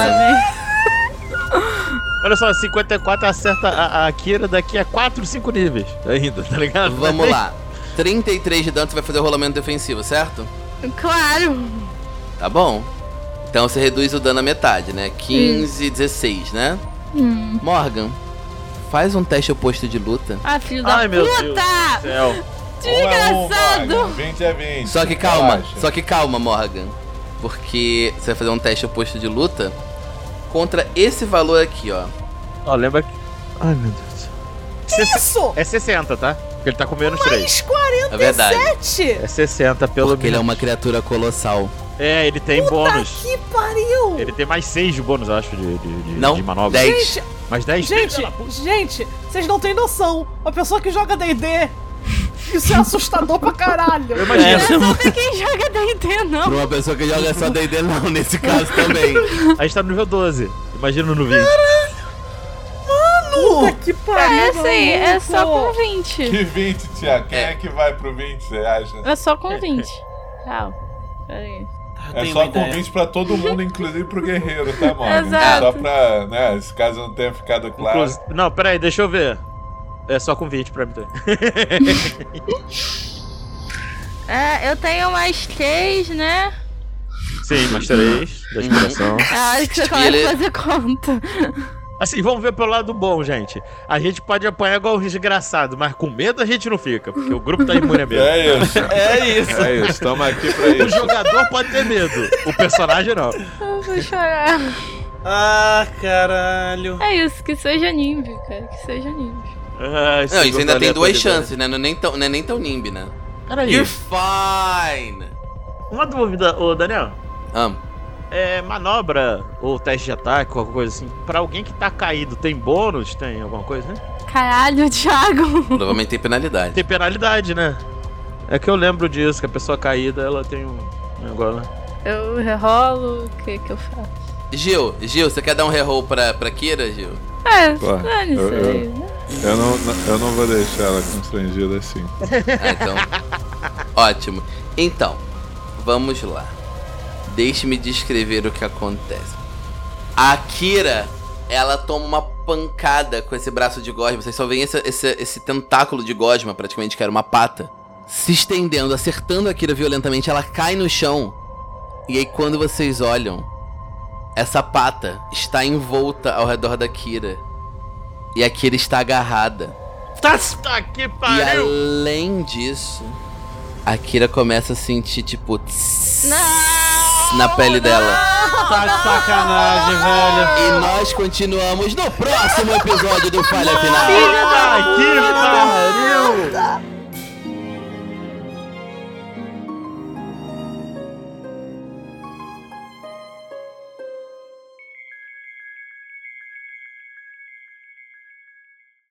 Speaker 2: Olha só, 54 acerta a, a Akira daqui a 4, 5 níveis ainda, tá ligado?
Speaker 1: Vamos lá. 33 de dano, você vai fazer o rolamento defensivo, certo?
Speaker 3: Claro.
Speaker 1: Tá bom. Então você reduz o dano à metade, né? 15, 16, né?
Speaker 3: Hum.
Speaker 1: Morgan, faz um teste oposto de luta.
Speaker 3: Ah, filho da
Speaker 2: Ai, meu
Speaker 3: puta!
Speaker 2: Deus do céu.
Speaker 3: Desgraçado!
Speaker 5: Um a um, Morgan. 20 a 20.
Speaker 1: Só que calma,
Speaker 5: Relaxa.
Speaker 1: só que calma, Morgan. Porque você vai fazer um teste oposto de luta contra esse valor aqui, ó.
Speaker 2: Ó, lembra que... Ai, meu Deus do céu.
Speaker 4: Isso!
Speaker 2: É 60, tá? Porque ele tá com menos 3.
Speaker 4: Mais 47!
Speaker 1: É verdade.
Speaker 2: É 60, pelo
Speaker 1: Porque ele é um
Speaker 2: menos.
Speaker 1: uma criatura colossal.
Speaker 2: É, ele tem bônus.
Speaker 4: Tá Que pariu!
Speaker 2: Ele tem mais 6 de bônus, eu acho, de, de, de,
Speaker 1: Não,
Speaker 2: de manobra.
Speaker 1: 10.
Speaker 4: Gente,
Speaker 2: Mais 10?
Speaker 4: gente, gente, vocês não têm noção. Uma pessoa que joga D&D, isso é assustador pra caralho.
Speaker 6: É, você-
Speaker 3: Não é quem joga D&D, não.
Speaker 1: Pra uma pessoa que joga só D&D não, nesse caso também.
Speaker 2: A gente tá no nível 12. Imagina no 20.
Speaker 4: Puta que pariu,
Speaker 3: É assim, é
Speaker 4: maluco.
Speaker 3: só com 20.
Speaker 5: Que 20, tia. Quem é que vai pro 20, você acha?
Speaker 3: É só com 20. Tchau. Pera aí.
Speaker 6: Eu
Speaker 5: É
Speaker 6: tenho
Speaker 5: só
Speaker 6: uma ideia.
Speaker 5: convite pra todo mundo, inclusive pro guerreiro, tá, Morgan?
Speaker 3: Exato.
Speaker 5: Só pra, né, se caso não tenha ficado claro.
Speaker 2: Inclusive- Não, peraí, deixa eu ver. É só com 20 pra mim também.
Speaker 3: É, eu tenho mais 3, né?
Speaker 2: Sim, mais 3 da inspiração.
Speaker 3: Ah, acho que você começa
Speaker 1: ele-
Speaker 3: a fazer conta.
Speaker 2: Assim, vamos ver pelo lado bom, gente. A gente pode apanhar igual um desgraçado, mas com medo a gente não fica, porque o grupo tá imune a medo.
Speaker 5: É isso.
Speaker 6: É isso.
Speaker 5: É isso. Tamo aqui pra
Speaker 2: O
Speaker 5: isso.
Speaker 2: jogador pode ter medo, o personagem não.
Speaker 3: Eu vou chorar.
Speaker 6: Ah, caralho.
Speaker 3: É isso, que seja Nimbi, cara. Que seja Nimbi.
Speaker 2: Ah,
Speaker 1: Não, isso ainda tem duas chances, né? Não é nem tão, não é nem tão nimb, né?
Speaker 2: Peraí,
Speaker 1: You're fine!
Speaker 2: uma dúvida, ô Daniel.
Speaker 1: Ah,
Speaker 2: É, manobra ou teste de ataque, qualquer coisa assim, pra alguém que tá caído, tem bônus? Tem alguma coisa, né?
Speaker 3: Caralho, Thiago.
Speaker 1: provavelmente tem penalidade.
Speaker 2: Tem penalidade, né? É que eu lembro disso, que a pessoa caída, ela tem um negócio, né?
Speaker 3: Eu rerolo, o que que eu faço?
Speaker 1: Gil, Gil, você quer dar um reroll pra, pra Kira, Gil?
Speaker 3: É,
Speaker 5: Pô,
Speaker 3: dane-se
Speaker 5: eu- eu-
Speaker 3: aí, né?
Speaker 5: Eu não, eu não vou deixar ela constrangida assim.
Speaker 1: Ah, então. Ótimo. Então, vamos lá. Deixe-me descrever o que acontece. A Kira, ela toma uma pancada com esse braço de gosma. Vocês só veem esse, esse, esse tentáculo de gosma, praticamente, que era uma pata, se estendendo, acertando a Kira violentamente. Ela cai no chão. E aí, quando vocês olham, essa pata está envolta ao redor da Kira. E a Kira está agarrada.
Speaker 2: Tá, tá que
Speaker 1: E
Speaker 2: pariu!
Speaker 1: além disso, a Kira começa a sentir, tipo, tss, na pele dela.
Speaker 6: Tá de sacanagem, velho.
Speaker 1: E nós continuamos no próximo episódio do Falha Final.
Speaker 2: Tá que